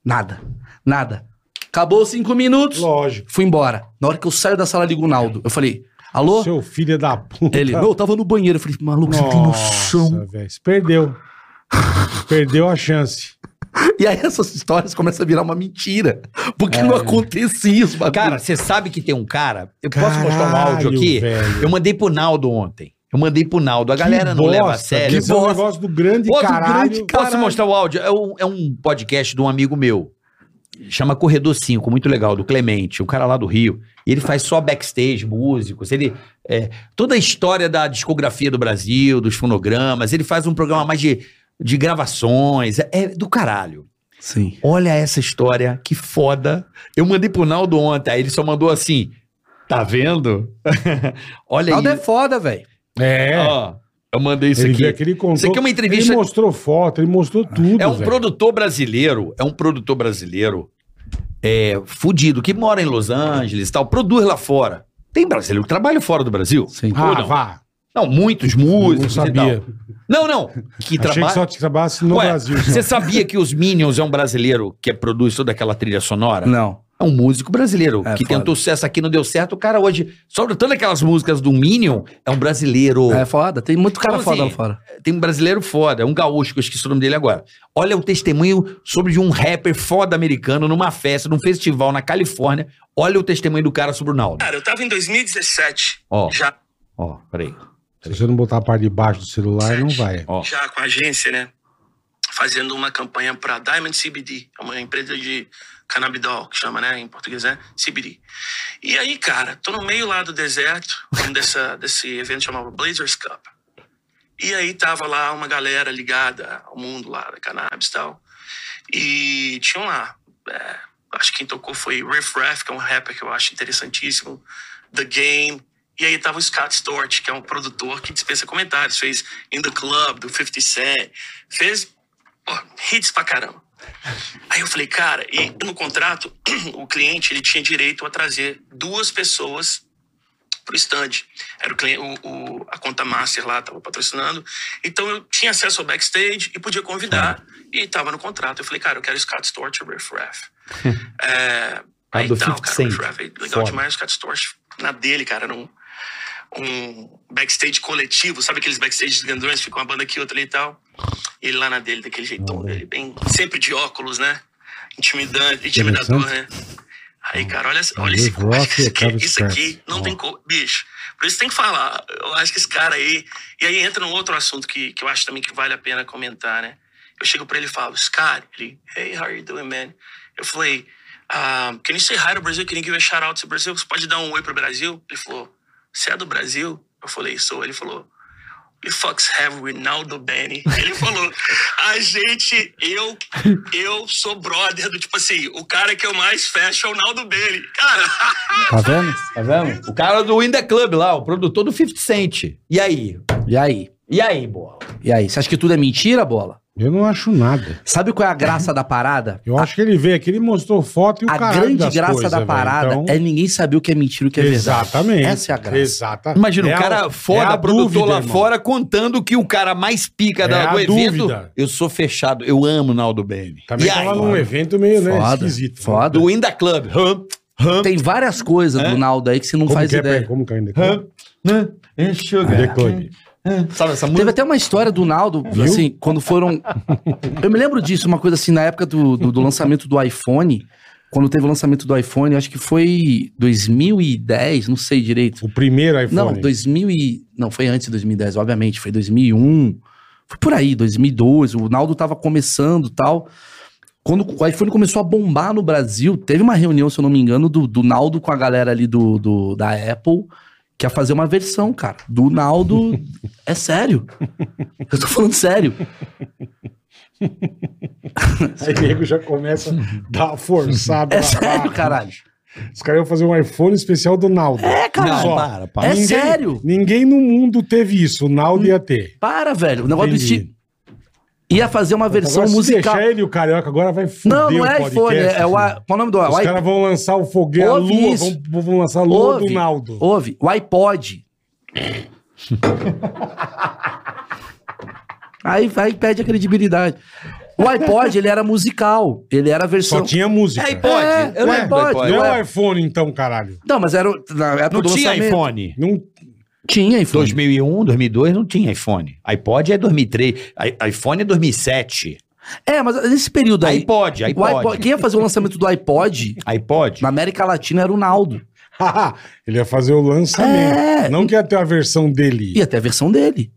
Nada. Nada. Acabou os cinco minutos. Lógico. Fui embora. Na hora que eu saio da sala, ligo o Naldo. Eu falei, alô? Seu filho é da puta. Ele, não, eu tava no banheiro. Eu falei, maluco, você não tem noção. Nossa, velho. Você perdeu. Perdeu a chance. E aí essas histórias começam a virar uma mentira. Porque não acontecia isso, é. bagulho. Cara, você sabe que tem um cara. Eu posso mostrar um áudio Caralho, aqui? velho. Eu mandei pro Naldo ontem. Eu mandei pro Naldo. A galera não bosta, leva a sério. Que bosta. negócio do grande Outro caralho. grande Posso mostrar o áudio? É um, é um podcast de um amigo meu. Chama Corredor 5, muito legal, do Clemente, o cara lá do Rio. E ele faz só backstage, músicos. Ele, é, toda a história da discografia do Brasil, dos fonogramas. Ele faz um programa mais de, de gravações. É, é do caralho. Sim. Olha essa história, que foda. Eu mandei pro Naldo ontem, aí ele só mandou assim: tá vendo? Olha Naldo é aí. foda, velho. É. Ó, eu mandei isso ele aqui. veio aqui, ele contou. Isso aqui é uma entrevista- Ele mostrou foto, ele mostrou tudo. É um velho. produtor brasileiro, é um produtor brasileiro é, fudido, que mora em Los Angeles e tal, produz lá fora. Tem brasileiro que trabalha fora do Brasil? Sim. Ah, não. vá. Não, muitos não músicos e um sabia. tal. Não, não. Que Achei que trabalha... só te trabalhasse no Ué, Brasil. só. Você sabia que os Minions é um brasileiro que produz toda aquela trilha sonora? Não. É um músico brasileiro É, que foda. tentou sucesso aqui, não deu certo. O cara hoje, sobretudo aquelas músicas do Minion, é um brasileiro. É foda. Tem muito cara Então, foda assim, lá fora. Tem um brasileiro foda, um gaúcho, que eu esqueci o nome dele agora. Olha o testemunho sobre de um rapper foda americano numa festa, num festival na Califórnia. Olha o testemunho do cara sobre o Naldo. Cara, eu tava em 2017, Ó, já, ó, peraí. Se você não botar a parte de baixo do celular, não vai. Ó. já com a agência, né? Fazendo uma campanha pra Diamond CBD, é uma empresa de canabidol, que chama, né? Em português é CBD. E aí, cara, tô no meio lá do deserto, o nome dessa, desse evento chamava Blazers Cup. E aí tava lá uma galera ligada ao mundo lá da cannabis e tal. E tinham lá, é, acho que quem tocou foi Riff Raff, que é um rapper que eu acho interessantíssimo, The Game. E aí tava o Scott Storch, que é um produtor que dispensa comentários, fez In The Club, do 50 Cent, fez pô, hits pra caramba. Aí eu falei, cara, e no contrato, o cliente ele tinha direito a trazer duas pessoas pro stand. Era o cliente, o, o- a conta master lá estava patrocinando. Então eu tinha acesso ao backstage e podia convidar. E estava no contrato. Eu falei, cara, eu quero Scott Storch e Riff Raff. é, aí Tá do 50 tal, cara, Riff Cent. Raff, legal Foda. demais, Scott Storch na dele, cara, num um backstage coletivo, sabe aqueles backstage grandões, fica uma banda aqui, outra ali e tal. Ele lá na dele, daquele jeitão dele, bem, sempre de óculos, né? Intimidante, intimidador, né? Aí, cara, olha, olha esse, Dave Roth e isso aqui, Travis isso aqui Scott. não Ó. tem como, bicho. Por isso tem que falar. Eu acho que esse cara aí. E aí entra num outro assunto que, que eu acho também que vale a pena comentar, né? Eu chego pra ele e falo, Scott, ele, hey, how are you doing, man? Eu falei, um, can you say hi to Brazil? Can you give a shout out to Brazil? Você pode dar um oi pro Brasil? Ele falou, você é do Brasil? Eu falei, sou. Ele falou, we fucks have Rinaldo Benny. Ele falou, a gente, eu, eu sou brother do tipo assim, o cara que eu mais fecho é o Naldo Benny. Cara, Tá vendo? Tá vendo? O cara do Winda Club lá, o produtor do 50 Cent. E aí? E aí? E aí, bola? E aí? Você acha que tudo é mentira, bola? Eu não acho nada. Sabe qual é a graça da parada? Eu acho que ele veio aqui, ele mostrou foto e o A caralho grande das graça coisas, da velho. parada Então, é ninguém saber o que é mentira e o que é verdade. Exatamente. Essa é a graça. Exatamente. Imagina, É o a- cara é fora, a produtor dúvida, lá irmão. fora, contando que o cara mais pica É da- a do evento. dúvida. Eu sou fechado, eu amo o Naldo Bene. Também e aí? tava num evento meio, né, Foda, esquisito. foda. Do Winda Club. Hum, hum, Tem várias coisas do Naldo aí que você não Como faz que é, ideia. peraí, como que é ainda? hum, hum, hum, sugar. The Club. Sabe essa Teve música? até uma história do Naldo, assim, quando foram. Eu me lembro disso, uma coisa assim, na época do, do, do lançamento do iPhone. Quando teve o lançamento do iPhone, acho que foi 2010, não sei direito. O primeiro iPhone. Não, 2000 e... Não, foi antes de 2010, obviamente. Foi 2001. Foi por aí, 2012. O Naldo tava começando e tal. Quando o iPhone começou a bombar no Brasil, teve uma reunião, se eu não me engano, do, do Naldo com a galera ali do, do- da Apple, que ia fazer uma versão, cara. Do Naldo... é sério. Eu tô falando sério. Aí o nego já começa a dar uma forçada. É na sério, barra. caralho. Os caras iam fazer um iPhone especial do Naldo. É, cara. Não, Só. para, para. É sério. Ninguém no mundo teve isso. O Naldo ia ter. Para, velho. O negócio do Entendi. estilo... ia fazer uma versão Agora, se musical. deixar ele e o Carioca agora vai fuder Não, não o é podcast, iPhone, é, é o. né? i- Qual é o nome do Os i- caras vão lançar o fogueiro, a Ouve lua, isso. vão, vão lançar a lua Ouve, do Naldo. Ouve, o iPod. aí vai pede a credibilidade. O iPod, ele era musical. Ele era a versão. Só tinha música. É, iPod. É, era o Ué, iPod. Não Não, é é- o iPhone então, caralho. não, mas era o- na época Não do tinha lançamento. iPhone. Não, Tinha iPhone. 2001, 2002 não tinha iPhone. iPod é 2003, i- iPhone é 2007. É, mas nesse período aí. iPod, o iPod. iPod. Quem ia fazer o lançamento do iPod iPod. na América Latina era o Naldo. ele ia fazer o lançamento. É. Não que ia ter a versão dele. Ia ter a versão dele.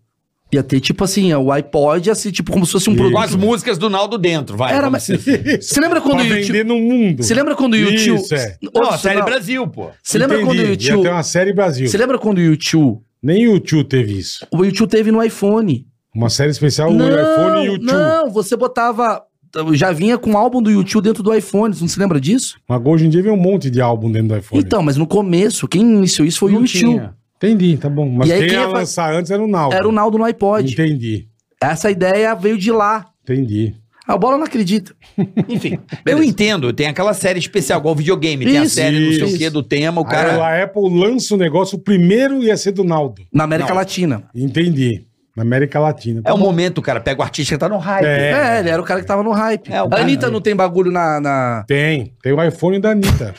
Ia ter, tipo assim, o iPod, assim, tipo, como se fosse um Isso. Com produto. as músicas do Naldo dentro, vai. Era, vamos mas- dizer. assim. Você lembra quando tipo, Pra o YouTube. vender no mundo. Você lembra quando o YouTube. Isso, é. assim? Não, a série Brasil, pô. Você lembra Entendi. quando o Ia ter YouTube. uma série Brasil. Você lembra quando o YouTube. Nem o tio teve isso. O YouTube teve no iPhone. Uma série especial, não, Ah, o iPhone e o tio. não, você botava. Já vinha com o álbum do YouTube dentro do iPhone, você não se lembra disso? Mas hoje em dia vem um monte de álbum dentro do iPhone. Então, mas no começo, quem iniciou isso foi o YouTube. Entendi, tá bom. Mas E aí quem quem ia ia fa- lançar antes era o Naldo. Era o Naldo no iPod. Entendi, Essa ideia veio de lá. entendi. A bola não acredita. Enfim. Eu entendo, tem aquela série especial, igual videogame, tem a Isso, Ah, série não sei isso. o que do tema, o Aí cara. a Apple lança o negócio, o primeiro ia ser do Naldo. Na América Latina. Entendi. Na América Latina. É o momento, cara, pega o artista que tá no hype. É. É. ele era o cara que tava no hype. É, o a cara- Anitta não tem bagulho na. na- Tem, tem o iPhone da Anitta.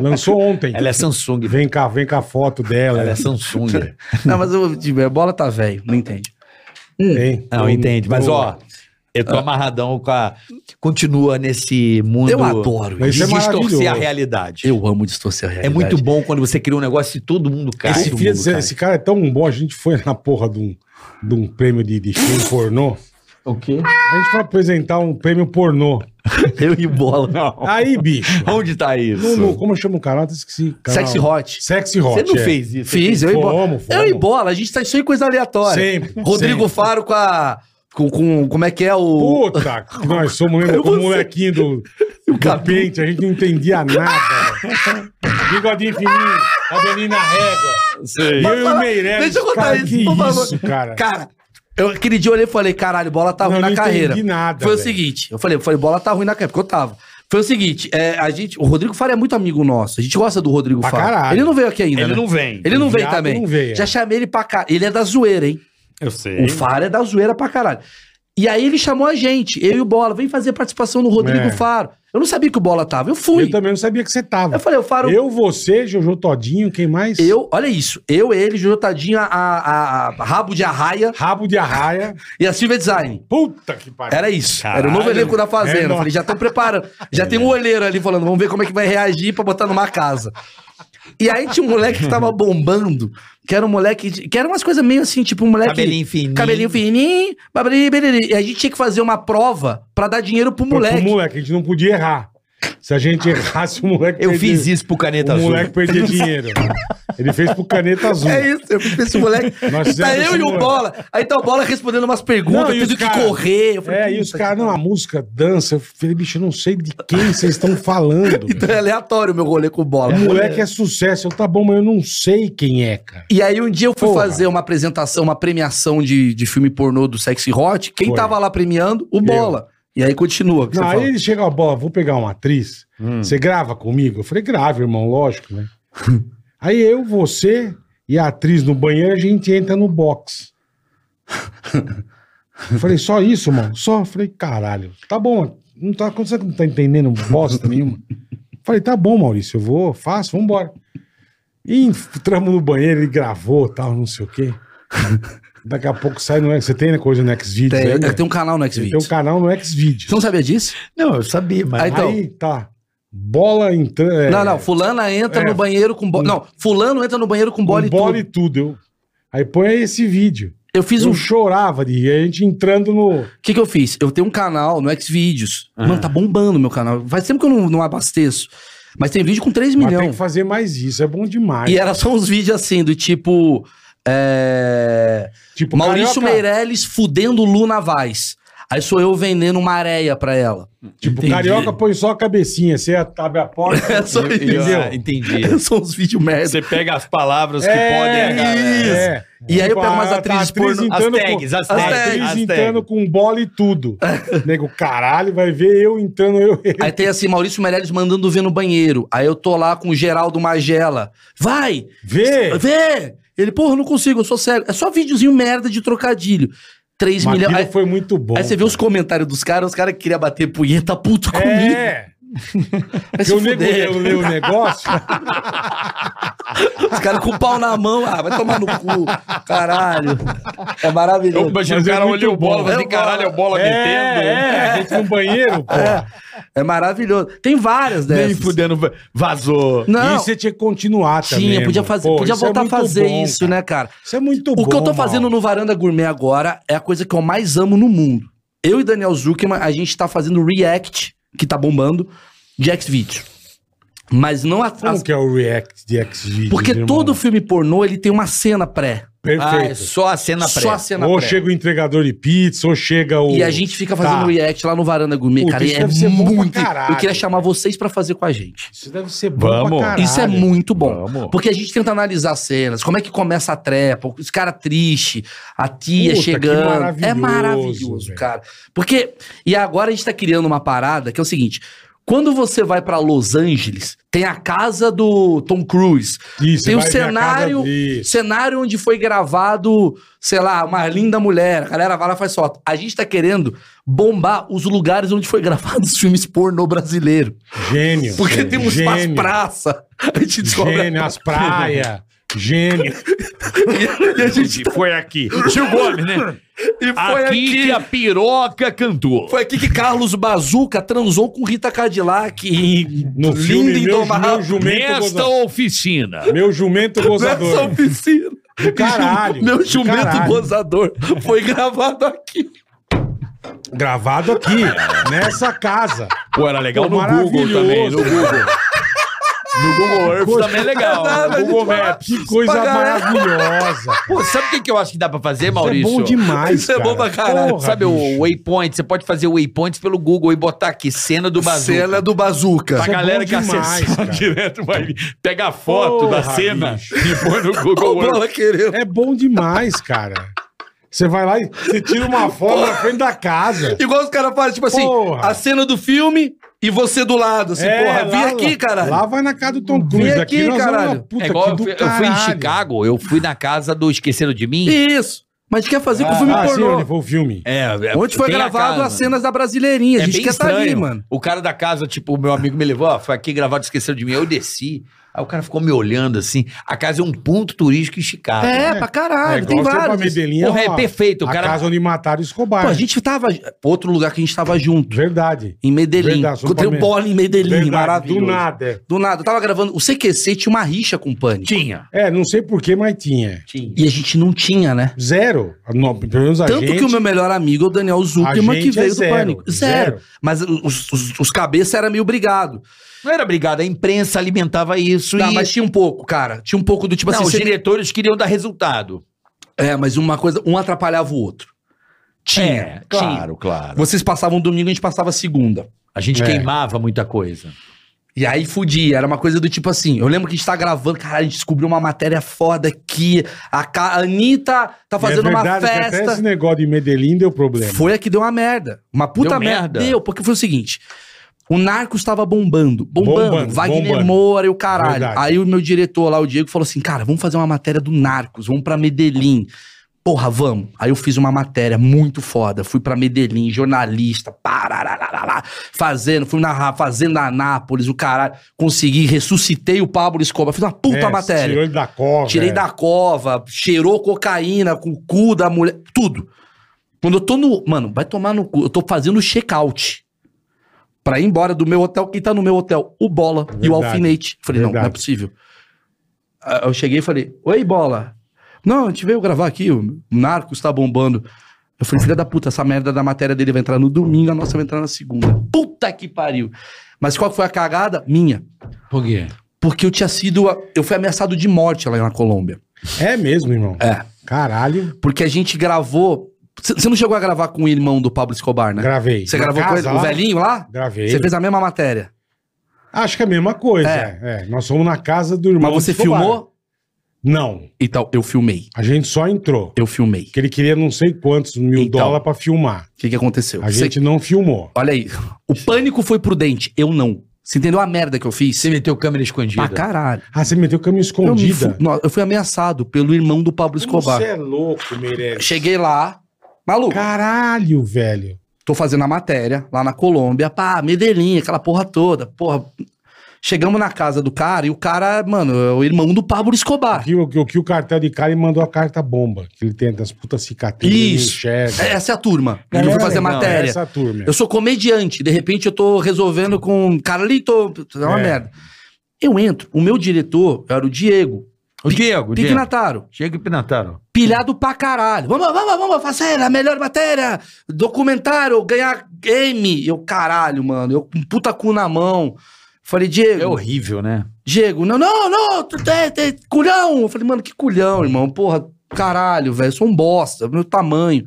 Lançou ontem. Ela é Samsung, velho. Vem cá, vem cá a foto dela. Ela é Samsung. Não, mas eu, tipo, a bola tá velho, não entende. Tem. um Não, entende. Mas, ó, eu tô amarradão com a. Continua nesse mundo. Ah. Eu adoro Mas de isso é distorcer a maravilhoso. realidade. Eu amo distorcer a É realidade. muito bom quando você cria um negócio e todo mundo cai. Esse, Todo filho- mundo esse- cai. esse cara é tão bom, a gente foi na porra de um, de um prêmio de, de filme pornô. O quê? A gente foi apresentar um prêmio pornô. Eu e bola. Aí, bicho. Onde tá no- isso? no- como chama o canal? Eu Esqueci. Canal. Sexy Hot. Sexy Hot. Você não é. fez isso. Fiz, eu e bola. Fomos, fomos. Eu e bola, a gente tá só em coisa aleatória. Sempre, Rodrigo sempre. Faro com a. Com, com- como é que é o. Puta, que nós somos lembra, com o molequinho do, do pente, a gente não entendia nada. velho. Bigodinho fininho, cabelinho na régua. E eu e o Meirelles. Deixa eu contar cara, isso, que por favor. isso, cara. Cara, eu, aquele dia eu olhei e falei, caralho, bola tá Não, ruim não na entendi carreira. nada, Foi velho. o seguinte, eu falei, eu falei, bola tá ruim na carreira, porque eu tava. Foi o seguinte, é, a gente, o Rodrigo Faro é muito amigo nosso. A gente gosta do Rodrigo Pra Faro. caralho. Ele não veio aqui ainda. Ele né? não vem. Ele não O veio viado também. não veio, é. Já chamei ele pra cá. Ele é da zoeira, hein? Eu sei. O Faro é da zoeira pra caralho. E aí ele chamou a gente, eu e o Bola, vem fazer participação no Rodrigo É. Faro. Eu não sabia que o Bola tava, eu fui. Eu também não sabia que você tava. Eu falei, o Faro, Eu, você, Jojo Todinho, quem mais? Eu, olha isso. Eu, ele, Jojo Tadinho, a, a- a- Rabo de Arraia Rabo de arraia. e a Silvia Design. Puta que pariu. Era isso. Era o novo Caralho. elenco da É, Fazenda. não. Falei, já estão preparando. Já tem um olheiro ali falando, vamos ver como é que vai reagir pra botar numa casa. E aí tinha um moleque que tava bombando, que era um moleque. de- Que era umas coisas meio assim, tipo um moleque. Cabelinho fininho. Cabelinho fininho. babiri, biriri. E a gente tinha que fazer uma prova pra dar dinheiro Pro- pro pro moleque. moleque, a gente não podia errar. Se a gente errasse, o moleque Eu perdia- fiz isso pro Caneta O Azul. moleque perdia dinheiro. Ele fez pro caneta azul. É isso, eu fiz pra esse moleque. Nós e tá fizemos eu esse e o moleque. Bola. Aí tá o Bola respondendo umas perguntas, e os tendo que cara- correr. Eu É, e os "Puta caras, não, a música, dança. Eu falei, bicho, eu não sei de quem vocês estão falando. Então é aleatório o meu rolê com bola. O moleque é sucesso. Eu, tá bom, mas eu não sei quem é, cara. E aí um dia eu fui Porra. fazer uma apresentação, uma premiação de, de filme pornô do Sexy Hot. Quem Foi. tava lá premiando? O Bola. E aí continua. o que Não, você aí fala. Hum. ele chega, ó, bola, vou pegar uma atriz. Você grava comigo? Eu falei, grave, irmão, lógico, né? aí eu, você e a atriz no banheiro, a gente entra no box. Eu falei, só isso, mano? Só? Eu falei, caralho, tá bom, não tá acontecendo, não tá entendendo bosta nenhuma. Eu falei, tá bom, Maurício, eu vou, faço, vambora. E entramos no banheiro, ele gravou, tal, não sei o quê. Daqui a pouco sai no X. Você tem né, coisa no Xvideos? tem, aí, né? é, tem um canal no Tem um Xvideos. canal no Xvideos. Você não sabia disso? Não, eu sabia, mas. Aí- Então- Aí tá. Bola é, entrando. Não, não. Fulana entra É. no banheiro com bola. Não, fulano entra no banheiro com bola bola, e bola tudo. e tudo. Eu... Aí põe aí esse vídeo. Eu fiz eu um... O chorava de rir, a gente entrando no. que que eu fiz? Eu tenho um canal no Xvideos. Mano, tá bombando o meu canal. Faz tempo que eu não, não abasteço. Mas tem vídeo com 3 Mas tem que milhões. fazer mais isso, é bom demais. E era só uns vídeos assim, do tipo... É... Tipo, Maurício Carioca, Meirelles fudendo Luna Vaz. Aí sou eu vendendo uma areia pra ela. Tipo, carioca põe só a cabecinha, você abre a porta. É só isso. Entendeu? Ah, entendi. São uns vídeos merda. Você pega as palavras que É, podem. é. E aí eu pego umas a- a atrizes porno. As entrando tags, com- as a tags, atriz as entrando com bola e tudo. Nego, caralho, vai ver eu entrando, eu. Aí tem assim, Maurício Meirelles mandando ver no banheiro. Aí eu tô lá com o Geraldo Magela. Vai! Vê! Vê! Ele, porra, eu não consigo, eu sou sério. É só videozinho merda de trocadilho. 3 Mas milhões. aquilo Aí, foi muito bom. aí você vê os comentários dos caras, os caras queriam bater punheta puto comigo. É! Vai se Eu nego fuder. eu leio o negócio. Os caras com o pau na mão, ah, vai tomar no cu. Caralho. É Eu maravilhoso. imagino Mas o é cara muito olhou o bola e bom. falou assim, caralho, é o bola É, metendo. é, a gente no banheiro, pô. É maravilhoso. Tem várias dessas. Nem fudendo. va- Vazou. Não, E você tinha que continuar também. tinha, podia, mano. fazer, é Pô, podia isso é voltar a muito fazer bom, isso, cara. né, cara? Isso é muito bom. O que eu tô fazendo mano. no Varanda Gourmet agora é a coisa que eu mais amo no mundo. Eu e Daniel Zuckerman, a gente tá fazendo react, que tá bombando, de X-Video. Mas não a, Como as- que é o react de X-Videos? Porque irmão? todo filme pornô, ele tem uma cena pré. Ah, é Perfeito. só a cena pré. Só a cena ou pré. chega o entregador de pizza, ou chega o... E a gente fica fazendo Tá. react lá no Varanda Gourmet, Puta, cara. isso E é deve ser bom pra muito. caralho. Eu queria chamar vocês pra fazer com a gente. Isso deve ser bom Vamos. pra caralho. Isso é muito bom. Vamos. Porque a gente tenta analisar as cenas, como é que começa a trepa, os cara triste, a tia Puta, que chegando. maravilhoso, é maravilhoso, velho. cara. Porque. E agora a gente tá criando uma parada que é o seguinte: quando você vai pra Los Angeles, tem a casa do Tom Cruise. Isso, tem o vai ver a cenário. casa- Isso. Cenário onde foi gravado, sei lá, uma linda mulher. A galera vai lá e faz foto. A gente tá querendo bombar os lugares onde foi gravado os filmes pornô brasileiro. Gênio. Porque velho, tem uns umas gênio, praça. A gente descobre. Gênio, as praias. Gênio. E a gente tá- Foi aqui. Gil Gomes, né? e foi Aqui, aqui. que a piroca cantou. Foi aqui que Carlos Bazuca transou com Rita Cadillac e No filme, meu, meu jumento Nesta gozador. oficina. Meu jumento Nessa gozador. oficina. Do caralho. Meu do jumento caralho. gozador foi gravado aqui. Gravado aqui, nessa casa. Pô, era legal Pô, no Google também. maravilhoso. No Google. No Google Earth Coisa- também é legal. Nada, No Google Maps. Que coisa Pra caralho. maravilhosa. Pô, sabe o que, que eu acho que dá pra fazer, Maurício? Isso é bom demais, Isso é cara. bom pra caralho. Porra, Sabe bicho. o waypoint? Você pode fazer waypoints pelo Google e botar aqui cena do Bazooka. Cena do Bazuca. Pra Isso é galera bom que demais, acessar cara. direto vai vir. Pega a foto Porra, da cena bicho. e põe no Google Earth. Bola querendo. É bom demais, cara. Você vai lá e você tira uma foto na frente da casa. Igual os caras fazem, tipo assim, Porra. a cena do filme e você do lado, assim, É, porra, vem lá- aqui, caralho. Lá vai na casa do Tom Cruise. Vem Daqui aqui, nós vamos caralho. na puta É igual que eu do fui, eu fui em caralho. Chicago, eu fui na casa do Esqueceram de Mim. Isso. Mas quer fazer com o filme Ah, sim, pornô. onde foi o filme? É, é, Onde foi tem a gravado casa. as cenas da Brasileirinha. A É gente bem quer estar estranho. ali, mano. O cara da casa, tipo, o meu amigo me levou, ó, foi aqui gravado, esqueceram de mim. Eu desci. Aí o cara ficou me olhando assim. A casa é um ponto turístico em Ah, Chicago. É, pra caralho. tem vários. Medellín, Porra, é uma- perfeito. O a cara casa onde mataram Escobar. Pô, a gente tava. Outro lugar que a gente tava junto. Verdade. Em Medellín. Verdade, sou Encontrei o palmeirense. Bola em Medellín, Verdade, maravilhoso. Do nada. é. Do nada. Eu tava gravando. O CQC tinha uma rixa com o Pânico. tinha. É, não sei por que, mas tinha. E a gente não tinha, né? Zero. No- pelo menos a Tanto gente. que o meu melhor amigo é o Daniel A Zuckerman, gente que é veio do zero, Pânico. Zero. zero. Mas os, os, os cabeças eram meio brigado. Não era brigada, a imprensa alimentava isso Não, e. tipo mas tinha um pouco, cara. Tinha um pouco do tipo Não, assim. os você- diretores queriam dar resultado. É, mas uma coisa, um atrapalhava o outro. Tinha. É, claro, claro. Vocês passavam domingo, a gente passava segunda. A gente É. queimava muita coisa. E aí fudia, era uma coisa do tipo assim, eu lembro que a gente tá gravando, caralho, a gente descobriu uma matéria foda aqui, a, Ca- a Anitta tá fazendo é uma verdade que Até esse festa. negócio de Medellín deu problema. Foi a que deu uma merda. Uma puta Deu merda. merda? Deu, porque foi o seguinte, o Narcos tava bombando, bombando, Bombando, Wagner bombando. Moura e o caralho. Verdade. Aí o meu diretor lá, o Diego, falou assim, cara, vamos fazer uma matéria do Narcos, vamos pra Medellín. Porra, vamos. Aí eu fiz uma matéria muito foda. Fui pra Medellín, jornalista, pararararará, fazendo, fui na fazenda Anápolis, o caralho. Consegui, ressuscitei o Pablo Escobar. Fiz uma puta É, matéria. Tirou ele da cova. Tirei é. da cova, cheirou cocaína com o cu da mulher, tudo. Quando eu tô no. Mano, vai tomar no cu. Eu tô fazendo check-out. Pra ir embora do meu hotel. Quem tá no meu hotel? O Bola e o Verdade. Alfinete. Falei, não, não é Verdade. possível. Aí Eu cheguei e falei, oi, Bola. Não, a gente veio gravar aqui, o Narcos tá bombando. Eu falei, filha da puta, essa merda da matéria dele vai entrar no domingo, a nossa vai entrar na segunda. Puta que pariu. Mas qual foi a cagada? Minha. Por quê? Porque eu tinha sido. Eu fui ameaçado de morte lá na Colômbia. É mesmo, irmão. É. Caralho. Porque a gente gravou. C- Você não chegou a gravar com o irmão do Pablo Escobar, né? Gravei. Você Na gravou com casa ele, lá, o velhinho lá? Gravei. Você fez a mesma matéria. Acho que é a mesma coisa. É. é. É, Nós fomos na casa do irmão. Mas você do Escobar. filmou? Não. Então, eu filmei. A gente só entrou. Eu filmei. Porque ele queria não sei quantos mil Então. dólares pra filmar. O que, que aconteceu? A Você- gente não filmou. Olha aí. O pânico foi prudente. Eu não. Você entendeu a merda que eu fiz? Você meteu câmera escondida. Pra caralho. Ah, você meteu câmera Eu, me escondida. fu- Não, eu fui ameaçado pelo irmão do Pablo Escobar. Você é louco, Meirelles. Cheguei lá. Maluco, Caralho, velho. tô fazendo a matéria lá na Colômbia, pá, Medellín, aquela porra toda, porra. Chegamos na casa do cara e o cara, mano, é o irmão do Pablo Escobar. Que, o- que, o- que o cartel de cara ele mandou a carta bomba. Que ele tem as putas cicatrizes, ele Isso. enxerga. Essa é a turma. Eu Galera, vou fazer a não, é matéria. Essa turma. Eu sou comediante, de repente eu tô resolvendo com Carlito, é uma É. merda. Eu entro, o meu diretor era o Diego, O Diego, o Diego. Pignataro, Diego Pinataro. pilhado pra caralho. Vamos, vamos, vamos fazer a melhor matéria, documentário, ganhar game. Eu, caralho, mano, eu com um puta cu na mão. Falei, Diego, É horrível, né? Diego, não, não, não, tu tem, tem, culhão. Eu falei, mano, que culhão, irmão. Porra, caralho, velho, eu sou um bosta, meu tamanho.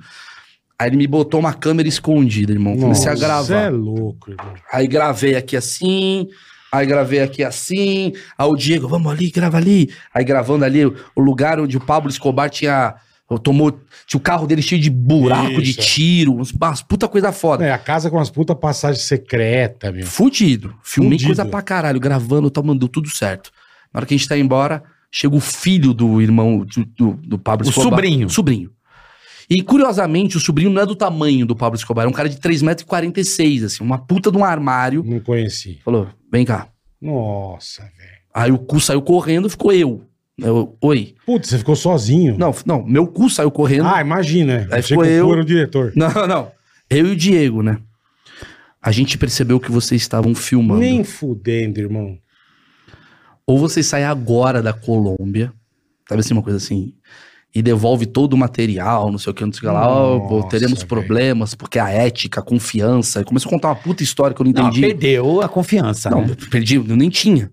Aí ele me botou uma câmera escondida, irmão. Comecei a Você é gravar. louco, irmão. Aí gravei aqui assim, aí gravei aqui assim. Aí o Diego, vamos ali, grava ali. Aí gravando ali o o lugar onde o Pablo Escobar tinha. Tomou. Tinha o carro dele cheio de buraco, de Isso. tiro, uns- umas puta coisa foda. É, a casa com as putas passagem secreta, meu. Fudido. É. Filmei Fudido. coisa pra caralho, gravando, tá, mano, deu tudo certo. Na hora que a gente tá embora, chega o filho do irmão do, do- do Pablo O sobrinho. Sobrinho. E curiosamente, o sobrinho não é do tamanho do Pablo Escobar, é um cara de 3,46m, assim, uma puta de um armário. Não conheci. Falou, vem cá. Nossa, velho. Aí o cu saiu correndo, ficou eu. Eu, Oi. Putz, você ficou sozinho. Não, não, meu cu saiu correndo. Ah, imagina. Aí Achei ficou que o eu. cu era o diretor. Não, não. Eu e o Diego, né? A gente percebeu que vocês estavam filmando. Nem fudendo, irmão. Ou vocês saem agora da Colômbia, sabe assim, uma coisa assim, e devolve todo o material, não sei o que, não sei o que lá. ó, pô, Nossa, teremos velho. problemas, porque a ética, a confiança. Aí Começou a contar uma puta história que eu não Não, entendi. perdeu a confiança. Não, né? É. perdi, eu nem tinha.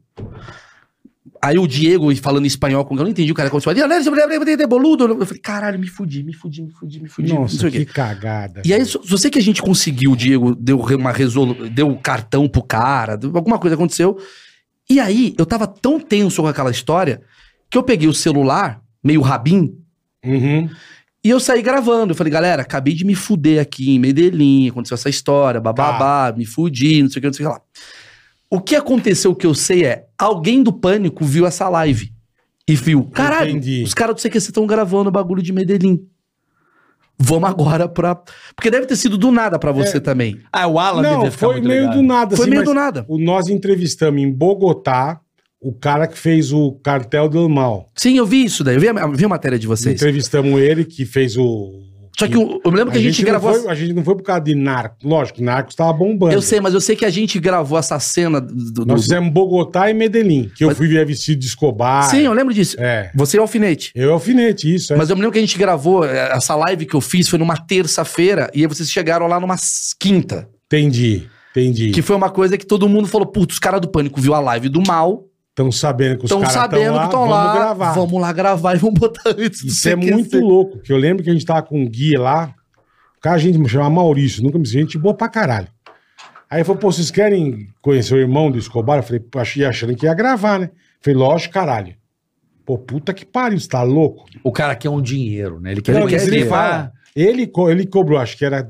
Aí o Diego falando em espanhol, com- eu não entendi o cara começou a falar, boludo. Eu falei, caralho, me fudi, me fudi, me fudi, me fudi. não sei Nossa, o quê. que cagada. E aí, velho. se se você que a gente conseguiu, o Diego deu re- uma resolu... deu um cartão pro cara, deu- alguma coisa aconteceu. E aí, eu tava tão tenso com aquela história que eu peguei o celular, meio rabinho, Uhum. e eu saí gravando. Eu falei, galera, acabei de me fuder aqui em Medellín, aconteceu essa história, Tá. bababá, me fudi, não sei o que, não sei o que lá. O que aconteceu que eu sei é, alguém do pânico viu essa live e viu, caralho, Entendi. os caras do CQC estão gravando o bagulho de Medellín. Vamos agora pra. Porque deve ter sido do nada pra você também. Ah, o Alan Não, deve ficar foi muito meio ligado. do nada. Foi assim, meio É. mas do nada. o- Nós entrevistamos em Bogotá o cara que fez o Cartel do Mal. Sim, eu vi isso daí. Eu vi a, eu vi a matéria de vocês. Entrevistamos ele que fez o... Só que eu, eu me lembro que a, gente, não gravou. foi- a gente não foi por causa de narco. Lógico, narcos tava bombando. Eu sei, mas eu sei que a gente gravou essa cena do. do- Nós fizemos Bogotá e Medellín, que eu Mas- fui ver vestido de Escobar. Sim, eu lembro disso. É. Você é o alfinete. Eu é alfinete, isso. É. Mas eu me lembro que a gente gravou, eh, essa live que eu fiz foi numa terça-feira, e aí vocês chegaram lá numa s- quinta. Entendi, entendi. Que foi uma coisa que todo mundo falou: putz, os caras do pânico viu a live do mal, Estão sabendo que os estão caras estão lá, sabendo que estão vamos lá. gravar. Vamos lá gravar e vamos botar antes do Isso é CQC. muito louco, que eu lembro que a gente tava com o Gui lá, o cara a gente chamava Maurício, nunca me esqueci, gente boa pra caralho. Aí ele falou, pô, vocês querem conhecer o irmão do Escobar? Eu falei, pô, achei- achando que ia gravar, né? Eu falei, lógico, caralho. Pô, puta que pariu, você tá louco? O cara quer um dinheiro, né? Ele quer, Não, ele quer mas ele dinheiro. fala. Ele, co- ele cobrou, acho que era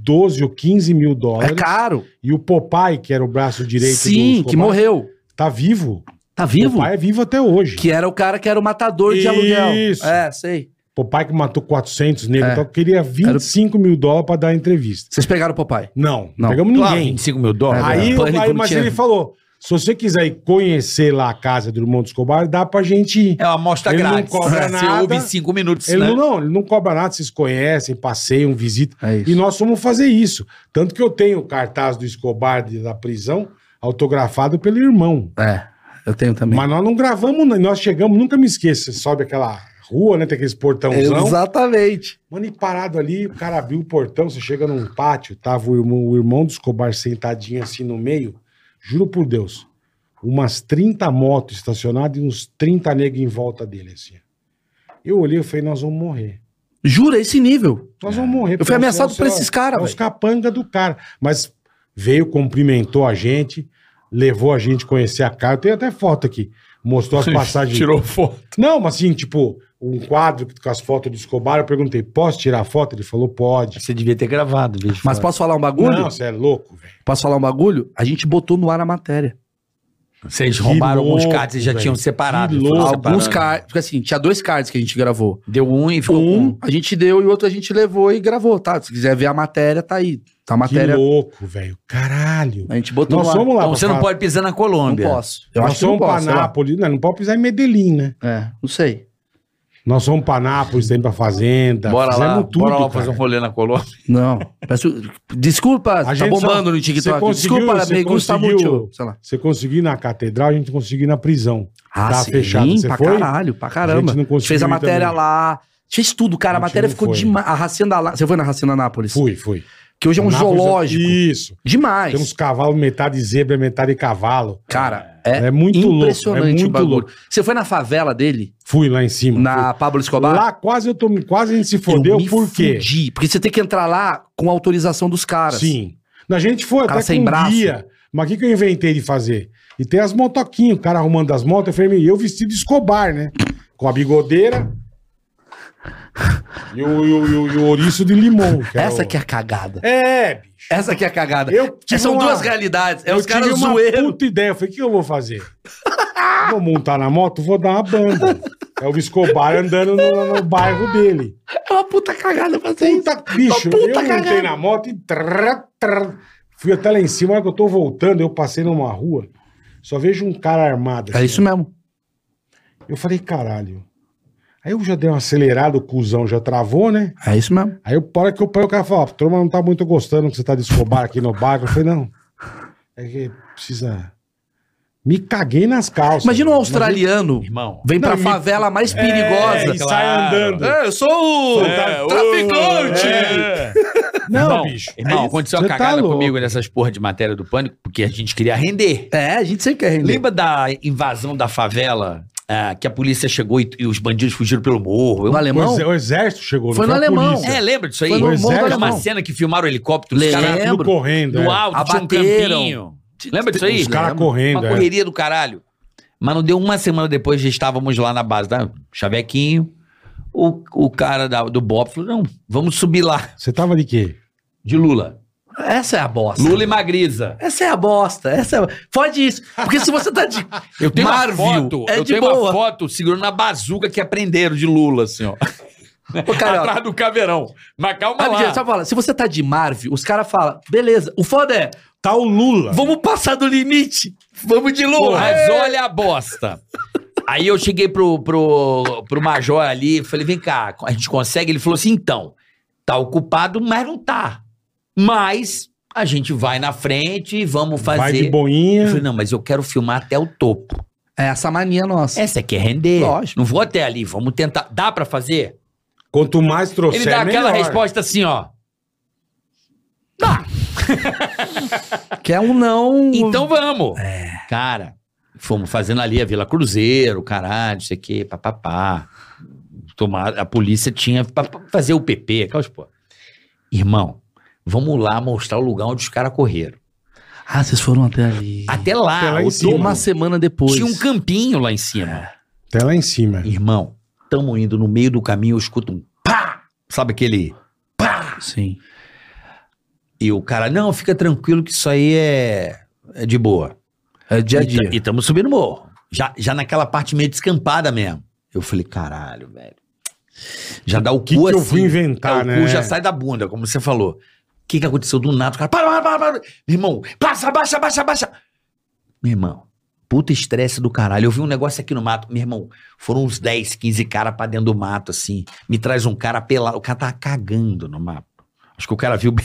12 ou 15 mil É dólares. caro. E o Popeye, que era o braço direito do Sim, Escobar, que morreu. tá vivo. Tá vivo? Popeye é vivo até hoje. Que era o cara que era o matador de Isso. aluguel. É, sei. Popeye que matou 400 negros, É. então queria 25 mil dólares pra dar a entrevista. Vocês pegaram o papai. Não, não Não. pegamos Claro, ninguém. 25 mil dólares. aí, é, eu- pânico aí, não mas tinha. ele falou, se você quiser ir conhecer lá a casa do irmão do Escobar, dá pra gente ir. É uma amostra Ele não grátis. cobra Você nada. ouve em 5 minutos, Ele né? não, não, ele não cobra nada, vocês conhecem, passeiam, visitam. É E nós fomos fazer isso. Tanto que eu tenho o cartaz do Escobar de- da prisão autografado pelo irmão. É, eu tenho também. Mas nós não gravamos, não. nós chegamos, nunca me esqueço, você sobe aquela rua, né, tem aqueles portãozão. Exatamente. Mano, e parado ali, o cara abriu o portão, você chega num pátio, tava o irmão, o irmão do Escobar sentadinho assim no meio. Juro por Deus. Umas 30 motos estacionadas e uns 30 negros em volta dele, assim. Eu olhei e falei, nós vamos morrer. Jura, esse nível. Nós vamos morrer. É. Eu fui porque ameaçado nós- por esses caras, nós- Os velho. capanga do cara. Mas veio, cumprimentou a gente, levou a gente conhecer a casa. Eu tenho até foto aqui. Mostrou as passagens. Tirou foto. Não, mas assim, tipo, um quadro com as fotos do Escobar. Eu perguntei, posso tirar foto? Ele falou, pode. Você devia ter gravado, bicho. Mas posso falar um bagulho? Não, você é louco, velho. Posso falar um bagulho? A gente botou no ar a matéria. Vocês Que roubaram alguns louco, cards, vocês já velho. tinham separado. Que foram louco. Alguns separando. cards. Porque assim, tinha dois cards que a gente gravou. Deu um e ficou Um com- a gente deu e o outro a gente levou e gravou, tá? Se quiser ver a matéria, tá aí. Tá a matéria. Que louco, velho. Caralho. A gente botou Nós no ar. vamos lá. Então pra você não falar. pode pisar na Não Colômbia. posso. Eu Nós acho que não somos pra posso. sei lá. Nápoles. Não, não pode pisar em Medellín, né? É, não sei. Nós somos pra Nápoles, daí pra Tá, Fazenda. Bora lá, Fizemos tudo, bora lá cara. fazer um rolê na Colômbia. Não. Peço... Desculpa, tá gente bombando só- no Você TikTok. conseguiu, Desculpa, você me gusta conseguiu. muito. Sei lá. Você conseguiu ir na catedral, a gente conseguiu ir na prisão. Ah, Tá sim, fechado, você pra foi? caralho, pra caramba. A gente não conseguiu fez a ir matéria também. lá. Fez tudo, cara. A A gente matéria não ficou foi. demais. A Racina lá. Você foi na Racina Nápoles? Fui, fui. Que hoje é um Nápoles zoológico. É Isso. Demais. Tem uns cavalos, metade zebra, metade cavalo. Cara, é, É, muito impressionante louco. É o muito bagulho. louco. Você foi na favela dele? Fui lá em cima. Na um Pablo fui. Escobar? Lá quase eu tô, quase a gente se Eu fodeu, me por quê? fudi, Porque você tem que entrar lá com a autorização dos caras. Sim. A gente foi Cara até sem com braço. guia. Mas o que, que eu inventei de fazer? E tem as motoquinhas, o cara arrumando as motos. Eu falei, "Meu, eu vestido de Escobar, né? Com a bigodeira e o, e o, e o- e o ouriço de limão. que era Essa o- que é a cagada. É, bicho. Essa que é a cagada. Eu tive São uma- duas realidades. É eu os caras tive uma zoeiros. puta ideia. Eu falei, o que eu vou fazer? vou montar na moto, vou dar uma banda. É o Escobar andando no, no bairro dele. É uma puta cagada fazer isso. É Puta, bicho, Uma puta eu cagada. montei na moto e... trrr, trrr. fui até lá em cima, na hora que eu tô voltando, eu passei numa rua, só vejo um cara armado. É assim. isso mesmo. Eu falei, caralho. Aí eu já dei uma acelerada, o cuzão já travou, né? É isso mesmo. Aí eu para que eu parei, o cara falou, ó, turma não tá muito gostando que você tá de escobar aqui no bairro. Eu falei, não. É que precisa... Me caguei nas calças. Imagina um australiano. australiano Irmão. vem pra Não, me- favela mais É, perigosa. e sai andando. É, eu sou o É, traficante! É. Não, irmão, bicho. Irmão, Aí aconteceu você uma tá cagada louco. comigo nessas porra de matéria do pânico, porque a gente queria render. É, a gente sempre quer render. Lembra da invasão da favela? ah, que a polícia chegou e, e os bandidos fugiram pelo morro. Eu- No O alemão? ex- o exército chegou, Foi não no foi a alemão. polícia. É, lembra disso aí? Foi no Morro do Lembra uma Alemão. cena que filmaram o helicóptero, os Lembro. caras Tudo correndo. no é. alto, tinha um Abateram. campinho. Lembra disso aí? Os caras Uma correndo. é. correria do caralho. Mas não deu uma semana depois, já estávamos lá na base, tá? Chavequinho. O, o cara da- do BOP falou: não, vamos subir lá. Você tava de quê? De Lula. Essa é a bosta. Lula e Magriza. Essa é a bosta. Essa é... Fode isso. Porque se você tá de. Eu tenho Marvel, uma foto, é eu de tenho boa. uma foto segurando a bazuca que aprenderam de Lula, assim, ó. Ô, cara, Atrás do caveirão. Mas calma sabe, gente, lá. só fala, se você tá de Marvel, os caras falam, beleza. O foda é, Tá o Lula. vamos passar do limite. Vamos de Lula. Mas olha a bosta. Aí eu cheguei pro, pro, pro major ali e falei, vem cá, a gente consegue? Ele falou assim, então, tá ocupado, mas não tá. Mas a gente vai na frente e vamos fazer. Vai de Eu falei, boinha. não, mas eu quero filmar até o topo. É essa mania nossa. Essa aqui é render. Lógico. Não vou até ali, vamos tentar. Dá pra fazer? Quanto mais trouxer, Ele dá aquela é melhor. resposta assim, ó. Que é um não. Então vamos. Cara, fomos fazendo ali a Vila Cruzeiro, caralho, não sei o quê, papapá. Tomar, a polícia tinha pra pra fazer o PP, aquelas pô. Irmão, vamos lá mostrar o lugar onde os caras correram. Ah, vocês foram até ali. Até lá, Até lá em o cima. Uma Thomas semana depois. tinha um campinho lá em cima. Até lá em cima. Irmão, tamo indo no meio do caminho, eu escuto um pá! Sabe aquele. Sim. E o cara, não, fica tranquilo que isso aí é, é de boa. É dia a E ta- dia. E estamos subindo o morro. Já, já naquela parte meio descampada mesmo. Eu falei, caralho, velho. Já dá o que cu que eu assim. fui inventar, É, o né? cu já sai da bunda, como você falou. O que, que aconteceu do nada? O cara, para, para, para, para. Meu irmão, passa, baixa, baixa, baixa. Meu irmão, puta estresse do caralho. Eu vi um negócio aqui no mato. Meu irmão, foram uns 10, 15 caras pra dentro do mato, assim. Me traz um cara pelado. O cara tava cagando no mato. Acho que o cara viu bem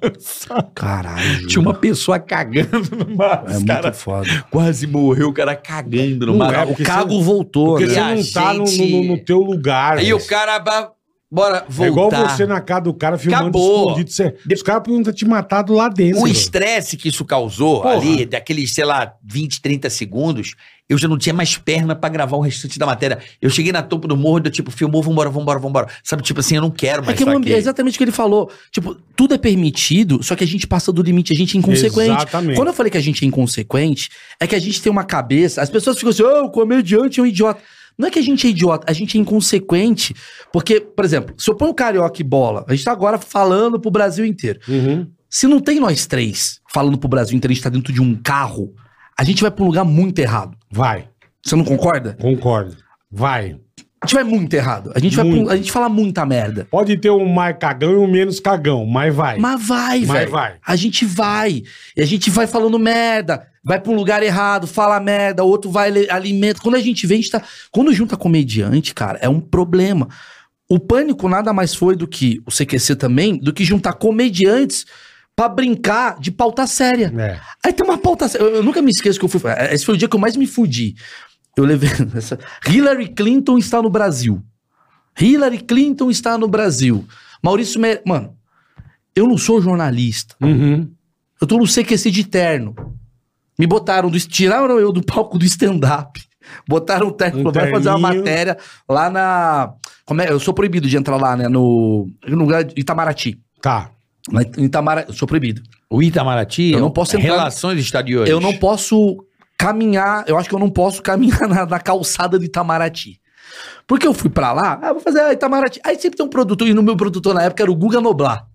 balançado. Caralho. Tinha uma pessoa cagando no mato. É Os muito cara foda. Quase morreu, o cara cagando no Não mar. é, o porque cago você- voltou, Porque né? você E a não tá no- gente- no, no teu lugar. né? Aí velho. o cara. ba- Bora voltar. É igual você na casa do cara filmando Acabou. escondido. Você... Os caras podiam ter te matado lá dentro. O velho. estresse que isso causou Porra. ali, daqueles, sei lá, 20, 30 segundos, Eu já não tinha mais perna pra gravar o restante da matéria. Eu cheguei na topo do morro, do tipo, filmou, vambora, vambora, vambora. Sabe, tipo assim, eu não quero É, tá mais que é isso um ambi- aqui. é exatamente o que ele falou. Tipo, tudo é permitido, só que a gente passa do limite, a gente é inconsequente. Exatamente. Quando eu falei que a gente é inconsequente, é que a gente tem uma cabeça. As pessoas ficam assim, oh, o comediante é um idiota. Não é que a gente é idiota, a gente é inconsequente. Porque, por exemplo, se eu ponho carioca e bola, a gente tá agora falando pro Brasil inteiro. Uhum. Se não tem nós três falando pro Brasil inteiro, a gente tá dentro de um carro, a gente vai pra um lugar muito errado. Vai, Você não concorda? concordo. Vai. A gente vai muito errado. A gente, vai pra um- Muito. a gente fala muita merda. Pode ter um mais cagão e um menos cagão, mas vai. Mas vai, Mas velho. vai. A gente vai. E a gente vai falando merda. Vai pra um lugar errado, fala merda, o outro vai le- alimenta. Quando a gente vê, a gente tá. Quando junta comediante, cara, é um problema. O pânico nada mais foi do que o CQC também, do que juntar comediantes pra brincar de pauta séria. É. Aí tem uma pauta. séria. Eu, eu nunca me esqueço que eu fui. é, Esse foi o dia que eu mais me fudi. Eu levei. essa- Hillary Clinton está no Brasil. Hillary Clinton está no Brasil. Maurício Mer... Mano, eu não sou jornalista. Uhum. Eu tô no CQC de terno. Me botaram do. Tiraram eu do palco do stand-up. Botaram o terno. Um falou, vai fazer uma terninho. matéria lá na. Como é? Eu sou proibido de entrar lá, né? No. No lugar de Itamaraty. Tá. Lá Em Itamara... Eu sou proibido. O Itamaraty, é Eu não posso entrar- relações exteriores. Eu não posso caminhar, eu acho que eu não posso caminhar na, na calçada do Itamaraty. Porque eu fui pra lá, ah, vou fazer ah, Itamaraty. Aí sempre tem um produtor, e no meu produtor na época era o Guga Noblar.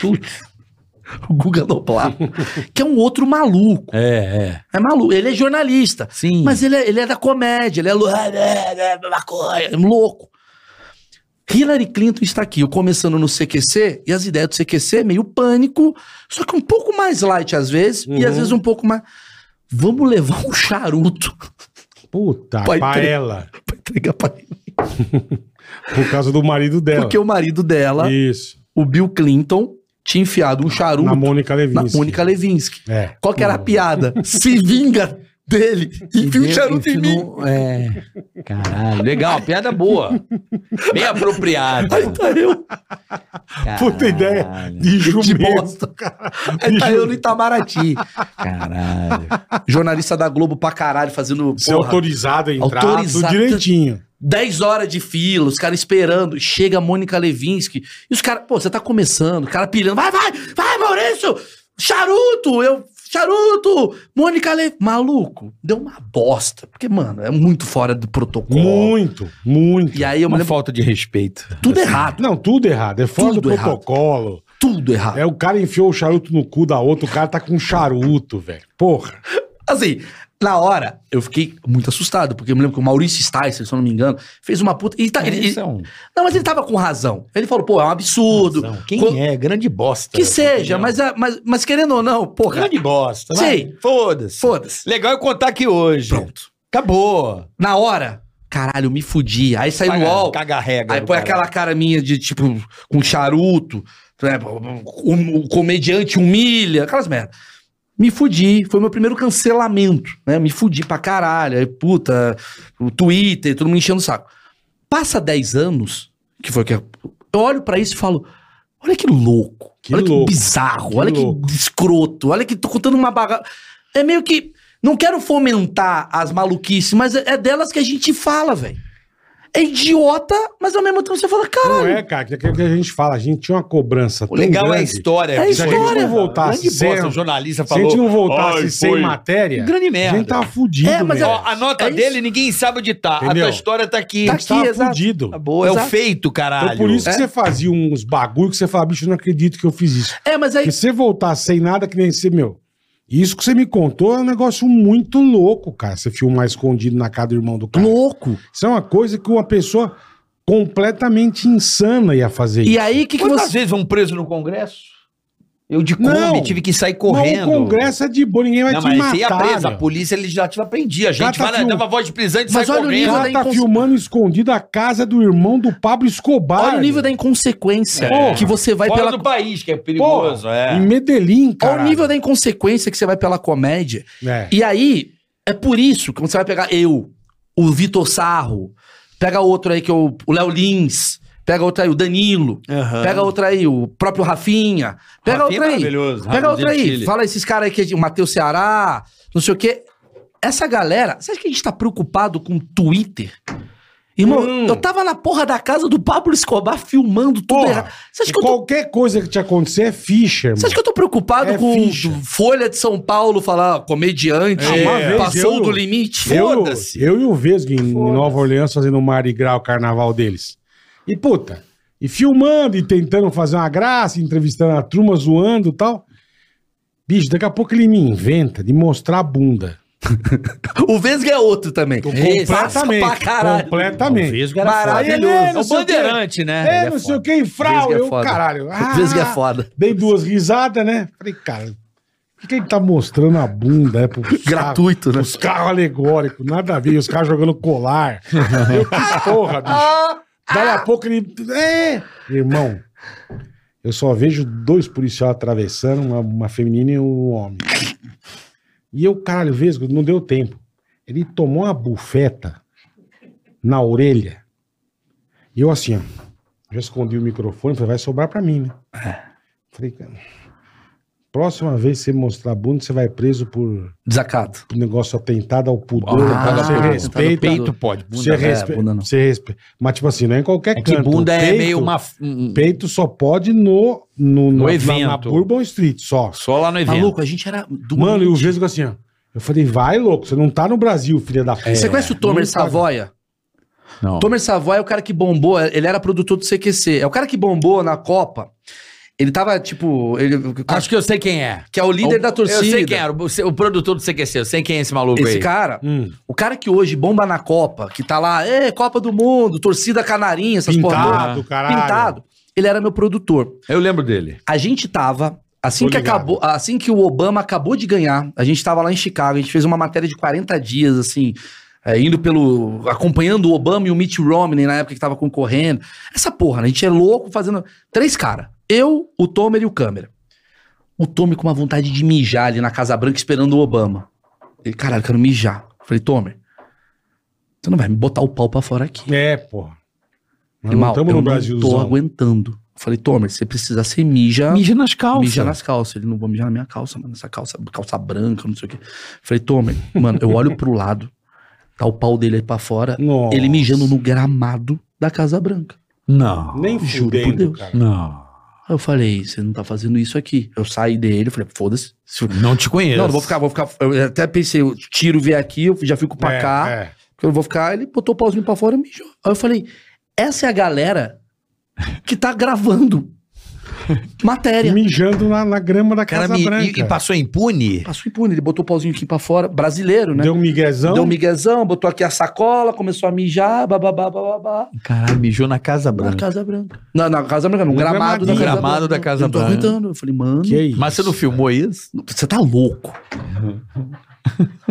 Putz. O Guga Noblar. que é um outro maluco. É, é. É maluco. Ele é jornalista. Sim. Mas ele é, ele é da comédia, ele é, lou- é, é, é, maconha, é um louco. Hillary Clinton está aqui, eu começando no CQC, e as ideias do CQC meio pânico, só que um pouco mais light às vezes, e Uhum. às vezes um pouco mais. Vamos levar um charuto Puta, Vai pra ter- ela. pra entregar pra ele. Por causa do marido dela. Porque o marido dela, Isso. o Bill Clinton, tinha enfiado um charuto Na Mônica na Levinsky. Mônica Levinsky. É. Qual que era a piada? Se vinga dele, enfia o charuto em mim. É. Caralho, legal, piada boa. Bem apropriada. Aí tá eu. Puta ideia de de jumento. bosta. Aí tá eu no Itamaraty. Caralho. Jornalista da Globo pra caralho, fazendo Ser porra, é autorizado a entrar, Autorizado. tudo direitinho. 10 horas de fila, os caras esperando. Chega a Mônica Levinsky. E os caras, pô, você tá começando, o cara pilhando. Vai, vai, vai, Maurício! Charuto! Eu. Charuto! Mônica Levinsky. Maluco, deu uma bosta. Porque, mano, é muito fora do protocolo. Muito, muito. E aí eu me Uma lembro falta de respeito. tudo errado. Não, tudo errado. É fora Tudo do errado. protocolo. Tudo errado. É, o cara enfiou o charuto no cu da outra, o cara tá com um charuto, velho. Porra. Assim, na hora, eu fiquei muito assustado, porque eu me lembro que o Maurício Sticer, se eu não me engano, fez uma puta. E tá, ele- ele- Isso é um- não, mas ele tava com razão. Ele falou, pô, é um absurdo. Quem Co- é? Grande bosta. Que seja, mas, é- mas, mas querendo ou não, é porra, Grande bosta. vai. Sim. Foda-se. foda-se. Legal eu contar aqui hoje. Pronto. Acabou. Na hora, caralho, eu me fudi. Aí saiu um o UOL, Caga a regra. aí do né? põe caralho. aquela cara minha de, tipo, com charuto, né, o, o comediante humilha, aquelas merda. Me fudi, foi meu primeiro cancelamento, né? Me fudi pra caralho, aí, puta, o Twitter, todo mundo enchendo o saco. Passa 10 anos, que foi o que eu eu olho pra isso e falo, olha que louco, Que olha louco, que bizarro, que olha louco. que escroto, olha que tô contando uma baga... É meio que, não quero fomentar as maluquices, mas é é delas que a gente fala, velho. É idiota, mas ao mesmo tempo você fala, Não caralho, é, cara, que é o que a gente fala. A gente tinha uma cobrança O tão legal é a grande. história. É a que Se a história, gente não velho. voltasse Grande sem... bosta, o Se jornalista a falou. gente não voltasse Ai, sem foi. matéria, Grande a merda. gente tá tava fudido, É, mas é- velho. Ó, a nota É isso. dele ninguém sabe onde tá. Entendeu? A tua história tá aqui. a tá gente tava aqui, exato. fudido. Acabou. É o Exato. feito, caralho. Então por isso que É. você fazia uns bagulho que você falava, bicho, eu não acredito que eu fiz isso. É, mas aí. Porque se você voltar sem nada, que nem você, meu. Isso que você me contou é um negócio muito louco, cara. Você filmar escondido na casa do irmão do cara. Louco! Isso é uma coisa que uma pessoa completamente insana ia fazer E isso. aí, o que, que Quantas você. vezes vão preso no Congresso? Eu de Kombi Não. tive que sair Não, correndo. o Congresso é de boa, ninguém vai Não, te mas você ia matar. preso. A meu. polícia legislativa prendia. A gente Cata vai lá, filme. dava voz de prisão e sai Mas olha o O nível correndo. cara da tá inconsci- filmando escondido a casa do irmão do Pablo Escobar. Olha o nível da meu. inconsequência É. que você vai Fora pela. do país, que é perigoso. é. Em Medellín, cara. Olha o nível da inconsequência que você vai pela comédia. É. E aí, é por isso que você vai pegar eu, o Vitor Sarro, pega outro aí que eu. O Léo Lins, pega outro aí, o Danilo, pega outro aí, o próprio Rafinha, pega Rafinha outro é aí. maravilhoso, Pega Rafa outro aí. é Gentili. Fala esses caras aí que o Matheus Ceará, não sei o quê. essa galera, você acha que a gente tá preocupado com Twitter? Irmão, Hum. eu tava na porra da casa do Pablo Escobar filmando tudo Porra, errado. Você acha que eu tô Qualquer coisa que te acontecer é ficha, irmão. Você acha que eu tô preocupado É com ficha. Folha de São Paulo falar ó, comediante, Ah, uma vez passou eu- do limite? Eu, Foda-se. eu e o Vesgo em, em Nova Orleans fazendo o Marigral, o carnaval deles. E puta, e filmando e tentando fazer uma graça, entrevistando a turma, zoando e tal. Bicho, daqui a pouco ele me inventa de mostrar a bunda. O Vesga é outro também. Esse passa pra caralho. completamente. Maravilhoso. Aí ele, É não o sei o quê. bandeirante, né? É, Ele é não sei foda. o que, Vesgo frau, é eu, foda. caralho. Ah, O Vesga é foda. Dei duas risadas, né? Falei, cara, por que ele tá mostrando a bunda? É pro Gratuito, né? Os carros alegóricos, nada a ver, os caras jogando colar. Eu, que porra, bicho. Daí a pouco ele. É! Irmão, eu só vejo dois policiais atravessando, uma, uma feminina e um homem. E eu, caralho, Vesgo, não deu tempo. Ele tomou uma bufeta na orelha. E eu assim, ó. Já escondi o microfone, falei, vai sobrar pra mim, né? Falei, cara, próxima vez que você mostrar a bunda, você vai preso por Desacato. um negócio atentado ao pudor, Ah, então você atentado ao respeita. peito, pode. Bunda, você é, respeita. bunda não. Você respeita. Mas, tipo assim, não é em qualquer É canto. que bunda é Peito- meio uma. um- um- Peito só pode no, no, na- Na, na evento. Bourbon Street, só. Só lá no evento. Maluco, a gente era do Mano, e o Vesgo assim, ó. Eu falei, vai, louco, você não tá no Brasil, filha da puta. tá Você conhece o Nunca- Tomer Savoia? Não. Tomer Savoia é o cara que bombou, ele era produtor do CQC. É o cara que bombou na Copa. Ele tava, tipo, ele, Acho que eu sei quem é. que é o líder da torcida. Eu sei quem era. O, o produtor do CQC. Eu sei quem é esse maluco Esse aí. cara, Hum, o cara que hoje bomba na Copa, que tá lá, é, Copa do Mundo, torcida canarinha, essas porra pintado, toda. né? caralho. Pintado. Ele era meu produtor. Eu lembro dele. A gente tava. Assim Tô que, ligado. acabou, assim que o Obama acabou de ganhar, a gente tava lá em Chicago, a gente fez uma matéria de 40 dias, assim, é, indo pelo. acompanhando o Obama e o Mitt Romney na época que tava concorrendo. Essa porra, né? a gente é louco fazendo. Três caras. Eu, o Tomer e o câmera. O Tomer com uma vontade de mijar ali na Casa Branca esperando o Obama. Ele, caralho, eu quero mijar. Eu falei, Tomer, você não vai me botar o pau pra fora aqui. É, porra. Nós não Irmão, estamos eu no não tô Brasilzão. aguentando. Eu falei, Tomer, você precisa ser mija. Mija nas calças. Mijar nas calças. Ele não vou mijar na minha calça, mano. Essa calça, calça branca, não sei o quê. Falei, Tomer, mano, eu olho pro lado, tá o pau dele aí pra fora, Nossa. ele mijando no gramado da Casa Branca. Não. Nem Juro por fudendo, Deus. cara. Não. Aí eu falei, você não tá fazendo isso aqui. Eu saí dele, falei, foda-se. Se- Não te conheço. Não, não vou ficar, vou ficar. Eu até pensei, o tiro vier aqui, eu já fico pra É, cá. é. Porque eu não vou ficar. Ele botou o pauzinho pra fora e mijou. Aí eu falei: essa é a galera que tá gravando matéria. é. Mijando na, na grama da Cara, Casa me- Branca. e, e passou impune? Passou impune, ele botou o pauzinho aqui pra fora, brasileiro, né? Deu um miguezão. Deu um miguezão, botou aqui a sacola, começou a mijar, bababá, bababá. Caralho, mijou na Casa Na Branca. Casa Branca. Não, na Casa Branca, no No gramado da gramadinho. Casa Gramado da Casa Eu não tô Branca. aguentando. Eu falei, mano, Que isso? Mas você não filmou isso? você tá louco.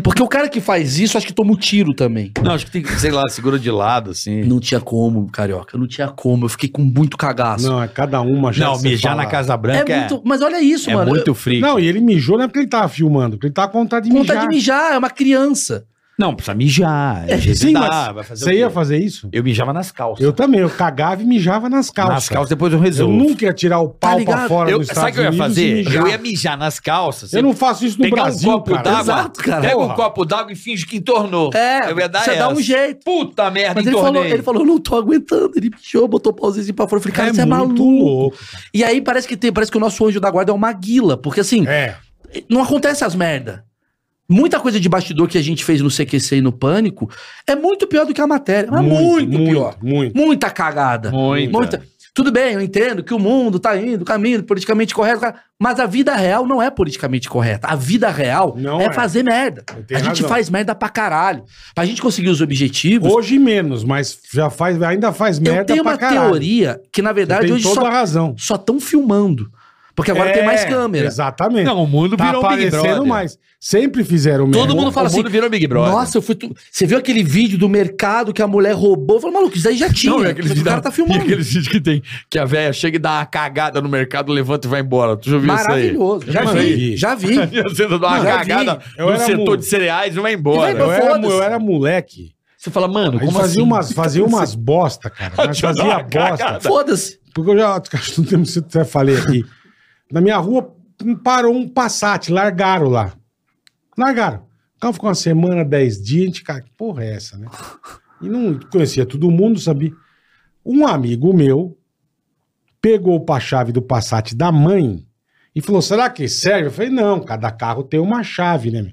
Porque o cara que faz isso, acho que toma um tiro também. Não, acho que tem que, sei lá, segura de lado, assim. Não tinha como, carioca, não tinha como. Eu fiquei com muito cagaço. Não, é cada uma já. não, você mijar fala. na Casa É Branca é, muito, mas olha isso, é mano. muito frio. Não, e ele mijou não é porque ele tava filmando, porque ele tava com vontade de Conta mijar. de mijar, é uma criança. Não, precisa mijar. É, Sim, dá, mas vai fazer o você quê? ia fazer isso? Eu mijava nas calças. Eu também, eu cagava e mijava nas calças. Nas calças, depois eu Eu resolvo. nunca ia tirar o pau pra Tá ligado? fora Eu- dos sabe o Estados que eu ia Unidos e fazer? mijar. Eu ia mijar nas calças. Eu não faço isso no pegar Brasil, um copo cara. d'água. Exato, cara. Pega Porra. um copo d'água e finge que entornou. É, eu ia dar você dá essa. um jeito. Puta merda, Mas ele entornei. falou, ele falou, eu não tô aguentando. Ele mijou, botou o pauzinho assim pra fora. Eu falei, cara, você é, maluco. E aí parece que tem, parece que o nosso anjo da guarda é uma guila, porque assim, É. não acontece as merda. Muita coisa de bastidor que a gente fez no CQC e no Pânico é muito pior do que a matéria. Mas muito, pior. Muito. Muita cagada. Muita. Tudo bem, eu entendo que o mundo tá indo, caminho politicamente correto, cara, mas a vida real não é politicamente correta. A vida real Não é, é. fazer merda. Eu A tenho gente razão. faz merda pra caralho. Pra gente conseguir os objetivos, Hoje menos, mas já faz, ainda faz eu merda tenho uma pra caralho. teoria que, na Você verdade, tem hoje toda a só razão. estão filmando. Porque agora tem mais É, câmera. Exatamente. Não, o mundo tá virou um Big aparecendo Brother. mais. Sempre fizeram mesmo. Todo mundo fala o mundo assim, virou Big Brother. Nossa, eu fui. tu- Você viu aquele vídeo do mercado que a mulher roubou? Eu falei, maluco, isso aí já tinha. Não, é aqueles o vídeos cara tá filmando. aqueles vídeos que tem que a velha chega e dá uma cagada no mercado, levanta e vai embora. Tu já viu isso aí? Maravilhoso. Já Mano, vi, vi. já vi. Você dá uma Não, já vi. cagada Eu no era setor mu- de cereais e vai E embora. vai eu, era, foda-se. eu era moleque. Você fala, mano, Aí como fazia assim? umas, fazia umas bosta, cara. Nós Deixa eu dar fazia uma cagada. bosta. Tá. Foda-se. Porque eu já, acho que não tempo que eu até falei aqui. um Na minha rua parou um Passat, largaram lá. Largaram. O cara ficou uma semana, dez dias, a gente, cara, que porra é essa, né? E não conhecia todo mundo, sabia? Um amigo meu pegou a chave do Passat da mãe e falou, será que serve? Eu falei, não, cada carro tem uma chave, né? meu?"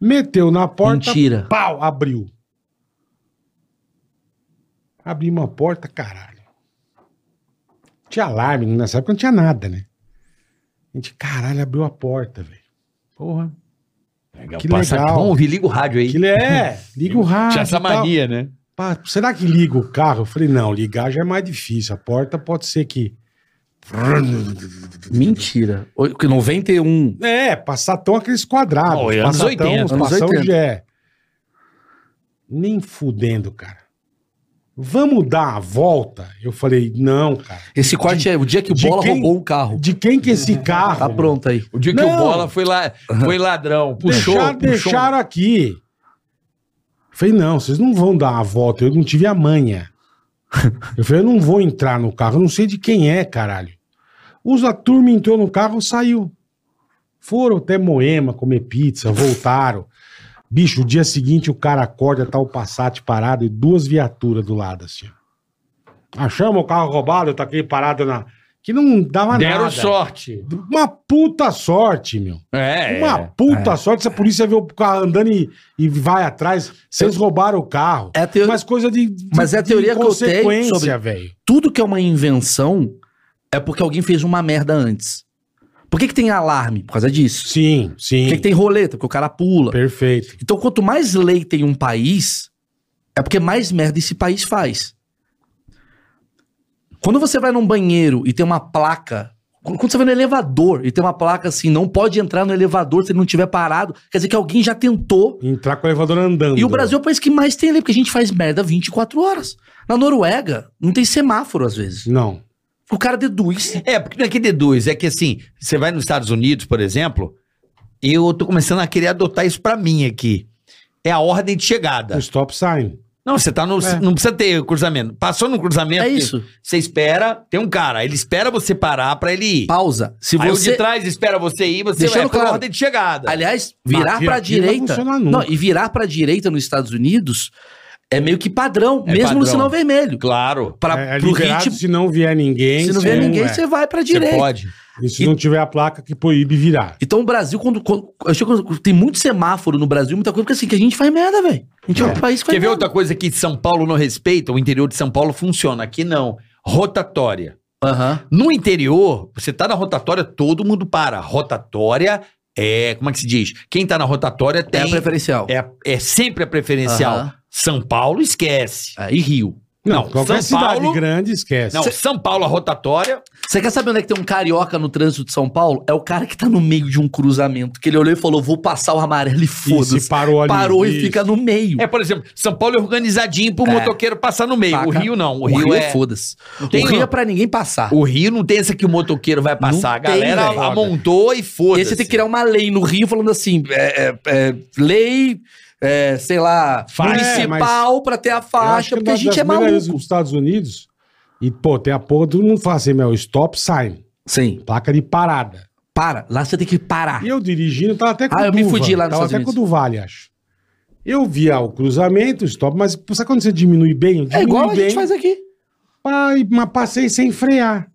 Meteu na porta, Mentira. pau, abriu. Abri uma porta, caralho. Tinha alarme, nessa época não tinha nada, né? A gente, caralho, abriu a porta, velho. Porra. Legal, Que passa- legal. Vamos ouvir, liga o rádio aí. Que le- é, liga o rádio. Tinha essa e tal. mania, né? Pá, será que liga o carro? Eu falei, não, ligar já é mais difícil. A porta pode ser que. Mentira. Oi, que 91. É, passatão aqueles quadrados. Oh, é anos passatão, 80, os anos passatão 80. já é. Nem fudendo, cara. Vamos dar a volta? Eu falei, não, cara. Esse corte é o dia que o de Bola quem- roubou o carro. De quem que é esse carro? Tá pronto aí. O dia que Não. o Bola foi, lá, foi ladrão, puxou, deixaram, um- puxou. deixaram aqui. Falei, não, vocês não vão dar a volta, eu não tive a manha. Eu falei, eu não vou entrar no carro, eu não sei de quem é, caralho. Os, a turma entrou no carro, saiu. Foram até Moema comer pizza, voltaram. Bicho, o dia seguinte o cara acorda, tá o Passat parado e duas viaturas do lado, assim. ó. Achamos o carro roubado, tá aqui parado na... Que não dava Deram nada. sorte. Uma puta sorte, meu. É. Uma puta sorte se a polícia vê o carro andando e, e vai atrás. Vocês roubaram o carro. É a teo- Mas coisa de, de- Mas é a teoria de que eu tenho consequência, sobre- velho. Tudo que é uma invenção é porque alguém fez uma merda antes. Por que, que tem alarme? Por causa disso. Sim, sim. Por que, que tem roleta? Porque o cara pula. Perfeito. Então, quanto mais lei tem um país, é porque mais merda esse país faz. Quando você vai num banheiro e tem uma placa. Quando quando você vai no elevador e tem uma placa assim, não pode entrar no elevador se ele não tiver parado, quer dizer que alguém já tentou. Entrar com o elevador andando. E o Brasil é o país que mais tem lei, porque a gente faz merda 24 horas. Na Noruega, não tem semáforo às vezes. Não. O cara deduz. É, porque não é que deduz, é que assim, você vai nos Estados Unidos, por exemplo, eu tô começando a querer adotar isso pra mim aqui. É a ordem de O É. chegada. stop sign. Não, você tá no. É. Não precisa ter cruzamento. Passou no cruzamento. É isso. Você espera, tem um cara, ele espera você parar pra ele ir. Pausa. Se Aí o você. de trás espera você ir, você Deixando vai pela claro. ordem de chegada. Aliás, virar Aqui- pra aqui não vai direita. funcionar Não, nunca. e virar pra direita nos Estados Unidos é meio que padrão, É mesmo no padrão. sinal vermelho. Claro. Pra, é, é pro liberado ritmo, se não vier ninguém. se não vier ninguém, é. você vai pra Você direita. pode. E se não tiver a placa que proíbe virar. Então o Brasil, quando, quando- eu achei que tem muito semáforo no Brasil, muita coisa, porque assim, que a gente faz merda, velho. A gente é, um país que faz Quer ver merda. outra coisa que São Paulo não respeita? O interior de São Paulo funciona. Aqui não. Rotatória. Aham. No interior, você tá na rotatória, todo mundo para. Rotatória é. Como é que se diz? Quem tá na rotatória É a tem. preferencial. É, é sempre a preferencial. Aham. São Paulo, esquece. É, e Rio. Não, Não, qualquer São cidade Paulo- grande esquece. Não, São Paulo, a rotatória. Você quer saber onde é que tem um carioca no trânsito de São Paulo? É o cara que tá no meio de um cruzamento, que ele olhou e falou, vou passar o amarelo e E se foda-se. parou ali. Parou e isso. fica no meio. É, por exemplo, São Paulo é organizadinho pro É. motoqueiro passar no meio. O Saca? Rio não. O, Rio, é. foda-se. Não O tem, Rio é pra ninguém passar. o Rio não tem essa que o motoqueiro vai passar. a tem, galera velho. amontou e E foda-se. aí você tem que criar uma lei no Rio falando assim, é, é, é, lei, é, sei lá, Faixa. É, municipal pra ter a Eu acho faixa, que porque uma a gente das é primeiras vezes maluco. Nos Estados Unidos, e pô, tem a porra, todo mundo fala assim, meu, stop sign. Sim. Placa de parada. Para, lá você tem que parar. E eu dirigindo, tava até com Ah, o eu me Duva, fudi lá nos Tava Estados até com o do Vale, acho. Eu via o cruzamento, o stop, mas sabe quando você diminui bem? Eu diminui É igual a bem, gente faz aqui. pá, e- mas passei sem frear.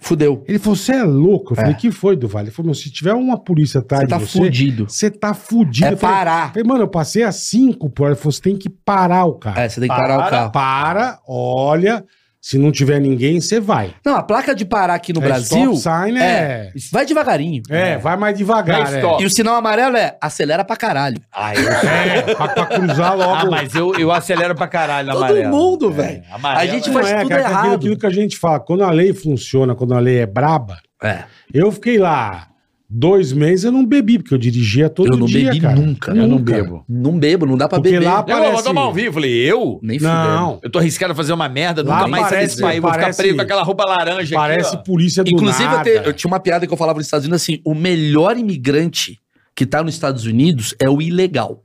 Fudeu. Ele falou, você é louco? Eu falei, É. que foi, do Vale? Ele falou, meu, se tiver uma polícia atrás Você tá de você, fudido. você tá fudido. É Eu falei, parar. falei, mano, eu passei a cinco, pô. Ele falou, você tem que parar o carro. É, você tem que parar o carro. Para, olha, se não tiver ninguém, você vai. Não, a placa de parar aqui no É, Brasil Stop sign é... é, vai devagarinho. É, vai mais devagar. Não é É, stop. E o sinal amarelo é acelera pra caralho. Ah, eu... É, pra, pra cruzar logo. ah, mas eu, eu acelero pra caralho na É, Todo amarela. mundo, É. velho. amarela. A gente Não faz é, cara, tudo que é errado. Aquilo, aquilo que a gente fala, quando a lei funciona, quando a lei é braba, É. eu fiquei lá dois meses, eu não bebi, porque eu dirigia todo eu não dia, bebi cara. nunca. Eu não bebo. Não bebo, não dá pra Porque beber. lá- Eu Parece- vou tomar um vinho. Falei, eu? Nem Não, Eu tô arriscado a fazer uma merda, Lá nunca mais sair parece- desse país. Vou ficar parece- preso com aquela roupa laranja parece aqui. polícia do Inclusive, eu, nada. te- eu tinha uma piada que eu falava nos Estados Unidos assim: o melhor imigrante que tá nos Estados Unidos é o ilegal.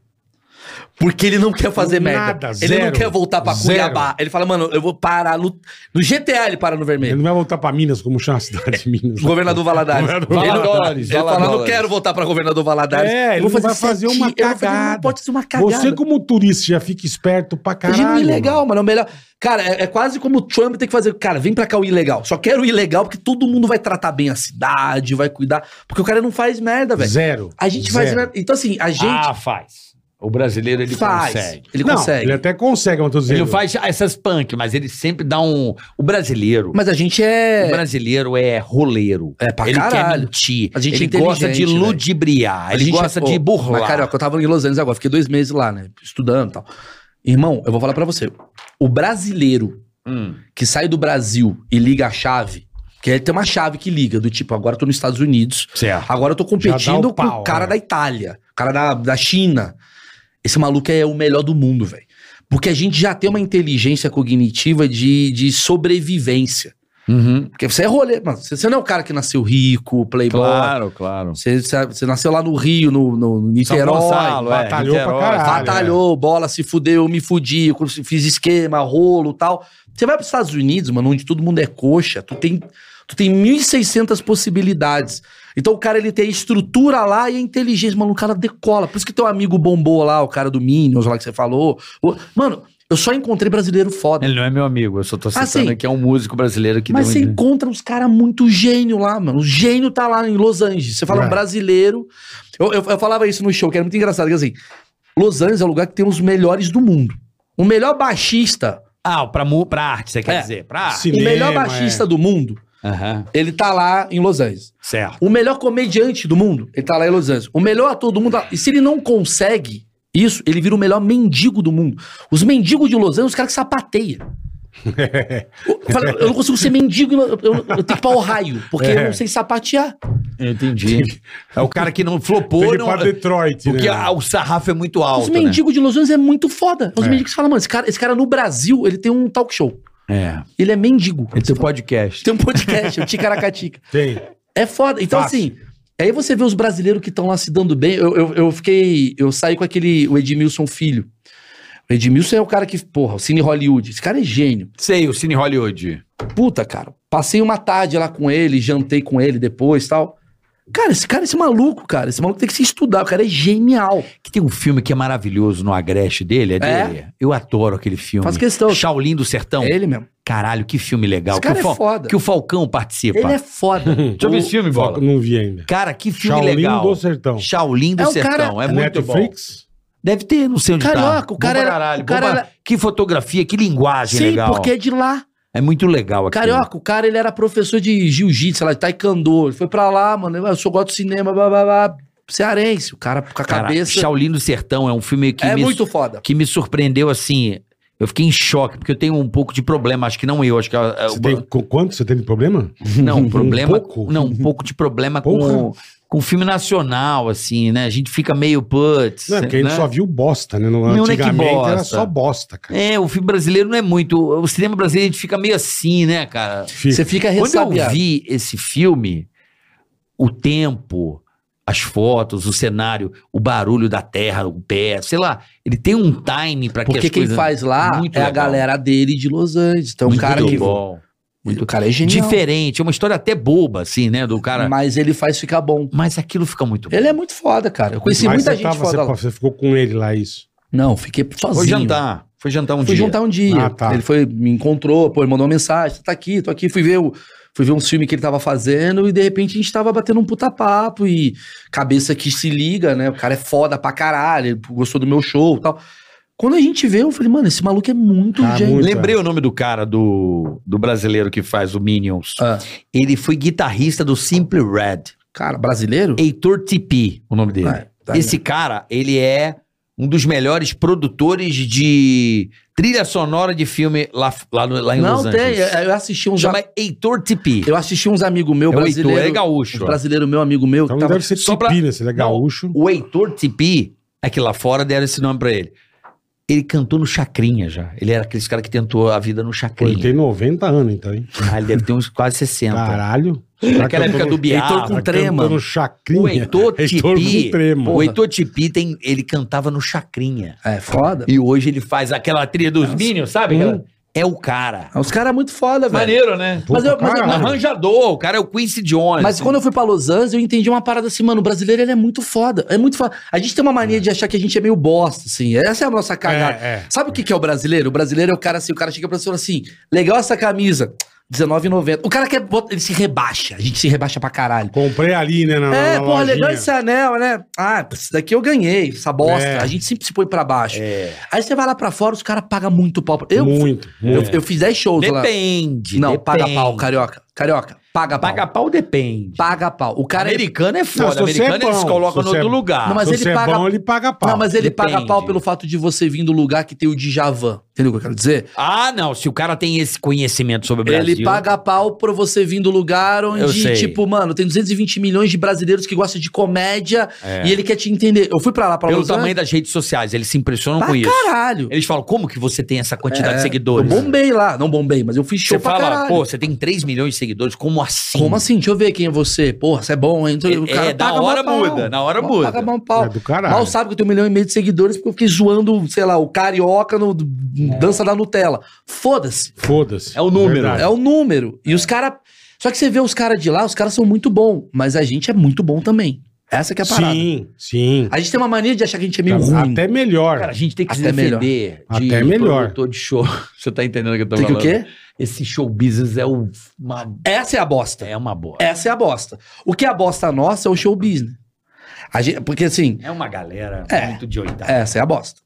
Porque ele não quer fazer Nada, merda. ele não zero. quer voltar pra Zero. Cuiabá. Ele fala, mano, eu vou parar no. No GTA ele para no Ele vermelho. não vai voltar pra Minas, como chama a cidade de Minas. Governador Valadares. Governador ele Valadares, ele fala, não Valadares. quero voltar pra governador Valadares. É, ele Eu vou não vai fazer certinho, uma eu vou fazer- cagada. Não pode ser uma cagada. Você, como turista, já fica esperto pra caralho. Imagina o mano. ilegal, mano. É o melhor. Cara, é, é quase como o Trump tem que fazer. Cara, vem pra cá o ilegal. Só quero o ilegal porque todo mundo vai tratar bem a cidade, vai cuidar. Porque o cara não faz merda, velho. Zero. A gente Zero. faz merda. Então, assim, a gente Ah, faz. O brasileiro, ele faz. consegue. Ele não, consegue. Ele é até consegue, mas eu tô dizendo. Ele não faz essas punk, mas ele sempre dá um... O brasileiro... Mas a gente O é. brasileiro é roleiro. É pra ele quer caralho. mentir. A gente é ele inteligente, gosta de velho. ludibriar. A Ele gente gosta é- de Ô, burlar. Mas, carioca, eu tava em Los Angeles agora, fiquei dois meses lá, né? Estudando e tal. Irmão, eu vou falar pra você. O brasileiro Hum. que sai do Brasil e liga a chave, que tem uma chave que liga, do tipo, agora eu tô nos Estados Unidos, Certo. agora eu tô competindo o pau, com o cara né? da Itália, o cara da, da China. Esse maluco é o melhor do mundo, velho. Porque a gente já tem uma inteligência cognitiva de, de sobrevivência. Uhum. Porque você é rolê, mano. Você você não é o cara que nasceu rico, playboy, Claro, claro. você, você- você nasceu lá no Rio, no, no no Niterói. é, batalhou pra Niterói. caralho. batalhou, bola, se fudeu, me fudi, eu fiz esquema, rolo tal. Você vai para os Estados Unidos, mano, onde todo mundo é coxa, tu tem, tu tem 1.600 possibilidades. Então o cara ele tem a estrutura lá e a inteligência, mano, o cara decola. Por isso que teu amigo bombou lá, o cara do Minions lá que você falou. O- Mano, eu só encontrei brasileiro foda. Ele não é meu amigo, eu só tô citando Ah, sim. aqui, é um músico brasileiro que Mas você deu um- encontra uns caras muito gênio lá, mano. O gênio tá lá em Los Angeles. Você fala É. um brasileiro. Eu, eu, eu falava isso no show, que era muito engraçado, que assim, Los Angeles é o lugar que tem os melhores do mundo. O melhor baixista, Ah, pra, mu- pra arte, você quer É. dizer? Pra arte. Ah, Cinema, é. o melhor baixista do mundo, Aham. ele tá lá em Los Angeles. Certo. O melhor comediante do mundo, ele tá lá em Los Angeles. O melhor ator do mundo. tá lá. E se ele não consegue isso, ele vira o melhor mendigo do mundo. Os mendigos de Los Angeles, os caras que sapateiam. Eu, eu falei, eu não consigo ser mendigo, eu, eu- eu tenho que ir pra Ohio, porque É. eu não sei sapatear. Entendi. é o cara que não flopou, Tem que ir não- pra Detroit, porque né? a- o sarrafo é muito Os alto, né? mendigos de Los Angeles é muito foda. Os É. mendigos que falam, mano, esse cara, esse cara no Brasil, ele tem um talk show. É. Ele é mendigo. Ele tem podcast. Tem um podcast, o Ticaracatica. Tem. É foda. Então, Fácil. assim, aí você vê os brasileiros que estão lá se dando bem. Eu, eu, eu fiquei. Eu saí com aquele. O Edmilson Filho. O Edmilson é o cara que. Porra, o Cine Hollywood. Esse cara é gênio. Sei, o Cine Hollywood. Puta, cara. Passei uma tarde lá com ele, jantei com ele depois e tal. Cara, esse cara, esse maluco, cara, esse maluco tem que se estudar, o cara é genial. Que tem um filme que é maravilhoso no Agreste dele, é É? dele? Eu adoro aquele filme. Faz questão. Shaolin do Sertão. é ele mesmo. Caralho, que filme legal. Esse que, cara o é Fal- foda. que o Falcão participa. Ele é foda. Hum. Deixa eu ver esse filme, Bola. Não vi ainda. Cara, que filme é Shaolin legal. do Sertão. Shaolin do É o Sertão. cara- É muito bom. Netflix? Deve ter, não sei onde Carioca, tá. Bom o cara pra era- caralho, o cara bom pra- era- Que fotografia, que linguagem Sim, legal. porque é de lá. É muito legal aqui. Carioca, o cara ele era professor de jiu-jitsu, sei lá, de taekwondo. Ele foi pra lá, mano. Eu sou gosto de cinema, blá, blá, blá. Cearense, o cara com a Cara, cabeça. Shaolin do Sertão é um filme que, é me, muito foda. que me surpreendeu assim. Eu fiquei em choque, porque eu tenho um pouco de problema. Acho que não eu, acho que. é- é o- Você tem, com quanto você tem de problema? Não, problema. Um pouco? Não, um pouco de problema com, Porra. com filme nacional, assim, né? A gente fica meio putz. é Não, é porque a gente né? só viu bosta, né? No, Não, né, que antigamente era bosta. só bosta, cara. É, o filme brasileiro não é muito. O cinema brasileiro a gente fica meio assim, né, cara? Você Fica. fica Quando eu ressabiado. vi esse filme, o tempo, as fotos, o cenário, o barulho da terra, o pé, sei lá, ele tem um time pra que Porque as quem coisas- faz lá Muito é a legal. galera dele de Los Angeles. Então, um Muito cara que. bom. O cara é genial. Diferente, é uma história até boba, assim, né, do cara. Mas ele faz ficar bom. Mas aquilo fica muito bom. Ele é muito foda, cara. Eu conheci Mas muita você gente tava- foda você, lá. você ficou com ele lá, isso. Não, fiquei sozinho. Foi jantar, foi jantar um fui dia. jantar um dia. Ah, tá. Ele foi, me encontrou, pô, ele mandou uma mensagem, tá aqui, tô aqui, fui ver o. Fui ver uns filmes que ele tava fazendo e de repente a gente tava batendo um puta papo e cabeça que se liga, né? O cara é foda pra caralho, ele gostou do meu show e tal. Quando a gente vê, eu falei, mano, esse maluco é muito Ah, gênio. muito. Lembrei o nome do cara do, do brasileiro que faz o Minions. Ah. Ele foi guitarrista do Simple Red. Cara, brasileiro? Heitor Tipi, o nome dele. Ah, tá, É, né? Esse cara, ele é um dos melhores produtores de trilha sonora de filme lá, lá, no- lá em Não Los tem, Angeles. eu eu assisti uns. Chama Heitor Tipi. Eu assisti uns amigos É meus o Heitor, brasileiros. é gaúcho. um brasileiro meu, amigo meu, Então que tava. deve ser só tipi, pra- né? Se ele é gaúcho. O Heitor Tipi, é que lá fora deram esse nome pra ele. Ele cantou no Chacrinha já. Ele era aqueles cara que tentou a vida no Pô, ele Chacrinha. tem 90 anos, então, hein? Ah, ele deve ter uns quase 60. Caralho. Naquela época do Biá. Heitor com trema. No O chacrinha. Heitor Heitor Tipi, com trema. o Heitor Tipi tem, ele cantava no Chacrinha. É foda. E hoje ele faz aquela trilha dos Minions, sabe? aquela? É o cara. Os caras muito foda, velho. Maneiro, né? Mas, eu, mas, eu- Caralho. Arranjador, o cara é o Quincy Jones. mas quando eu fui pra Los Angeles, eu entendi uma parada assim, mano, o brasileiro ele é muito foda. É muito foda. A gente tem uma mania de achar que a gente é meio bosta, assim. Essa é a nossa cagada. É, é. Sabe o que, que é o brasileiro? O brasileiro é o cara assim, o cara chega pra você e fala assim, legal essa camisa, R$19,90. O cara quer, bota- ele se rebaixa, a gente se rebaixa pra caralho. Comprei ali, né? Na, É, na porra, lojinha. legal esse anel, né? Ah, esse daqui eu ganhei, essa bosta. É. A gente sempre se põe pra baixo. Aí você vai lá pra fora, os caras pagam muito pau. pra- Eu, Muito, eu, muito. eu fiz 10 shows lá. Depende. Não, depende. paga pau, carioca. Carioca, paga pau. Paga pau depende. Paga pau. O cara. ele- Americano é Não, se foda. você Americano é eles bom, colocam se no você é- outro lugar. Não, mas Se ele você paga- é bom, ele paga pau. Não, mas ele Depende. paga pau pelo fato de você vir do lugar que tem o Djavan. Entendeu o que eu quero dizer? Ah, não. Se o cara tem esse conhecimento sobre o Brasil... Ele paga pau pra você vir do lugar Eu sei. onde, tipo, mano, tem 220 milhões de brasileiros que gostam de comédia É. e ele quer te entender. Eu fui pra lá pra Pelo Los tamanho Angeles. das redes sociais, eles se impressionam com pra isso. caralho. Eles falam, como que você tem essa quantidade de Eu seguidores? bombei lá. Não bombei, mas eu fiz show Você pra fala, caralho. pô, você tem 3 milhões de seguidores, como assim? Como assim? Deixa eu ver quem é você. Porra, você é bom, hein? Então, É, é, na mó hora pau. muda, na hora Mó- muda. Paga mó pau. É do caralho. Mal sabe que eu tenho um milhão e meio de seguidores porque eu fiquei zoando, sei lá, o carioca no no Dança da Nutella. Foda-se. Foda-se. É o número. Verdade. É o número. E os É. caras. Só que você vê os caras de lá, os caras são muito bom, mas a gente é muito bom também. Essa que é a parada. Sim, sim. Tá, A gente tem uma mania de achar que a gente é meio ruim. Até melhor. Cara, a gente tem que se Até melhor. defender de Até melhor. produtor de show. Você tá entendendo o que eu tô Tem que o falando? quê? Esse show business é o- uma... Essa é a bosta. É uma boa. Essa é a bosta. O que é a bosta nossa é o show business. A gente- porque assim, É uma galera É. muito de oitava. essa é a bosta.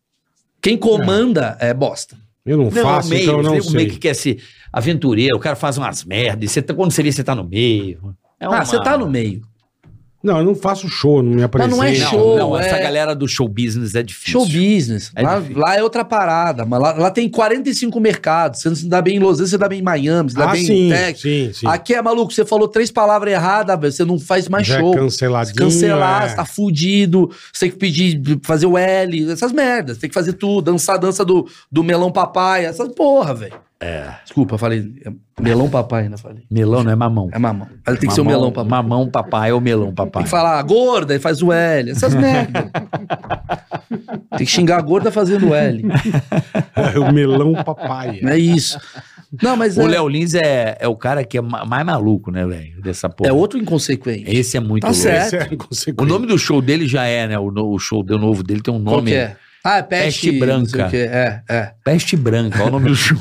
Quem comanda é bosta. Eu não, é Não, faço, o meio, então eu não o meio que sei. quer ser aventureiro, o cara faz umas merdas, você tá- quando você vê, você tá no meio. É uma- Ah, você tá no meio. Não, eu não faço show, não me apresento. não é Não, show, não, essa é- galera do show business é difícil. Show business. É lá, difícil. lá é outra parada. Mas lá, lá tem 45 mercados. Você não se dá bem em Los Angeles, você dá bem em Miami, você dá Ah, bem sim, em Texas. sim, sim. Aqui é maluco, você falou três palavras erradas, velho, você não faz mais Já é show. canceladinho, Se cancelar, é. você tá fudido, você tem que pedir, fazer o L, essas merdas. Tem que fazer tudo, dançar a dança do, do melão papai, essas porra, velho. É. Desculpa, eu falei. é Melão papai, né? Falei. Melão não é mamão. É mamão. Mas tem que ser o Mamão- melão papai. Mamão papai ou melão Tem papai. que falar "Ah, gorda e faz o L, essas merdas. Tem que xingar a gorda fazendo L. É o melão papai. É isso. Não, mas O é, Léo Lins é, é o cara que é ma- mais maluco, né, velho? Dessa porra. é outro inconsequente. Esse é muito Tá louco. certo. Esse é O inconsequente. nome do show dele já é, né? O, no- o show do novo dele tem um Qual nome. que é? Ah, é peste, Peste branca. não sei o quê. É, é. Peste Branca. Olha o nome do show.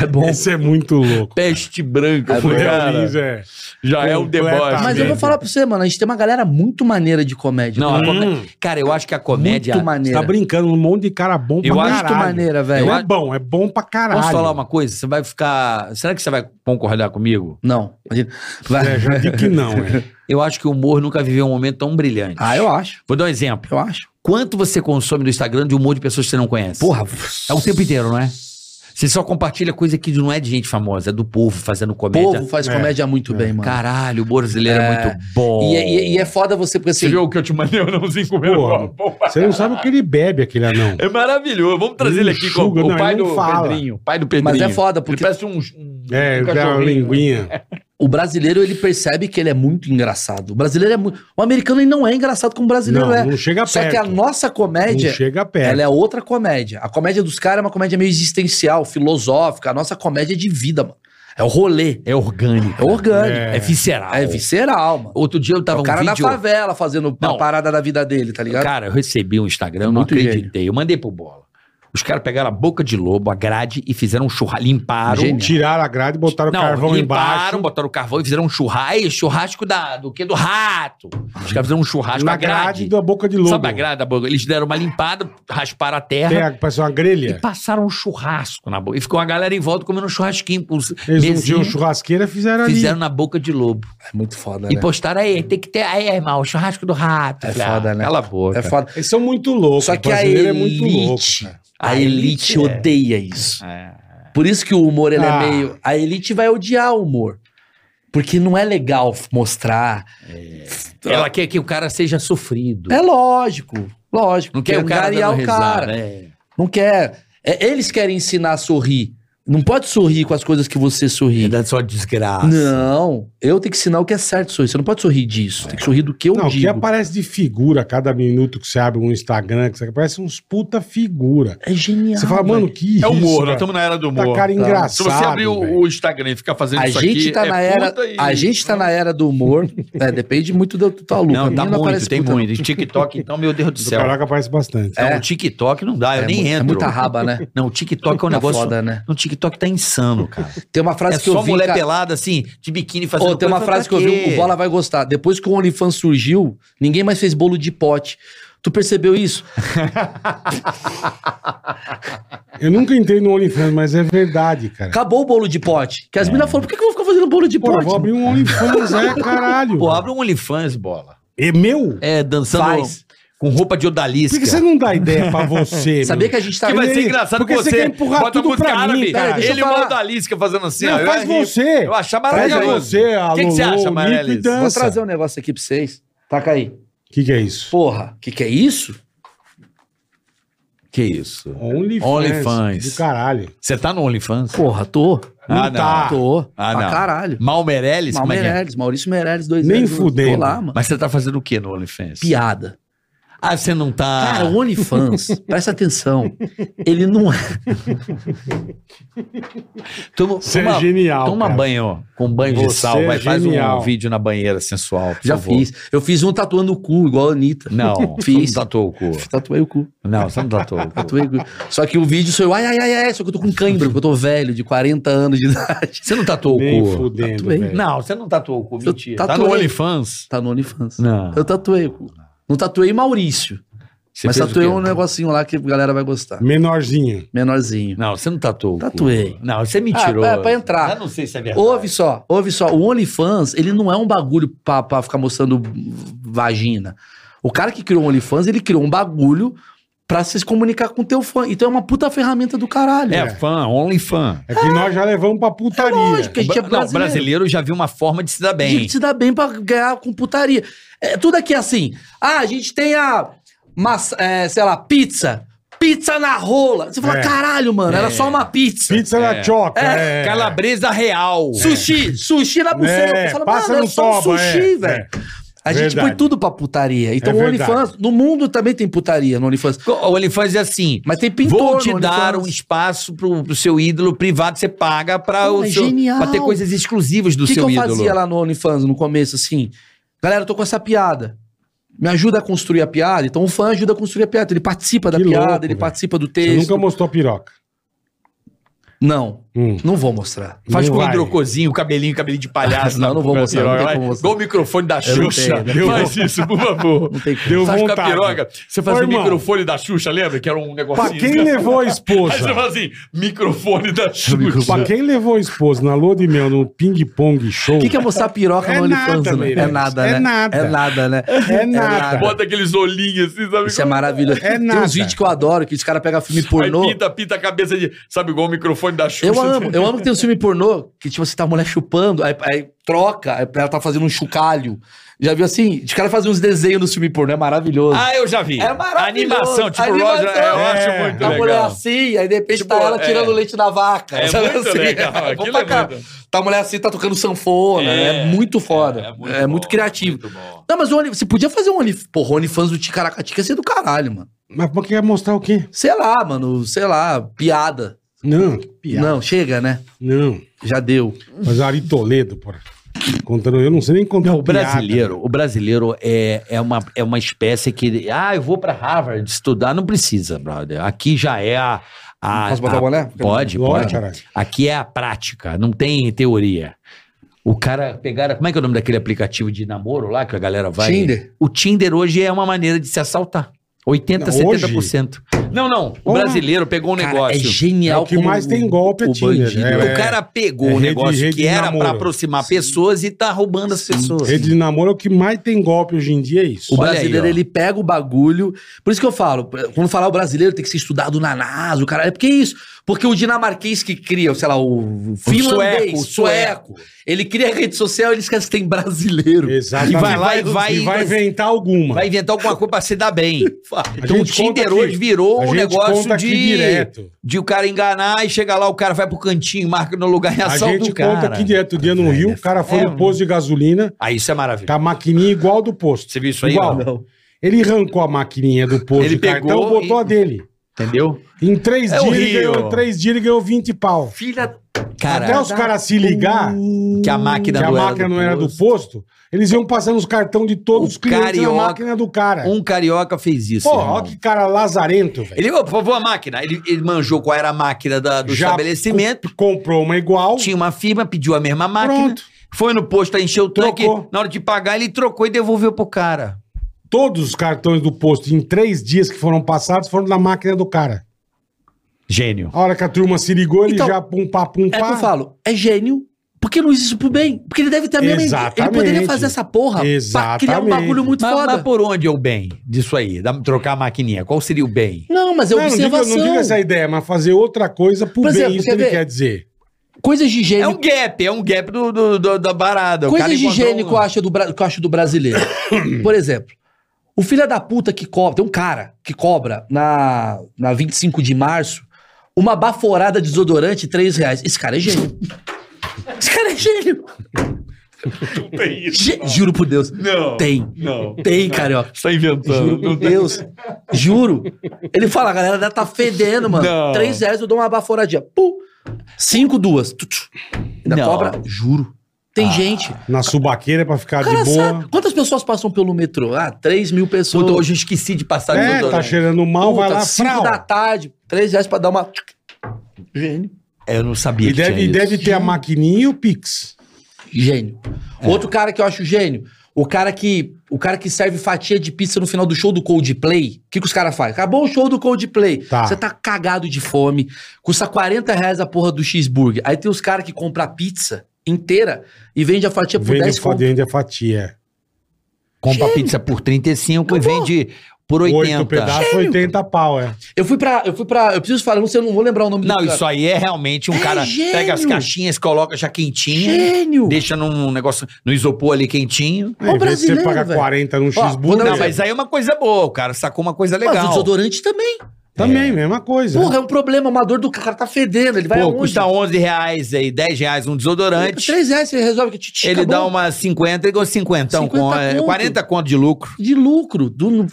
É bom. Esse é muito louco. Peste Branca. O cara. Léo Lins é. já é um deboche. Completamente. Mas eu vou falar pra você, mano, a gente tem uma galera muito maneira de comédia. Não, a Hum. comé- cara, eu acho que a comédia. muito Você maneira. tá brincando, um monte de cara bom pra Eu acho caralho. muito maneira, velho. Não Eu é bom, é bom pra caralho. Posso falar uma coisa? Você vai ficar. Será que você vai concordar comigo? Não. imagina. Vai. É, já digo que não, é. Eu acho que o humor nunca viveu um momento tão brilhante. Ah, eu acho. Vou dar um exemplo. Eu acho. Quanto você consome no Instagram de um monte de pessoas que você não conhece? Porra. É o tempo inteiro, não é? Você só compartilha coisa que não é de gente famosa, é do povo fazendo comédia. povo faz É. comédia muito bem, mano. Caralho, o brasileiro é, muito bom. E, é- e é- e é foda você, porque assim. o que eu te mandei, eu não sei comer. Porra, você não sabe o que ele bebe, aquele anão. É maravilhoso. Vamos trazer ele aqui com Enxuga, o não, pai ele não do fala. Pedrinho. Pai do Pedrinho. Mas é foda, Ele porque parece um. um É, um dá uma cachorrinho. linguinha. o brasileiro ele percebe que ele é muito engraçado. O brasileiro é muito. O americano ele não é engraçado como o brasileiro Não, é. não chega perto. Só que a nossa Não comédia, chega perto. ela é outra comédia. A comédia dos caras é uma comédia meio existencial, filosófica. A nossa comédia é de vida, mano. É o rolê. É orgânico. É orgânico. É visceral. É, visceral, mano. Outro dia eu tava É o um cara vídeo... da favela fazendo Não. a parada da vida dele, tá ligado? Cara, eu recebi um Instagram, eu não Muito acreditei. Eu mandei pro Bola. Os caras pegaram a boca de lobo, a grade e fizeram um churrasco. Limparam. Genial. Tiraram a grade, botaram o carvão embaixo. botaram o carvão e fizeram um churrasco. Churrasco da, do quê? Do rato. Os caras fizeram um churrasco Na a grade. grade da boca de lobo. Sabe a grade da boca? Eles deram uma limpada, rasparam a terra. Tem a- Parece uma E grelha. passaram um churrasco na boca. E ficou a galera em volta comendo um churrasquinho. com os Eles não mesinhos, tinham churrasqueira, fizeram ali. Fizeram na boca de lobo. É muito foda, E postaram aí, tem que ter. Aí, irmão, churrasco do rato. É Falei, ah, foda, né? Cala a boca. É foda. Eles são muito loucos. Só que o a brasileiro é elite, muito louco. cara. a elite é. odeia isso. Por isso que o humor ele Ah. é meio. A elite vai odiar o humor. Porque não é legal mostrar. Ela quer que o cara seja sofrido. É lógico. Lógico. Não quer o cara angariar dando o risada, cara. né? é. Não quer. É, eles querem ensinar a sorrir. Não pode sorrir com as coisas que você sorri. Ainda só desgraça. Não, eu tenho que ensinar o que é certo de sorrir. Você não pode sorrir disso. Tem que sorrir do que eu Não, o que é digo. aparece de figura a cada minuto que você abre um Instagram, que você aparece uns puta figura. É genial. Você fala, mano, É que isso, humor, nós cara. estamos na era do Tá humor. cara engraçado, Se você abrir o, velho. o Instagram e ficar fazendo A isso gente, aqui, tá é na era, puta e- a gente tá na era do humor. É, depende muito do tua luta. Não, Pra dá mim não muito, aparece tem puta, muito. E TikTok, então, meu Deus do Do céu. Caraca aparece bastante. Não, o TikTok não dá, Ah, eu É nem mu- é entro. muita raba, né? Não, o Tiktok é um Tá negócio. foda, né? O Tiktok tá insano, cara. Tem uma frase é que eu só vi. mulher cara- pelada, assim, de biquíni fazendo. Ô, tem uma coisa, frase que pra eu vi, quê? o Bola vai gostar. Depois que o OnlyFans surgiu, ninguém mais fez bolo de pote. Tu percebeu isso? Eu nunca entrei no OnlyFans, mas é verdade, cara. Acabou o bolo de pote. É. Que as meninas falam, por que que eu vou ficar fazendo bolo de Pô, eu pote? vou abrir um OnlyFans, é, caralho. Pô, abre um OnlyFans, bola. É meu? É, dançando Faz. com roupa de odalisca. Por que você não dá ideia pra você, Sabia que a gente tá... Que vai ser Ele- engraçado porque com você você. quer empurrar Bota tudo música pra mim, árabe, cara, deixa eu Ele manda falar. a Odalisca fazendo assim, Não, é ó. eu faz ia rir. você. Eu achava Faz maravilhoso. você, a O que que você Lulu, acha, o Marielle? Nico e Dan- Vou Dança. trazer um negócio aqui pra vocês. Taca aí. O que, que é isso? Porra, que que é isso? Que isso? OnlyFans. OnlyFans. Do caralho. Você tá no OnlyFans? Porra, tô. Não Ah, não. tá. Tô. Ah, pra não. caralho. Mal Meirelles? Mal Como é que é? Meirelles, Maurício Meirelles, dois Nem anos, fudendo. Tô lá, mano. Mas você tá fazendo o que no OnlyFans? Piada. Ah, você não tá. Cara, o OnlyFans, presta atenção, ele não é. toma, Você toma- é genial. Toma cara. banho, com banho de Você sal. é Vai, faz genial. um vídeo na banheira sensual. por Já favor. fiz. Eu fiz um tatuando o cu, igual a Anitta. Não, Fiz. fiz. Não tatuou o cu. Tatuei o cu. Não, você não tatuou o cu. Tatuei o cu. Só que o vídeo sou eu, ai, ai, ai, ai, só que eu tô com cãibra, porque eu tô velho, de 40 anos de idade. Você não tatuou Nem o cu. fudendo, Tatuei. velho. Não, você não tatuou o cu, Eu mentira. Tá no tatuei. OnlyFans? Tá no OnlyFans. Não. Eu tatuei o cu. Não tatuei Maurício, Você mas fez o tatuei quê? um negocinho lá que a galera vai gostar. Menorzinho. Menorzinho. Não, você não tatuou. o cu. Tatuei. Não, você é me tirou. Tá Ah, pra- pra entrar. Eu não sei se é verdade. Ouve só, ouve só. O OnlyFans, ele não é um bagulho pra, pra ficar mostrando vagina. O cara que criou o OnlyFans, ele criou um bagulho pra se comunicar com o teu fã. Então é uma puta ferramenta do caralho. É fã, only fã. É que nós já levamos pra putaria. lógico que a gente é Não, brasileiro. brasileiro. já viu uma forma de se dar A bem. gente se dá bem pra ganhar com putaria. É, tudo aqui é assim. Ah, a gente tem a, massa, é, sei lá, pizza. Pizza na rola. Você fala, É. caralho, mano, era só uma pizza. Pizza na choca. É. Calabresa real. Sushi, sushi na buceta. É, Você fala, passa mano, era no só um toba, sushi, é, velho. é. A gente Verdade. põe tudo pra putaria. Então É o verdade. OnlyFans, no mundo também tem putaria no OnlyFans. O OnlyFans é assim. Mas tem pintor Vou no te dar um OnlyFans. espaço pro, pro seu ídolo privado, você paga pra, Pô, o é seu, genial. pra ter coisas exclusivas do O que, que seu eu ídolo. fazia lá no OnlyFans no começo, assim? Galera, eu tô com essa piada. Me ajuda a construir a piada. Então o fã ajuda a construir a piada. Ele participa da Que piada, louco, ele velho. participa do Você texto. nunca mostrou a piroca. Não, Hum. não vou mostrar. Faz Não com o vai. hidrocozinho, o cabelinho, cabelinho de palhaço. Não, na não vou boca da mostrar, não tem vai. como mostrar. Igual o microfone da não Xuxa. tenho, não Faz isso, por favor. Não tem como. Deu Faz com é a vontade. piroca. Você faz Ô, o irmão. microfone da Xuxa, lembra? Que era um negocinho. Pra quem levou a Aí você esposa? fala assim, microfone da é Xuxa. pra quem levou a esposa na lua de mel, no ping-pong show? O que, que é mostrar piroca É no OnlyFans? nada, né? É Meirelles. nada, É né? nada. É nada, né? É nada. Bota aqueles olhinhos assim, sabe? Isso é maravilhoso. É Tem nada. uns vídeos que eu adoro, que os caras pegam filme pornô. Aí pinta, pinta a cabeça de... Sabe, igual o microfone da Xuxa. Eu amo, eu amo que tem um filme pornô que, tipo, você tá a mulher chupando, aí, aí troca, aí ela tá fazendo um chocalho. Já viu assim? Os caras fazem uns desenhos no filme pornô, é maravilhoso. Ah, eu já vi. É maravilhoso. Animação, tipo Animação. Roger. Eu acho É. muito a legal. mulher assim, aí de repente Tipo, tá ela é. tirando leite da vaca. É sabe muito assim? legal, Bom aquilo pra é caralho. muito. Tá a mulher assim, tá tocando sanfona. É, É. muito foda. É, É, é muito, muito bom, criativo. muito bom. Não, mas o Only, você podia fazer um Only... Porra, OnlyFans do Ticaracatica ia ser do caralho, mano. Mas pra que ia mostrar o quê? Sei lá, mano, sei lá, piada. Não, que piada. Não, chega, né? Não. Já deu. Mas Ari Toledo, porra. Contando, eu não sei nem contar O brasileiro, o brasileiro é, é, uma, é uma espécie que. Ah, eu vou pra Harvard estudar. Não precisa, brother. Aqui já é a. a- Posso botar a- o boné? tá. Pode, Lógico, né? pode. caralho. Aqui é a prática, não tem teoria. O cara pegaram. Como é que é o nome daquele aplicativo de namoro lá que a galera vai. Tinder. O Tinder hoje é uma maneira de se assaltar. 80, Não, 70%. Não, não. O Porra. brasileiro pegou um Cara, negócio. é genial É o que como mais tem golpe é o Tinder, bandido. né? É. O cara pegou É um rede- negócio rede que de era pra namoro. aproximar pessoas e tá roubando as pessoas. Rede de namoro é o que mais tem golpe hoje em dia, é isso. O Olha brasileiro, aí, ó. ele pega o bagulho. Por isso que eu falo, quando falar o brasileiro tem que ser estudado na NASA, o caralho. Porque é isso. Porque o dinamarquês que cria, sei lá, o finlandês, sueco, sueco, o ele cria rede social e ele esquece que tem brasileiro. Exatamente. E vai lá e vai- E vai inventar alguma. Vai inventar alguma coisa pra se dar bem. Então o gente conta Tinder aqui. hoje virou A um gente negócio conta aqui de, direto. de o cara enganar e chega lá, o cara vai pro cantinho, marca no lugar e A assalta gente o cara. conta aqui direto o dia no É, Rio, é o cara foi é, no posto de gasolina, Ah, isso é maravilhoso. com a maquininha igual do posto. Você viu isso aí? Tá. Igual. não? Ele arrancou a maquininha do posto Ele de cartão, pegou botou e- a dele. Entendeu? Em três, É o dias, ele Rio. ganhou, em três dias ele ganhou 20 pau. Filha. Cara, Até os caras se ligar que a máquina que a não era máquina do não era do posto, eles iam passando os cartão de todos O os clientes carioca- na máquina do cara. Um carioca fez isso. Porra, irmão. olha que cara lazarento, velho. Ele, ô, por favor, a máquina. Ele, ele manjou qual era a máquina da- do Já estabelecimento. co- comprou uma igual. Tinha uma firma, pediu a mesma máquina. Pronto. Foi no posto, aí encheu o tanque. Trocou. Na hora de pagar, ele trocou e devolveu pro cara. Todos os cartões do posto, em três dias que foram passados, foram na máquina do cara. Gênio. A hora que a turma se ligou, ele Então, já pum pá, pum É o que eu pá. falo, é gênio. Porque não existe pro bem. Porque ele deve ter a mesma Ele Exatamente. poderia fazer essa porra pra criar um Exatamente. bagulho muito Mas, foda. mas por onde é o bem disso aí? Da- trocar a maquininha? Qual seria o bem? Não, mas é não, não digo, observação. não digo essa ideia, mas fazer outra coisa pro Por bem, exemplo, isso quer ele ver? quer dizer. Coisas de É gênio. um gap, é um gap do, do- do- da barada. O cara Coisas de encontrou higiene um- que, eu acho do, bra- que eu acho do brasileiro. Por exemplo, o filho da puta que cobra. Tem um cara que cobra na, na 25 de março uma baforada de desodorante, 3 reais. Esse cara é gênio. Esse cara é gênio. Não tem isso. Gê- Juro por Deus. Não. Tem. Não. Tem, carioca. Você tá inventando. Juro por Deus. Juro. Ele fala, a galera deve tá fedendo, mano. Não. 3 reais eu dou uma baforadinha. Pum. Cinco, duas. Tu, tu. Ainda Não. cobra. Juro. Ah. Tem gente. Na subaqueira pra ficar Cara, Tá de boa. sabe quantas pessoas passam pelo metrô? Ah, 3 mil pessoas. Puta, hoje eu esqueci de passar no É, tá desodorante. cheirando mal, vai lá, né? cinco frau. da tarde, 3 reais pra dar uma... Gênio. É, eu não sabia E que deve, tinha e isso. deve ter a maquininha e o Pix. Gênio. É. Outro cara que eu acho gênio, o cara que, o cara que serve fatia de pizza no final do show do Coldplay, o que, que os caras fazem? Acabou o show do Coldplay, Tá. você tá cagado de fome, custa 40 reais a porra do cheeseburger. Aí tem os caras que compram a pizza inteira e vende a fatia por Vende, 10 a fa- conto. vende a fatia. é. Compra pizza por 35 e vende por Oito 80. pedaços, 80 pau, é. Eu fui pra, eu fui pra, eu preciso falar, não sei, eu não vou lembrar o nome Não, do cara. isso aí é realmente um É cara gênio. pega as caixinhas, coloca já quentinha, Gênio! deixa num negócio no isopor ali quentinho. Aí, em vez de você brasileiro, pagar velho. 40 num vou cheeseburger, dar- um Não, mas aí é uma coisa boa, o cara sacou uma coisa Mas o legal. desodorante também. também, mesma coisa. Porra, é um problema, uma dor do cara, o cara tá fedendo, ele vai Pô, aonde? custa 11 reais aí, 10 reais um desodorante. 3 reais você resolve que te- te Ele dá acabou. uma 50 e ganhou 50, então, 50 com, é, conto. 40 conto de lucro. de lucro, do,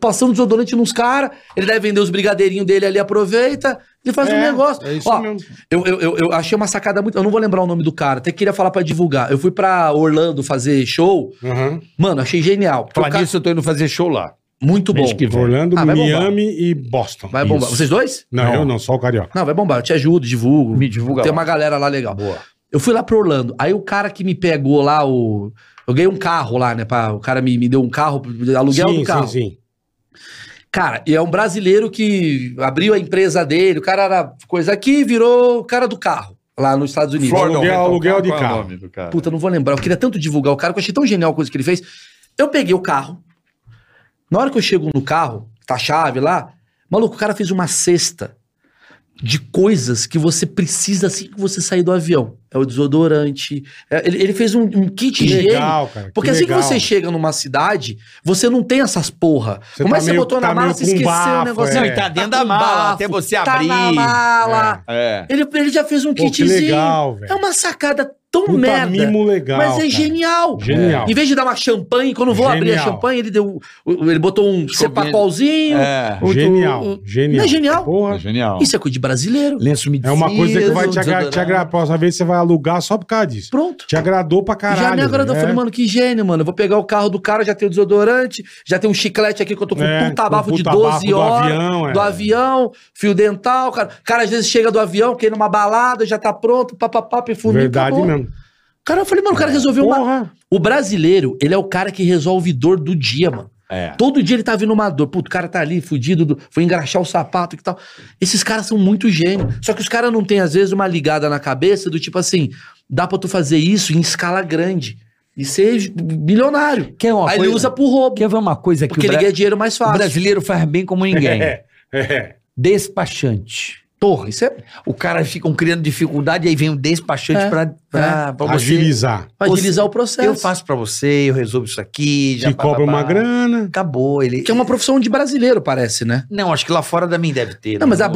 passando desodorante nos caras, ele deve vender os brigadeirinhos dele ali, aproveita, ele faz um É, negócio. é isso Ó, mesmo. Eu, eu, eu, eu achei uma sacada muito. Eu não vou lembrar o nome do cara, até queria falar pra divulgar. Eu fui pra Orlando fazer show, Aham. mano, achei genial. Porque o Falar cara- nisso, eu tô indo fazer show lá. muito bom. Mês que vem. Orlando, Ah, vai bombar. Miami e Boston. Vai bombar. Isso. Vocês dois? Não, eu não, só o Carioca. Não, vai bombar, eu te ajudo, divulgo. Me divulga Tem lá. uma galera lá legal. Boa. Eu fui lá pro Orlando. Aí o cara que me pegou lá, o. Eu ganhei um carro lá, né? Pra... O cara me, me deu um carro, aluguel do carro. sim, sim. Cara, e é um brasileiro que abriu a empresa dele, o cara era coisa aqui, virou o cara do carro lá nos Estados Unidos. Flor- então, Então, Aluguel- É aluguel é é de carro. Puta, não vou lembrar. Eu queria tanto divulgar o cara, que eu achei tão genial a coisa que ele fez. Eu peguei o carro. Na hora que eu chego no carro, tá a chave lá, maluco, o cara fez uma cesta de coisas que você precisa assim que você sair do avião. É o desodorante. é- ele, ele fez um, um kit Que higiênico. legal, cara. Porque assim legal. que você chega numa cidade, você não tem essas porra. Você Como tá é que você meio- botou tá na mala, meio você com esqueceu bafo, o negócio? é. Não, e tá dentro da com mala, até você Tá na abrir. mala. É. Ele, ele já fez um Pô, que kitzinho. legal, velho. é uma sacada tão Puta merda. mimo legal. mas é cara. genial. Genial. Em vez de dar uma champanhe, quando eu vou abrir a Genial. champanhe, ele deu. o- Ele botou um sepacolzinho. É. o- Genial, o- genial. Não é genial? Porra. genial. Isso é coisa de brasileiro. Lenço É uma coisa que vai te agradar. agradar. Te agra... Próxima vez você vai alugar só por causa disso. Pronto. Te agradou pra caralho. é. né? já me agradou. Eu velho. Falei, mano, que gênio, mano. Eu vou pegar o carro do cara, já tem o desodorante, já tem um chiclete aqui que eu tô com É, um puta bafo com de puta 12 bafo do horas. avião, é. Do avião, fio dental. Cara, cara às vezes chega do avião, quer ir numa balada, já tá pronto, papapá, perfuminho. Verdade acabou. mesmo. É. Cara, eu falei, mano, o cara resolveu uma. Porra. O brasileiro, ele é o cara que resolve dor do dia, mano. É. Todo dia ele tá vindo uma dor. Puto, o cara tá ali fudido, do- foi engraxar o sapato e tal. Esses caras são muito gênios. Só que os caras não têm, às vezes, uma ligada na cabeça do tipo assim: dá pra tu fazer isso em escala grande e ser milionário. Quer uma Aí coisa? ele usa pro roubo. Quer ver uma coisa que Porque o, ele bra- ganha dinheiro mais o fácil. brasileiro faz bem como ninguém? É. Despachante. Porra, isso é. O cara ficam criando dificuldade e aí vem um despachante É, pra, pra, pra você. Agilizar. Pra agilizar o processo. Eu faço pra você, eu resolvo isso aqui. já Te pá, cobra pá, uma pá. grana. Acabou. Ele... Que é uma profissão de brasileiro, parece, né? Não, acho que lá fora também deve ter. Não, né? mas a burocracia.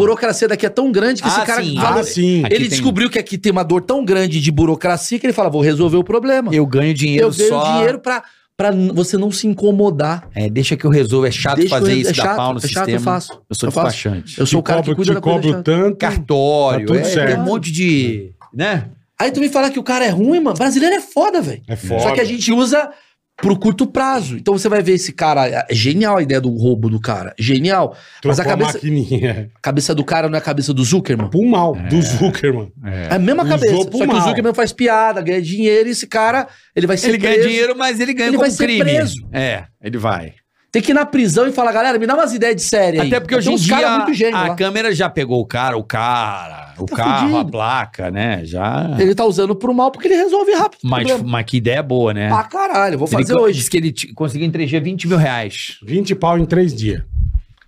burocracia daqui é tão grande que esse Ah, cara. sim. valor- Ah, sim. ele tem- descobriu que aqui tem uma dor tão grande de burocracia que ele fala: vou resolver o problema. Eu ganho dinheiro Eu ganho só. dinheiro pra, pra n- você não se incomodar. É, deixa que eu resolvo. É chato Deixa fazer eu- isso, é da chato, pau no é chato, sistema. eu faço. Eu sou eu faço. despachante. Eu sou o Te cara cobro- que cuida te da coisa cobro chata. tanto. Cartório, Tá tudo é, tem certo. um monte de. Né? Aí tu me falar que o cara é ruim, mano. Brasileiro é foda, velho. É foda. Só que a gente usa pro curto prazo. Então você vai ver esse cara. é Genial a ideia do roubo do cara. Genial. Mas a Trocou cabeça, maquininha. a cabeça do cara não é a cabeça do Zuckerman. Pro mal, do Zuckerman. É a mesma Usou cabeça. Só pro que o mal. Zuckerman faz piada, ganha dinheiro, e esse cara, ele vai ser ele ganha preso. dinheiro, mas ele ganha Ele como vai ser crime. preso. É, ele vai. Tem que ir na prisão e falar, galera, me dá umas ideias de série aí. Até porque Tem hoje em uns dia cara muito gênio a lá. Tá câmera já pegou o cara, o cara, o carro, a fudido. placa, né? Já. Ele tá usando pro mal porque ele resolve rápido. o Mas, problema. mas que ideia boa, né? Pra caralho, eu vou fazer ele co- hoje. Diz que ele t- conseguiu entregar 20 mil reais. 20 pau em três dias.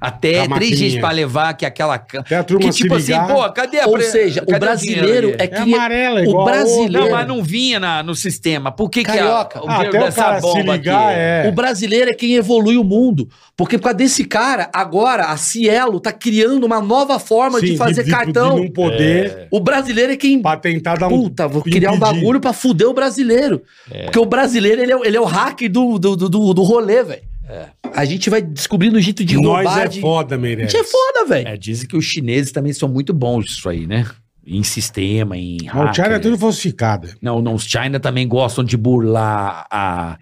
Até Tá A três maquininha. dias pra levar que aquela. ca- Até a turma Que se tipo assim, ligar. pô, cadê a Ou pre- seja, cadê o dinheiro brasileiro ali? é É que... amarela, o igual a brasileiro- Não, outra. mas não vinha na- no sistema. Por que Carioca. que a, Ah, até o cara se ligar é. O brasileiro é quem evolui o mundo. Porque por causa desse cara, agora a Cielo tá criando uma nova forma Sim, é de fazer cartão. De não poder, O brasileiro é quem pra tentar dar um... Puta, vou criar um impedir. bagulho pra fuder o brasileiro. Porque o brasileiro, ele é, o- ele é o hacker do, do, do, do- do rolê, velho. É. A gente vai descobrindo o jeito de Nós roubar. é de... foda, A Meirelles. gente é foda, velho. É, dizem que os chineses também são muito bons nisso aí, né? Em sistema, em Mas o China é hacker. tudo falsificado. Não, não, os China também gostam de burlar a,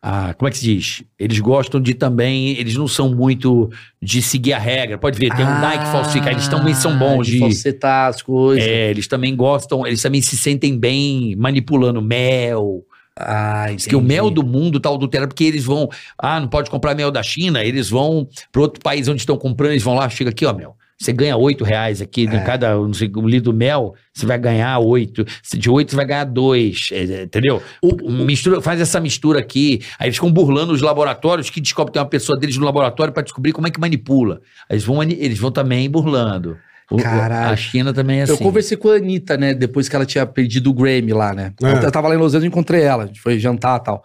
a- Como é que se diz? Eles gostam de também. Eles não são muito de seguir a regra. Pode ver, tem um Nike falsificado. Eles também são bons Ah, de de. falsetar as coisas. É, eles também gostam, eles também se sentem bem manipulando mel. Ah, Diz que o mel do mundo tá adulterado, porque eles vão. Ah, não pode comprar mel da China, eles vão para outro país onde estão comprando, eles vão lá, chega aqui, ó, mel. Você ganha oito reais aqui, É. de cada não sei, um litro do mel, você vai ganhar oito. Se De oito, você vai ganhar dois, é, é, entendeu? Mistura, faz essa mistura aqui. Aí eles ficam burlando os laboratórios, que descobre que tem uma pessoa deles no laboratório para descobrir como é que manipula. Aí Eles vão, mani- eles vão também burlando. O- o- Caralho. A China também é assim. Eu conversei com a Anitta, né? Depois que ela tinha perdido o Grammy lá, né? É. Eu tava lá em Los Angeles e encontrei ela. A gente foi jantar e tal.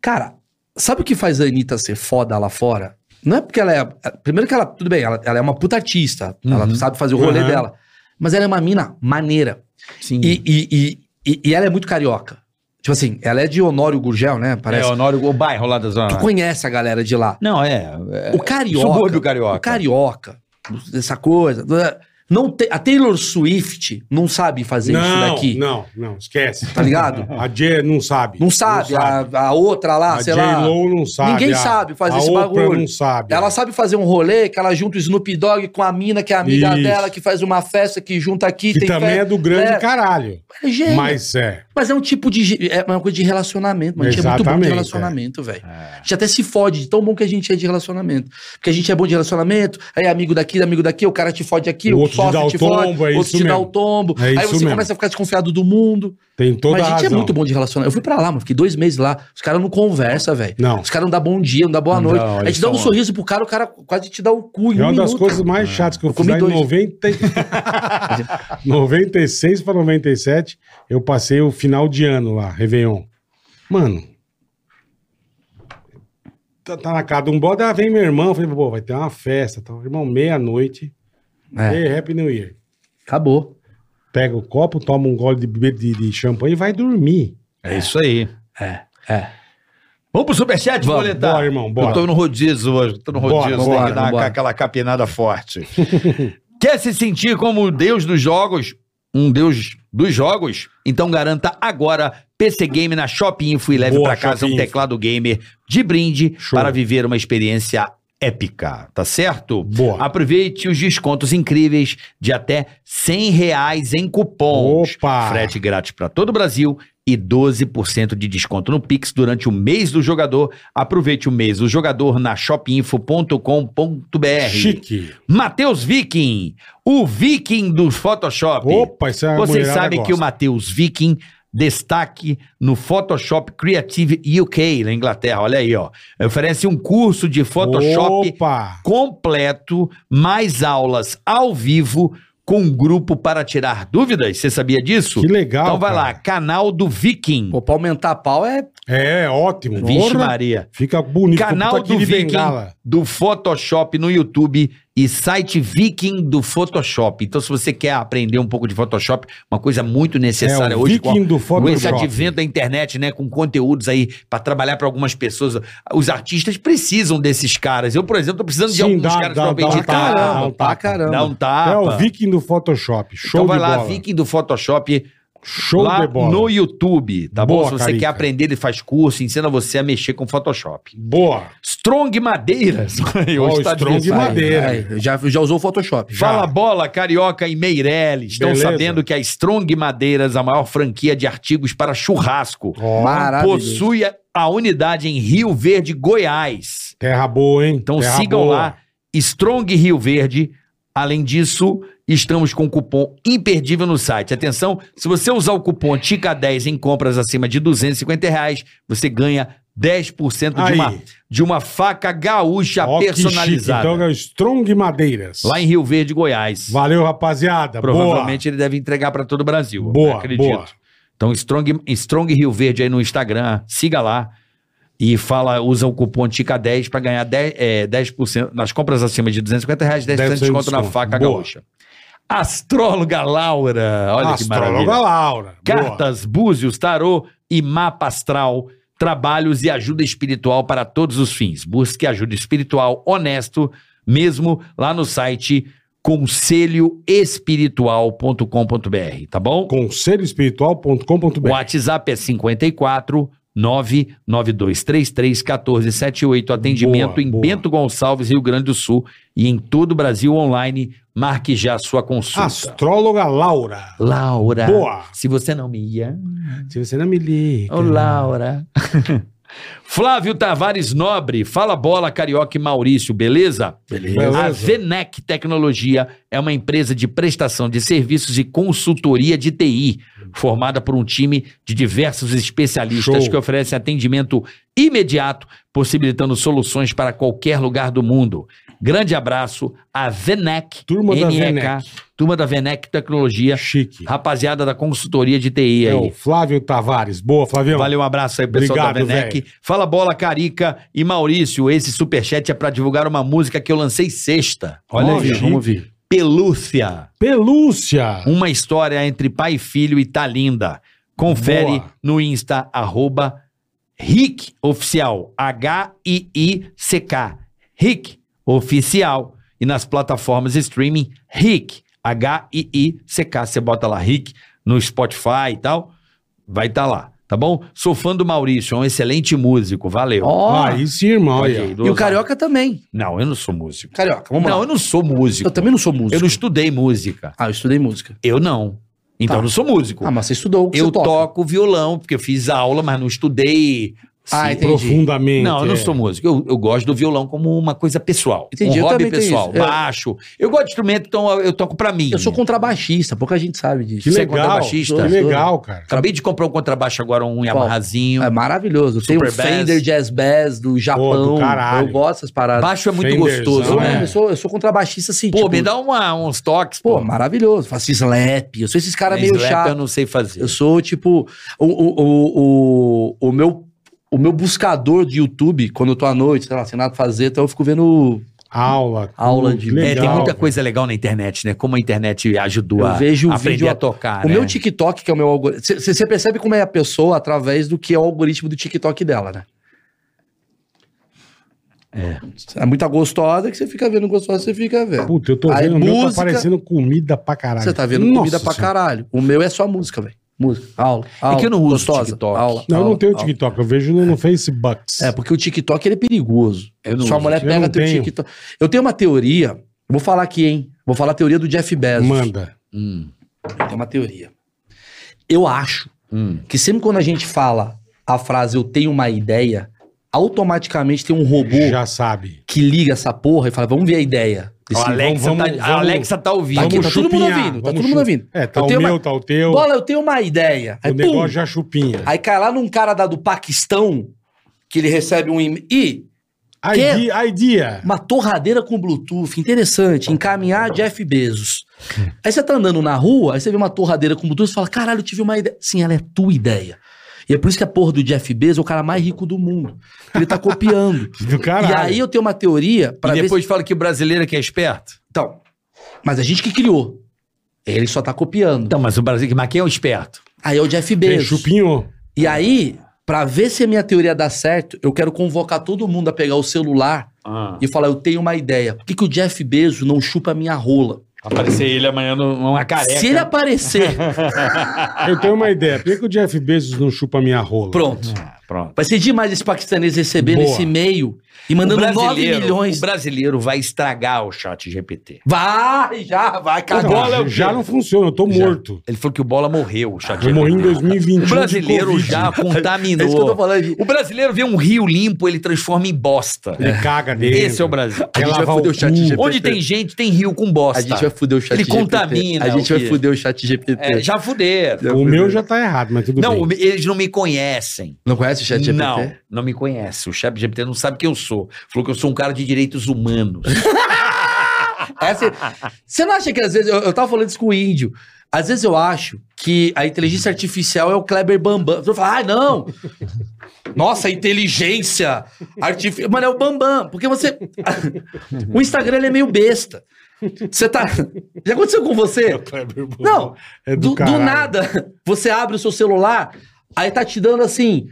Cara, sabe o que faz a Anitta ser foda lá fora? Não é porque ela é. Primeiro que ela, tudo bem, ela, ela é uma puta artista. Ela sabe fazer o rolê Uhum. dela. Mas ela é uma mina maneira. Sim. E, e, e, e- e ela é muito carioca. Tipo assim, ela é de Honório Gurgel, né? Parece. É, Honório, o bairro lá Ah, da Tu É. zona. conhece a galera de lá. Não, é. O carioca. subúrbio carioca. O carioca. Essa coisa. Não te- a Taylor Swift não sabe fazer isso Não, daqui. não, não, esquece. Tá ligado? A J não sabe. Não sabe. A, a outra lá, A sei lá. J-Lo não sabe. Ninguém a- sabe fazer a esse Oprah bagulho. não sabe. Ela sabe fazer um rolê que ela junta o Snoop Dogg com a mina que é amiga Isso. dela, que faz uma festa, que junta aqui. Que também festa. é do grande É. caralho. É gênio. Mas é. Mas é um tipo de. ge- É uma coisa de relacionamento, mano. A gente é muito bom de Exatamente, é. relacionamento, velho. A gente até se fode de tão bom que a gente é de relacionamento. Porque a gente é bom de relacionamento, aí é amigo daqui, amigo daqui, o cara te fode aqui, O o, outro te dá sócio o te fode, tombo, é outro isso te dá mesmo. o tombo. É aí isso você mesmo. começa a ficar desconfiado do mundo. Tem toda Mas a gente razão. é muito bom de relacionamento. Eu fui pra lá, mano, fiquei dois meses lá. Os caras não conversam, velho. Não. Os caras não dão bom dia, não dão boa Não, noite. a eles gente dá um são- sorriso pro cara, o cara quase te dá o cu em É um uma das minuto. coisas mais chatas que eu, Eu fiz comi lá em dois. 90... e- 96 para 97. Eu passei o final de ano lá, Réveillon. Mano. Tá, tá na casa de um bode, ah, vem meu irmão. Falei, pô, vai ter uma festa. Tá. Irmão, meia-noite. É, Hey, Happy New Year. acabou. Pega o copo, toma um gole de, bebê- de, de champanhe e vai dormir. É isso aí. É, é. Vamos pro Superchat, Vamos, boletar? bora, irmão, bora. tá- Eu tô no rodízio hoje, tô no Bora, rodízio. tem bora, que dar bora. aquela capinada forte. Quer se sentir como o deus dos jogos? Um deus dos jogos? Então garanta agora PC Game na Shop Info e leve Boa, pra casa Shop um Info. teclado gamer de brinde Show. para viver uma experiência épica, tá certo? Boa. Aproveite os descontos incríveis de até R$ 100 reais em cupons. Opa! Frete grátis para todo o Brasil e 12% de desconto no Pix durante o mês do jogador. Aproveite o mês do jogador na shopinfo.com.br. Chique. Matheus Viking, o Viking do Photoshop. Opa, isso é Vocês mulherada sabem que o gosta. Matheus Viking destaque no Photoshop Creative UK na Inglaterra. Olha aí, ó. Oferece um curso de Photoshop Opa! completo, mais aulas ao vivo com um grupo para tirar dúvidas. Você sabia disso? Que legal. Então vai cara. lá, canal do Viking. Pô, pra aumentar a pau é. É, ótimo. Vixe Porra, Maria. Fica bonito. Canal puta do que de Viking, bengala. do Photoshop no YouTube e site Viking do Photoshop. Então, se você quer aprender um pouco de Photoshop, uma coisa muito necessária É, o hoje com, a- Viking do com esse Photoshop. advento da internet, né, com conteúdos aí para trabalhar para algumas pessoas. Os artistas precisam desses caras. Eu, por exemplo, tô precisando de Sim, alguns dá- caras dá- pra dá um beijar. tapa, Caramba, dá um pra tapa. caramba. Dá um tapa. É o Viking do Photoshop. Show então vai de lá, bola. Viking do Photoshop Show lá de bola. no YouTube, tá Boa, bom? Se você Carica. quer aprender, ele faz curso, ensina você a mexer com Photoshop. Boa. Strong Madeiras. Hoje Ó, o tá Strong disso. Madeira. Madeira. Ai, já, já usou o Photoshop. Já. Fala Bola, Carioca e Meirelles. Estão Beleza. sabendo que a Strong Madeiras, a maior franquia de artigos para churrasco, um Ó, Maravilhoso. possui a- a unidade em Rio Verde, Goiás. terra boa, hein? Então Terra sigam boa. lá, Strong Rio Verde. Além disso, estamos com um cupom imperdível no site. Atenção, se você usar o cupom TICA10 em compras acima de R$ 250 reais, você ganha 10% de Aí. uma, de uma faca gaúcha Ó, que chique. personalizada. Então é o Strong Madeiras. Lá em Rio Verde, Goiás. Valeu, rapaziada. Provavelmente ele deve entregar para todo o Brasil. eu Boa, acredito. boa. Então, Strong, Strong Rio Verde aí no Instagram, siga lá e fala, usa o cupom TICA10 para ganhar 10, é, 10% nas compras acima de 250 reais, 10% de 10% desconto na desconto. faca Boa. gaúcha. Astróloga Laura, olha Boa. que maravilha. Astróloga Laura. Boa. Cartas, búzios, tarô e mapa astral, trabalhos e ajuda espiritual para todos os fins. Busque ajuda espiritual honesto mesmo lá no site conselhoespiritual.com.br, tá bom? O Conselhoespiritual.com.br. WhatsApp é 54 99233 1478. Atendimento Boa, em boa. Bento Gonçalves, Rio Grande do Sul e em todo o Brasil online. Marque já a sua consulta. Astróloga Laura. Laura. Boa. Se você não me ia. Se você não me liga. Ô, Laura. Flávio Tavares Nobre, fala bola, carioca e Maurício, beleza? Beleza. A Venec Tecnologia é uma empresa de prestação de serviços e consultoria de TI, formada por um time de diversos especialistas Show. que oferecem atendimento imediato, possibilitando soluções para qualquer lugar do mundo. Grande abraço, a Venec, Turma da NEK, Venec. turma da Venec Tecnologia, Chique. rapaziada da consultoria de TI É aí. o Flávio Tavares. Boa, Flavião. Valeu, um abraço aí, pessoal Então, Obrigado, da Venec. velho. Fala bola, Carica e Maurício. Esse superchat é pra divulgar uma música que eu lancei sexta. Olha Ó, aí, chique. vamos ver. Pelúcia. Pelúcia. Uma história entre pai e filho e tá linda. Confere Boa. no Insta, arroba Rick Oficial. H-I-I-C-K. Rick Oficial. E nas plataformas streaming, Rick. H-I-I-C-K. Você bota lá Rick no Spotify e tal. Vai estar lá, tá bom? Sou fã do Maurício, é um excelente músico. Valeu. Ó, Aí sim, Ah, irmão. aí, ó. Ok, do e o Osasco. Carioca também. Não, eu não sou músico. Carioca, vamos Não, lá. eu não sou músico. Eu também não sou músico. Eu não estudei música. Ah, eu estudei música. Eu não. Então Tá. eu não sou músico. Ah, mas você estudou. o que Eu você toca. toco violão, porque eu fiz aula, mas não estudei. Ah, assim. entendi. Profundamente. Não, eu não é. sou músico. Eu, eu gosto do violão como uma coisa pessoal. Entendi, Um eu hobby também tenho pessoal. isso, é. Baixo. Eu gosto de instrumento, então eu toco pra mim. Eu sou contrabaixista, pouca gente sabe disso. Que Você é legal. Que contrabaixista? legal, cara. Acabei de comprar um contrabaixo agora, um Yamahazinho. É maravilhoso. Tem Super o Fender Bass. Jazz Bass do Japão. caralho. eu gosto dessas paradas. Baixo é muito Fenderzão, gostoso, Eu, é. né? mesmo, eu sou, eu sou contrabaixista assim. Pô, tipo, me dá um uma- uns toques. Pô, maravilhoso. Faço slap. Eu sou esses caras meio Slap Eu chato. não sei fazer. Eu sou tipo. O, o, o, o, o meu. O meu buscador de YouTube, quando eu tô à noite, sei lá, sem nada pra fazer, então eu fico vendo. Aula. Aula tudo, de- que É, é, tem muita velho. coisa legal na internet, né? Como a internet ajudou Eu a vejo o aprender vídeo- a tocar, o né? meu TikTok, que é o meu algoritmo. Você percebe como é a pessoa através do que é o algoritmo do TikTok dela, né? É. É muita gostosa que você fica vendo gostosa, você fica vendo. Puta, eu tô Aí, vendo, o meu tá música- parecendo comida pra caralho. Você tá vendo Nossa comida pra Senhora. caralho. O meu é só música, velho. Música, aula, aula. que eu não uso gostosa, TikTok. Aula, Não, eu aula, não tenho aula. TikTok, eu vejo no, no Facebook. É, porque o TikTok ele é perigoso. Eu não Sua uso. mulher Eu pega não teu tenho. TikTok. Eu tenho uma teoria, eu vou falar aqui, hein? Vou falar a teoria do Jeff Bezos. Manda. Hum, Eu tenho uma teoria. Eu acho hum. que sempre quando a gente fala a frase eu tenho uma ideia, automaticamente tem um robô Já sabe. que liga essa porra e fala, vamos ver a ideia. Ó, a Alexa, vamos- tá, vamos- a Alexa tá ouvindo. Tá aqui, Vamos tá todo mundo chupinhar, ouvindo, tá vamos todo mundo chu- ouvindo. É, tá Eu o tenho meu, uma- tá o teu. Bola, eu tenho uma ideia. Aí, o pum, negócio já chupinha. Aí cai lá num cara da do Paquistão, que ele recebe um e-mail. Ih, Quê? Idea, idea. Uma torradeira com Bluetooth, interessante, encaminhar Jeff Bezos. Aí você tá andando na rua, aí você vê uma torradeira com Bluetooth e fala: caralho, eu tive uma ideia. Sim, ela é tua ideia. E é por isso que a porra do Jeff Bezos é o cara mais rico do mundo. Ele tá copiando. Do caralho. E aí eu tenho uma teoria para e ver. depois fala que o brasileiro é que é esperto. Então, mas a gente que criou. Ele só tá copiando. Então, mas o brasileiro, mas quem é o esperto? Aí é o Jeff Tem Bezos. chupinho. E aí, pra ver se a minha teoria dá certo, eu quero convocar todo mundo a pegar o celular e falar: eu tenho uma ideia. Por que, que o Jeff Bezos não chupa a minha rola? Aparecer ele amanhã numa careca. Se ele aparecer, Eu tenho uma ideia. Por que, que o Jeff Bezos não chupa minha rola? Ah, pronto. Pronto. Vai ser demais esse paquistanês recebendo Boa. esse e-mail e O mandando 9 brasileiro, milhões. o brasileiro vai estragar o chat GPT. Vai, já, vai, Não, cagou. já- já não funciona, eu tô morto. Ele falou que o Bola morreu, o chat Eu morri em O 2021. brasileiro de Covid. já contaminou. É isso que eu tô falando. O brasileiro vê um rio limpo, ele transforma em bosta. Ele caga dele. Esse é o Brasil. Quer A gente vai lavar foder o o chat chat GPT. Onde tem gente, tem rio com bosta. A gente vai fuder o chat Ele contamina A o gente quê? vai fuder o chat GPT. É, já fuderam. O meu já tá errado, mas tudo Não, bem. eles não me conhecem. Não conhece o chat GPT? Não, não me conhece. O chat GPT não sabe quem eu sou. Falou que eu sou um cara de direitos humanos. Essa- É assim, você não acha que às vezes. Eu, eu tava falando isso com o índio. Às vezes eu acho que a inteligência artificial é o Kleber Bambam. Você fala, ah, não! Nossa, inteligência artificial. Mano, é o Bambam. Porque você. o Instagram ele é meio besta. Você tá. Já aconteceu com você? Não, É do, do caralho. nada, você abre o seu celular, aí tá te dando assim.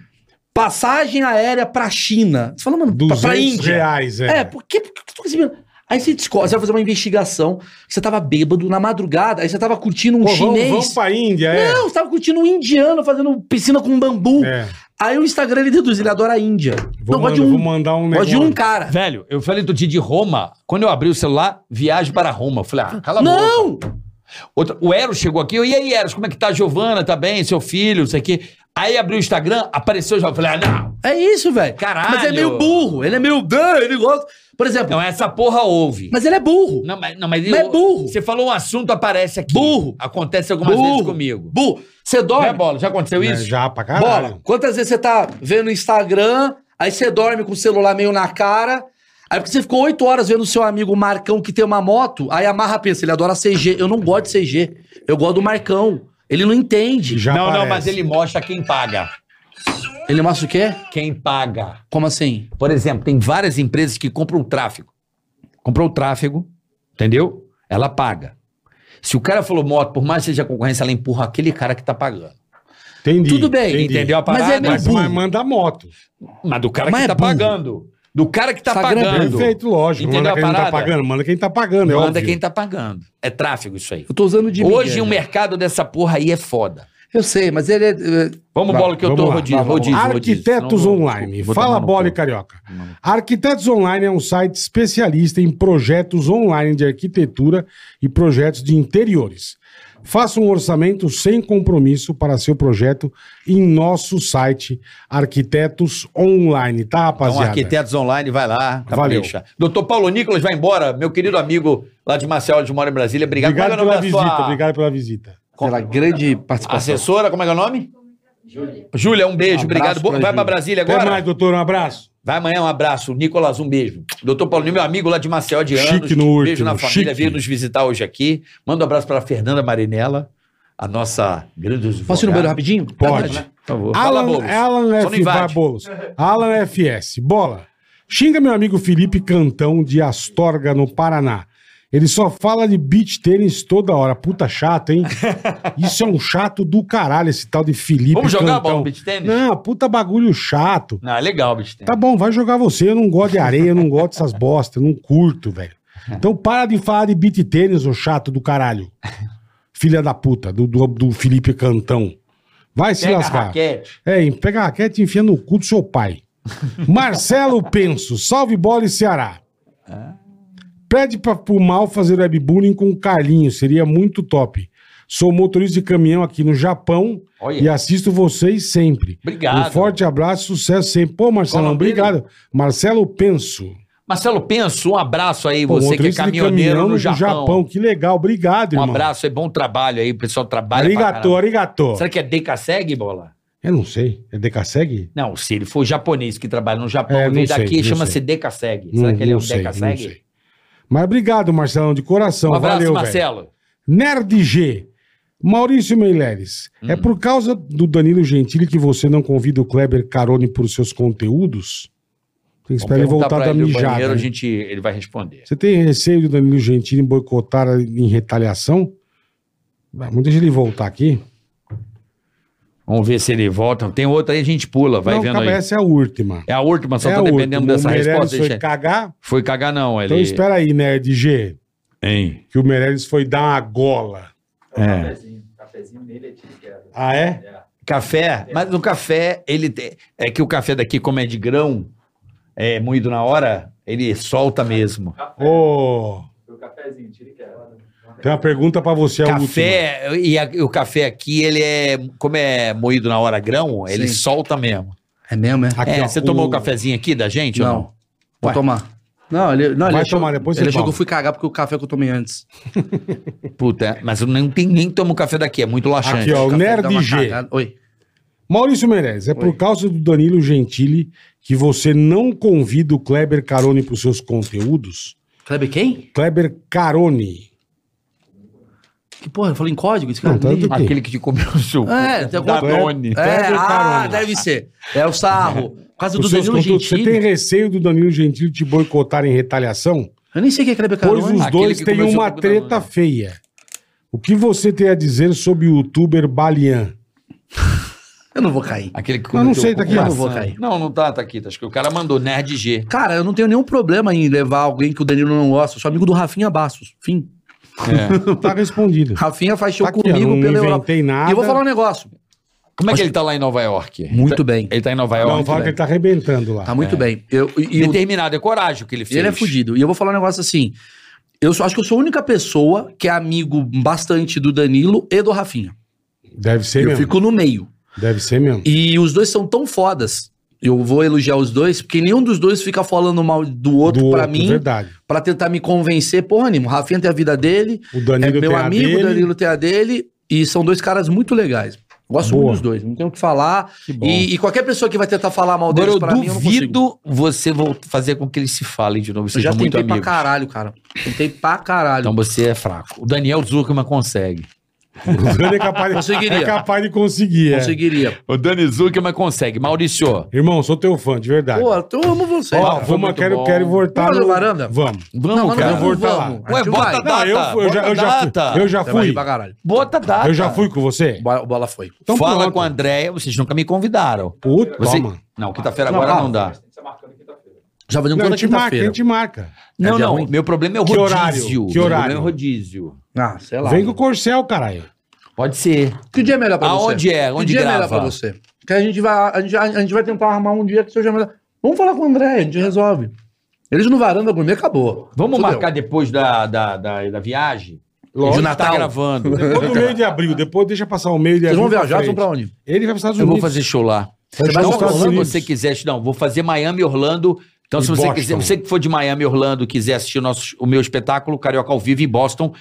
Passagem aérea pra China. Você fala, mano, pra, 200 pra Índia. reais, é. É, por que, por que tu tá recebendo? Aí você descobre, você vai fazer uma investigação, você tava bêbado na madrugada, aí você tava curtindo um Pô, vamos, chinês. vamos pra Índia, é. Não, você tava curtindo um indiano fazendo piscina com bambu. É. Aí o Instagram ele deduz, ele adora a Índia. Vou, mandar, não, gosta de vou um, mandar um gosta negócio. de um cara. Velho, eu falei do dia de Roma. Quando eu abri o celular, viagem para Roma. Eu falei, ah, cala a boca. Não! Outra- o Eros chegou aqui, eu, e aí, Eros, como é que tá a Giovana? Tá bem? Seu filho, não sei o quê. Aí abriu o Instagram, apareceu o Giovana. Eu falei, ah, não. É isso, velho. Caralho. Mas é meio burro, ele é meio. "Ah, Ele gosta. Por exemplo, Não, essa porra ouve. mas ele é burro. Não, mas, não, mas, Mas é burro. Você falou um assunto, aparece aqui. Burro. Acontece algumas burro. vezes comigo. Burro. Você Né, dorme. Bola? Já aconteceu É, isso? já pra caralho. Bola, quantas vezes você tá vendo o Instagram, aí você dorme com o celular meio na cara, aí porque você ficou oito horas vendo o seu amigo Marcão que tem uma moto, aí a Marra pensa, ele adora CG. Eu não gosto de CG, eu gosto do Marcão. Ele não entende. Já não, não, aparece. mas ele mostra quem paga. Ele mostra o quê? Quem paga. Como assim? Por exemplo, tem várias empresas que compram o tráfego. Comprou o tráfego, entendeu? Ela paga. Se o cara falou moto, por mais que seja concorrência, ela empurra aquele cara que tá pagando. Entendi. Tudo bem, entendi. Entendeu a Mas parada? é meio Mas, burro. mas manda moto. Mas do cara Mas que é tá burro. pagando. Do cara que tá Instagram é pagando. Perfeito, lógico. Entendeu manda a quem não tá parada? pagando. Manda quem tá pagando, é Manda óbvio. quem tá pagando. É tráfego isso aí. Eu tô usando de Hoje um mídia, o né? mercado dessa porra aí é foda. Eu sei, mas ele é... é, Vamos, Vai, bola, que eu vamos tô lá, rodízio, vamos rodízio, rodízio. Arquitetos Senão eu vou- Online. vou Fala tomar no bola e cu. carioca. Arquitetos Online é um site especialista em projetos online de arquitetura e projetos de interiores. Faça um orçamento sem compromisso para seu projeto em nosso site Arquitetos Online, tá, Então, rapaziada? Arquitetos Online, vai lá. Valeu. Capricha. Doutor Paulo Nicolas vai embora, meu querido amigo lá de Marcelo de Mora em Brasília. Obrigado. Obrigado Como é pela que é o visita, nome da sua obrigado pela visita. pela grande participação. assessora? Como é que é o nome? Júlia. Júlia, um beijo, Um obrigado. abraço Bo- pra vai pra Júlia. Brasília Até agora? mais, doutor. Um abraço. Vai amanhã, um abraço. Nicolas, um beijo. Doutor Paulo Nunes, meu amigo lá de Maceió de Anos. Chique no beijo na último, família, chique. veio nos visitar hoje aqui. Manda um abraço para Fernanda Marinella, a nossa grande Posso ir no banheiro rapidinho? Ah, É Pode. Por favor. Fala, Alan, Boulos. Alan Só não F. Vai, invade. Boulos. Alan FS. Bola. Xinga meu amigo Felipe Cantão de Astorga, no Paraná. Ele só fala de beach tênis toda hora. Puta chato, hein? Isso é um chato do caralho, esse tal de Felipe Vamos jogar Cantão. bola, beach tênis? Não, puta bagulho chato. Não, é legal, bicho. Tá bom, vai jogar você. Eu não gosto de areia, eu não gosto dessas bostas, eu não curto, velho. Então para de falar de beat tênis, ô chato do caralho. Filha da puta, do, do, do Felipe Cantão. Vai se Pega a lascar. raquete. É, em- pega a raquete e enfia no cu do seu pai. Marcelo Penso, salve bola e Ceará. Pede pra, pro mal fazer webbullying com o Carlinho, seria muito top. Sou motorista de caminhão aqui no Japão Olha. e assisto vocês sempre. Obrigado. Um forte abraço, sucesso sempre. Pô, Marcelão, Qual o nome dele? obrigado. Marcelo Penso. Marcelo Penso, um abraço aí, Pô, você que é motorista de caminhoneiro caminhão no do Japão. Que legal, obrigado, Um irmão. abraço aí, bom trabalho aí, o pessoal trabalha pra Arigatou, caramba. arigatou. Será que é Deca Segue, Bola? Eu não sei. É Decaseg? Não, se ele for japonês que trabalha no Japão, É, e não veio sei, daqui, não chama-se sei. Decaseg. Não- Será que ele é um não sei, não Decaseg? sei. Mas obrigado, Marcelão, de coração. Um abraço, Valeu, velho. Marcelo. Nerd G. Maurício Meileres, Hum. é por causa do Danilo Gentili que você não convida o Kleber Carone por seus conteúdos? Tem que Vamos esperar ele perguntar voltar pra da ele no mijada. banheiro, né? a gente, ele vai responder. Você tem receio do Danilo Gentili boicotar em retaliação? Vai, Vamos deixar ele voltar aqui. Vamos ver se ele volta. Tem outra aí, a gente pula, vai não, vendo acaba, aí. essa é a última. É a última, só é tá a dependendo última. dessa o Meirelles resposta. foi gente. cagar. Foi cagar, não. Ele... Então espera aí, Nerd G, Hein? que o Meirelles foi dar uma gola. É. Ah, é? Café, mas no café, ele tem... é que o café daqui, como é de grão, é moído na hora, ele solta mesmo. É Ô. Tem uma pergunta pra você, a última. café, e, a- e o café aqui, ele é, como é moído na hora grão, ele Sim. solta mesmo. É mesmo, é? Aqui, É, ó, você tomou o- o cafezinho aqui da gente? ou Não. Vou Ué. tomar. Não, ele, não, ele Vai achou, tomar, depois ele você achou que eu toma. fui cagar porque o café que eu tomei antes. Puta, é, mas eu não tem, nem tomo café daqui, é muito laxante. Aqui, ó, o café dá Nerd uma G. cagada. Oi. Maurício Meirelles, é por causa do Danilo Gentili que você não convida o Kleber Carone para os seus conteúdos? Kleber quem? Kleber Carone. Que porra, eu falei em código? Esse cara Não, tá nem- do quê? Aquele que te comeu o suco. É, tem alguma Danone. É, Kleber ah, Carone. deve ser. É o sarro. Por causa do Os seus Danilo conteúdos. Você Gentili. tem receio do Danilo Gentili te boicotar em retaliação? Eu nem sei o que é Kleber Pois Carone. os Aquele dois que têm começou uma com o treta né? Danone. feia. O que você tem a dizer sobre o youtuber Balian? Eu não vou cair. Aquele que Eu não cometeu sei, tá aqui, ocupação. eu não vou cair. Não, não tá, tá aqui. Tá, acho que o cara mandou Nerd G. Cara, eu não tenho nenhum problema em levar alguém que o Danilo não gosta. Eu sou amigo do Rafinha Bastos. Fim. Tá respondido. Rafinha faz show Tá aqui, ó, comigo não pela Europa. inventei E nada. eu vou falar um negócio. Como é que ele tá lá em Nova York? Muito Tá- bem. Ele tá em Nova Não, York. fala que ele tá arrebentando lá. Tá muito bem. Eu, e, e o- Determinado, é coragem o que ele fez. ele é fudido. E eu vou falar um negócio assim. Eu sou- acho que eu sou a única pessoa que é amigo bastante do Danilo e do Rafinha. Deve ser eu mesmo. fico no meio. Deve ser mesmo. E os dois são tão fodas. Eu vou elogiar os dois, porque nenhum dos dois fica falando mal do outro Do pra outro, mim, Verdade. pra tentar me convencer. Porra, Nimo, o Rafinha tem a vida dele, O Danilo é meu tem a amigo, dele. o Danilo tem a dele, e são dois caras muito legais. Gosto Boa. muito dos dois, não tenho o que falar. E, e qualquer pessoa que vai tentar falar mal Agora deles eu pra mim, eu não consigo. duvido você vol- fazer com que eles se falem de novo. Eu já Sejam muito tentei pra amigos. caralho, cara. Tentei pra caralho. Então você é fraco. O Daniel Zuckerman consegue. O Dani é capaz, de, Conseguiria. é capaz de conseguir. é. Conseguiria. O Dani Zuckerman consegue. Maurício, Irmão, sou teu fã, de verdade. Pô, então eu amo você. é. Ó, cara. vamos, muito quero, bom. quero voltar. Vamos na varanda? Vamos. vamos, mas cara. eu vou- voltar lá. vamos. A Ué, gente bota vai. Não, a data. eu, eu, já, eu, já Bota fui, eu já Você vai ir fui. pra caralho. Bota a data. Eu já fui com você. Bola, bola foi. Então Ah, tá. Fala pronto. com a Andréia. É, Vocês nunca me convidaram. Puta, Você- toma. Não, quinta-feira agora não dá. Já fazendo Não, a é toda gente marca, a quinta-feira. gente marca. Não, dia não. ruim? Meu problema é o Que rodízio. horário? Que Meu horário? problema é o rodízio. Ah, sei lá. Vem com o Corcel, caralho. Pode ser. Que dia é melhor pra você? Aonde é? Que Onde dia é grava? melhor pra você? Que a gente vai, a gente, a gente vai tentar armar um dia que seja melhor. Vamos falar com o André, a gente resolve. Eles no varanda gourmet acabou. Vamos Fudeu. marcar depois da, da, da, da viagem? Lógico. A gente De Natal. Tá gravando. Depois do meio de abril, depois deixa passar o meio de Vocês abril. vão viajar, pra vocês vão frente. pra onde? Ele vai para os Estados Eu vou Unidos. fazer show lá. Vai vai para Não, os pra Estados Orlando, Unidos. você quiser, não, vou fazer Miami, Orlando. Então, E se você Boston. quiser, você que for de Miami, Orlando, quiser assistir o, nosso, o meu espetáculo, Carioca ao Vivo em Boston,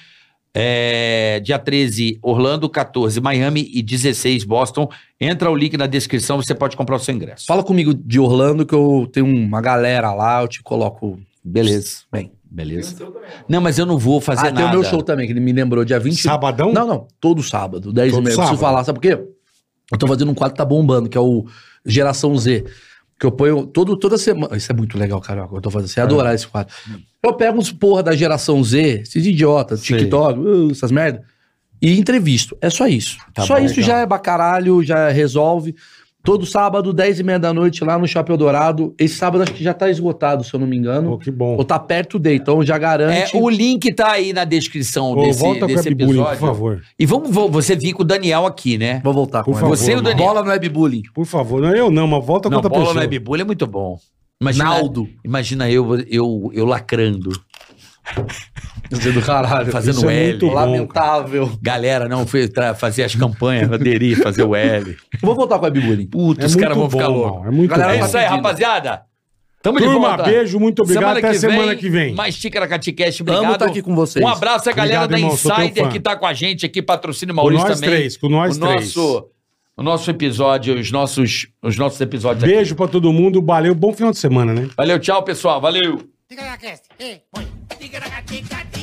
é, dia 13, Orlando, 14, Miami e 16, Boston. Entra o link na descrição, você pode comprar o seu ingresso. Fala comigo de Orlando que eu tenho uma galera lá, eu te coloco. Beleza. Bem. Beleza. Não, mas eu não vou fazer ah, nada. tem o meu show também, que ele me lembrou, dia 20. Sabadão? Não, não, todo sábado, 10 e Todo meia. Eu preciso sábado. falar, sabe por quê? Eu tô fazendo um quadro que tá bombando, que é o Geração Z. Que eu ponho todo, toda semana. Isso é muito legal, cara. Eu tô fazendo. Você ia adorar esse quadro. Eu pego uns porra da geração Z, esses idiotas, TikTok, uh, essas merda, e entrevisto. É só isso. Tá só bom, isso já é bacaralho, já resolve. Todo sábado, 10 e meia da noite, lá no Chapéu Dourado. Esse sábado acho que já tá esgotado, se eu não me engano. Pô, que bom. Ou tá perto de, então já É, garante. o link tá aí na descrição Ô, desse, volta com a desse Bibulin, episódio. por favor. E vamos vo- você vir com o Daniel aqui, né? Vou voltar com Por ela. favor, Você e o mano. Daniel. Bola no webbullying. Por favor, não é eu não, mas volta com Não, outra bola pessoa. no Webbolha é muito bom. Imagina, Naldo. Imagina eu, eu, eu lacrando, Do caralho. fazendo Isso é L. muito bom, Lamentável. Galera, não, fui tra- fazer as campanhas, aderir, fazer o L. Vou voltar com o webbullying. Puta, É os muito caras vão bom, ficar irmão, loucos. É muito Galera, É bom. isso aí, rapaziada. Tamo de Turma, volta. beijo, muito obrigado. Até semana que vem. tá Mais Xícara Caticast, Amo obrigado. estar tá aqui com vocês. Um abraço à galera Obrigado, irmão, sou da teu Insider fã. que tá com a gente aqui, patrocínio Com Maurício nós também. três, com nós o três. nosso o nosso episódio, os nossos, os nossos episódios aqui. Beijo pra todo mundo, valeu, bom final de semana, né? Valeu, tchau, pessoal. Valeu. Tigaracast, eh, põe. Tigaracá, tica, tica.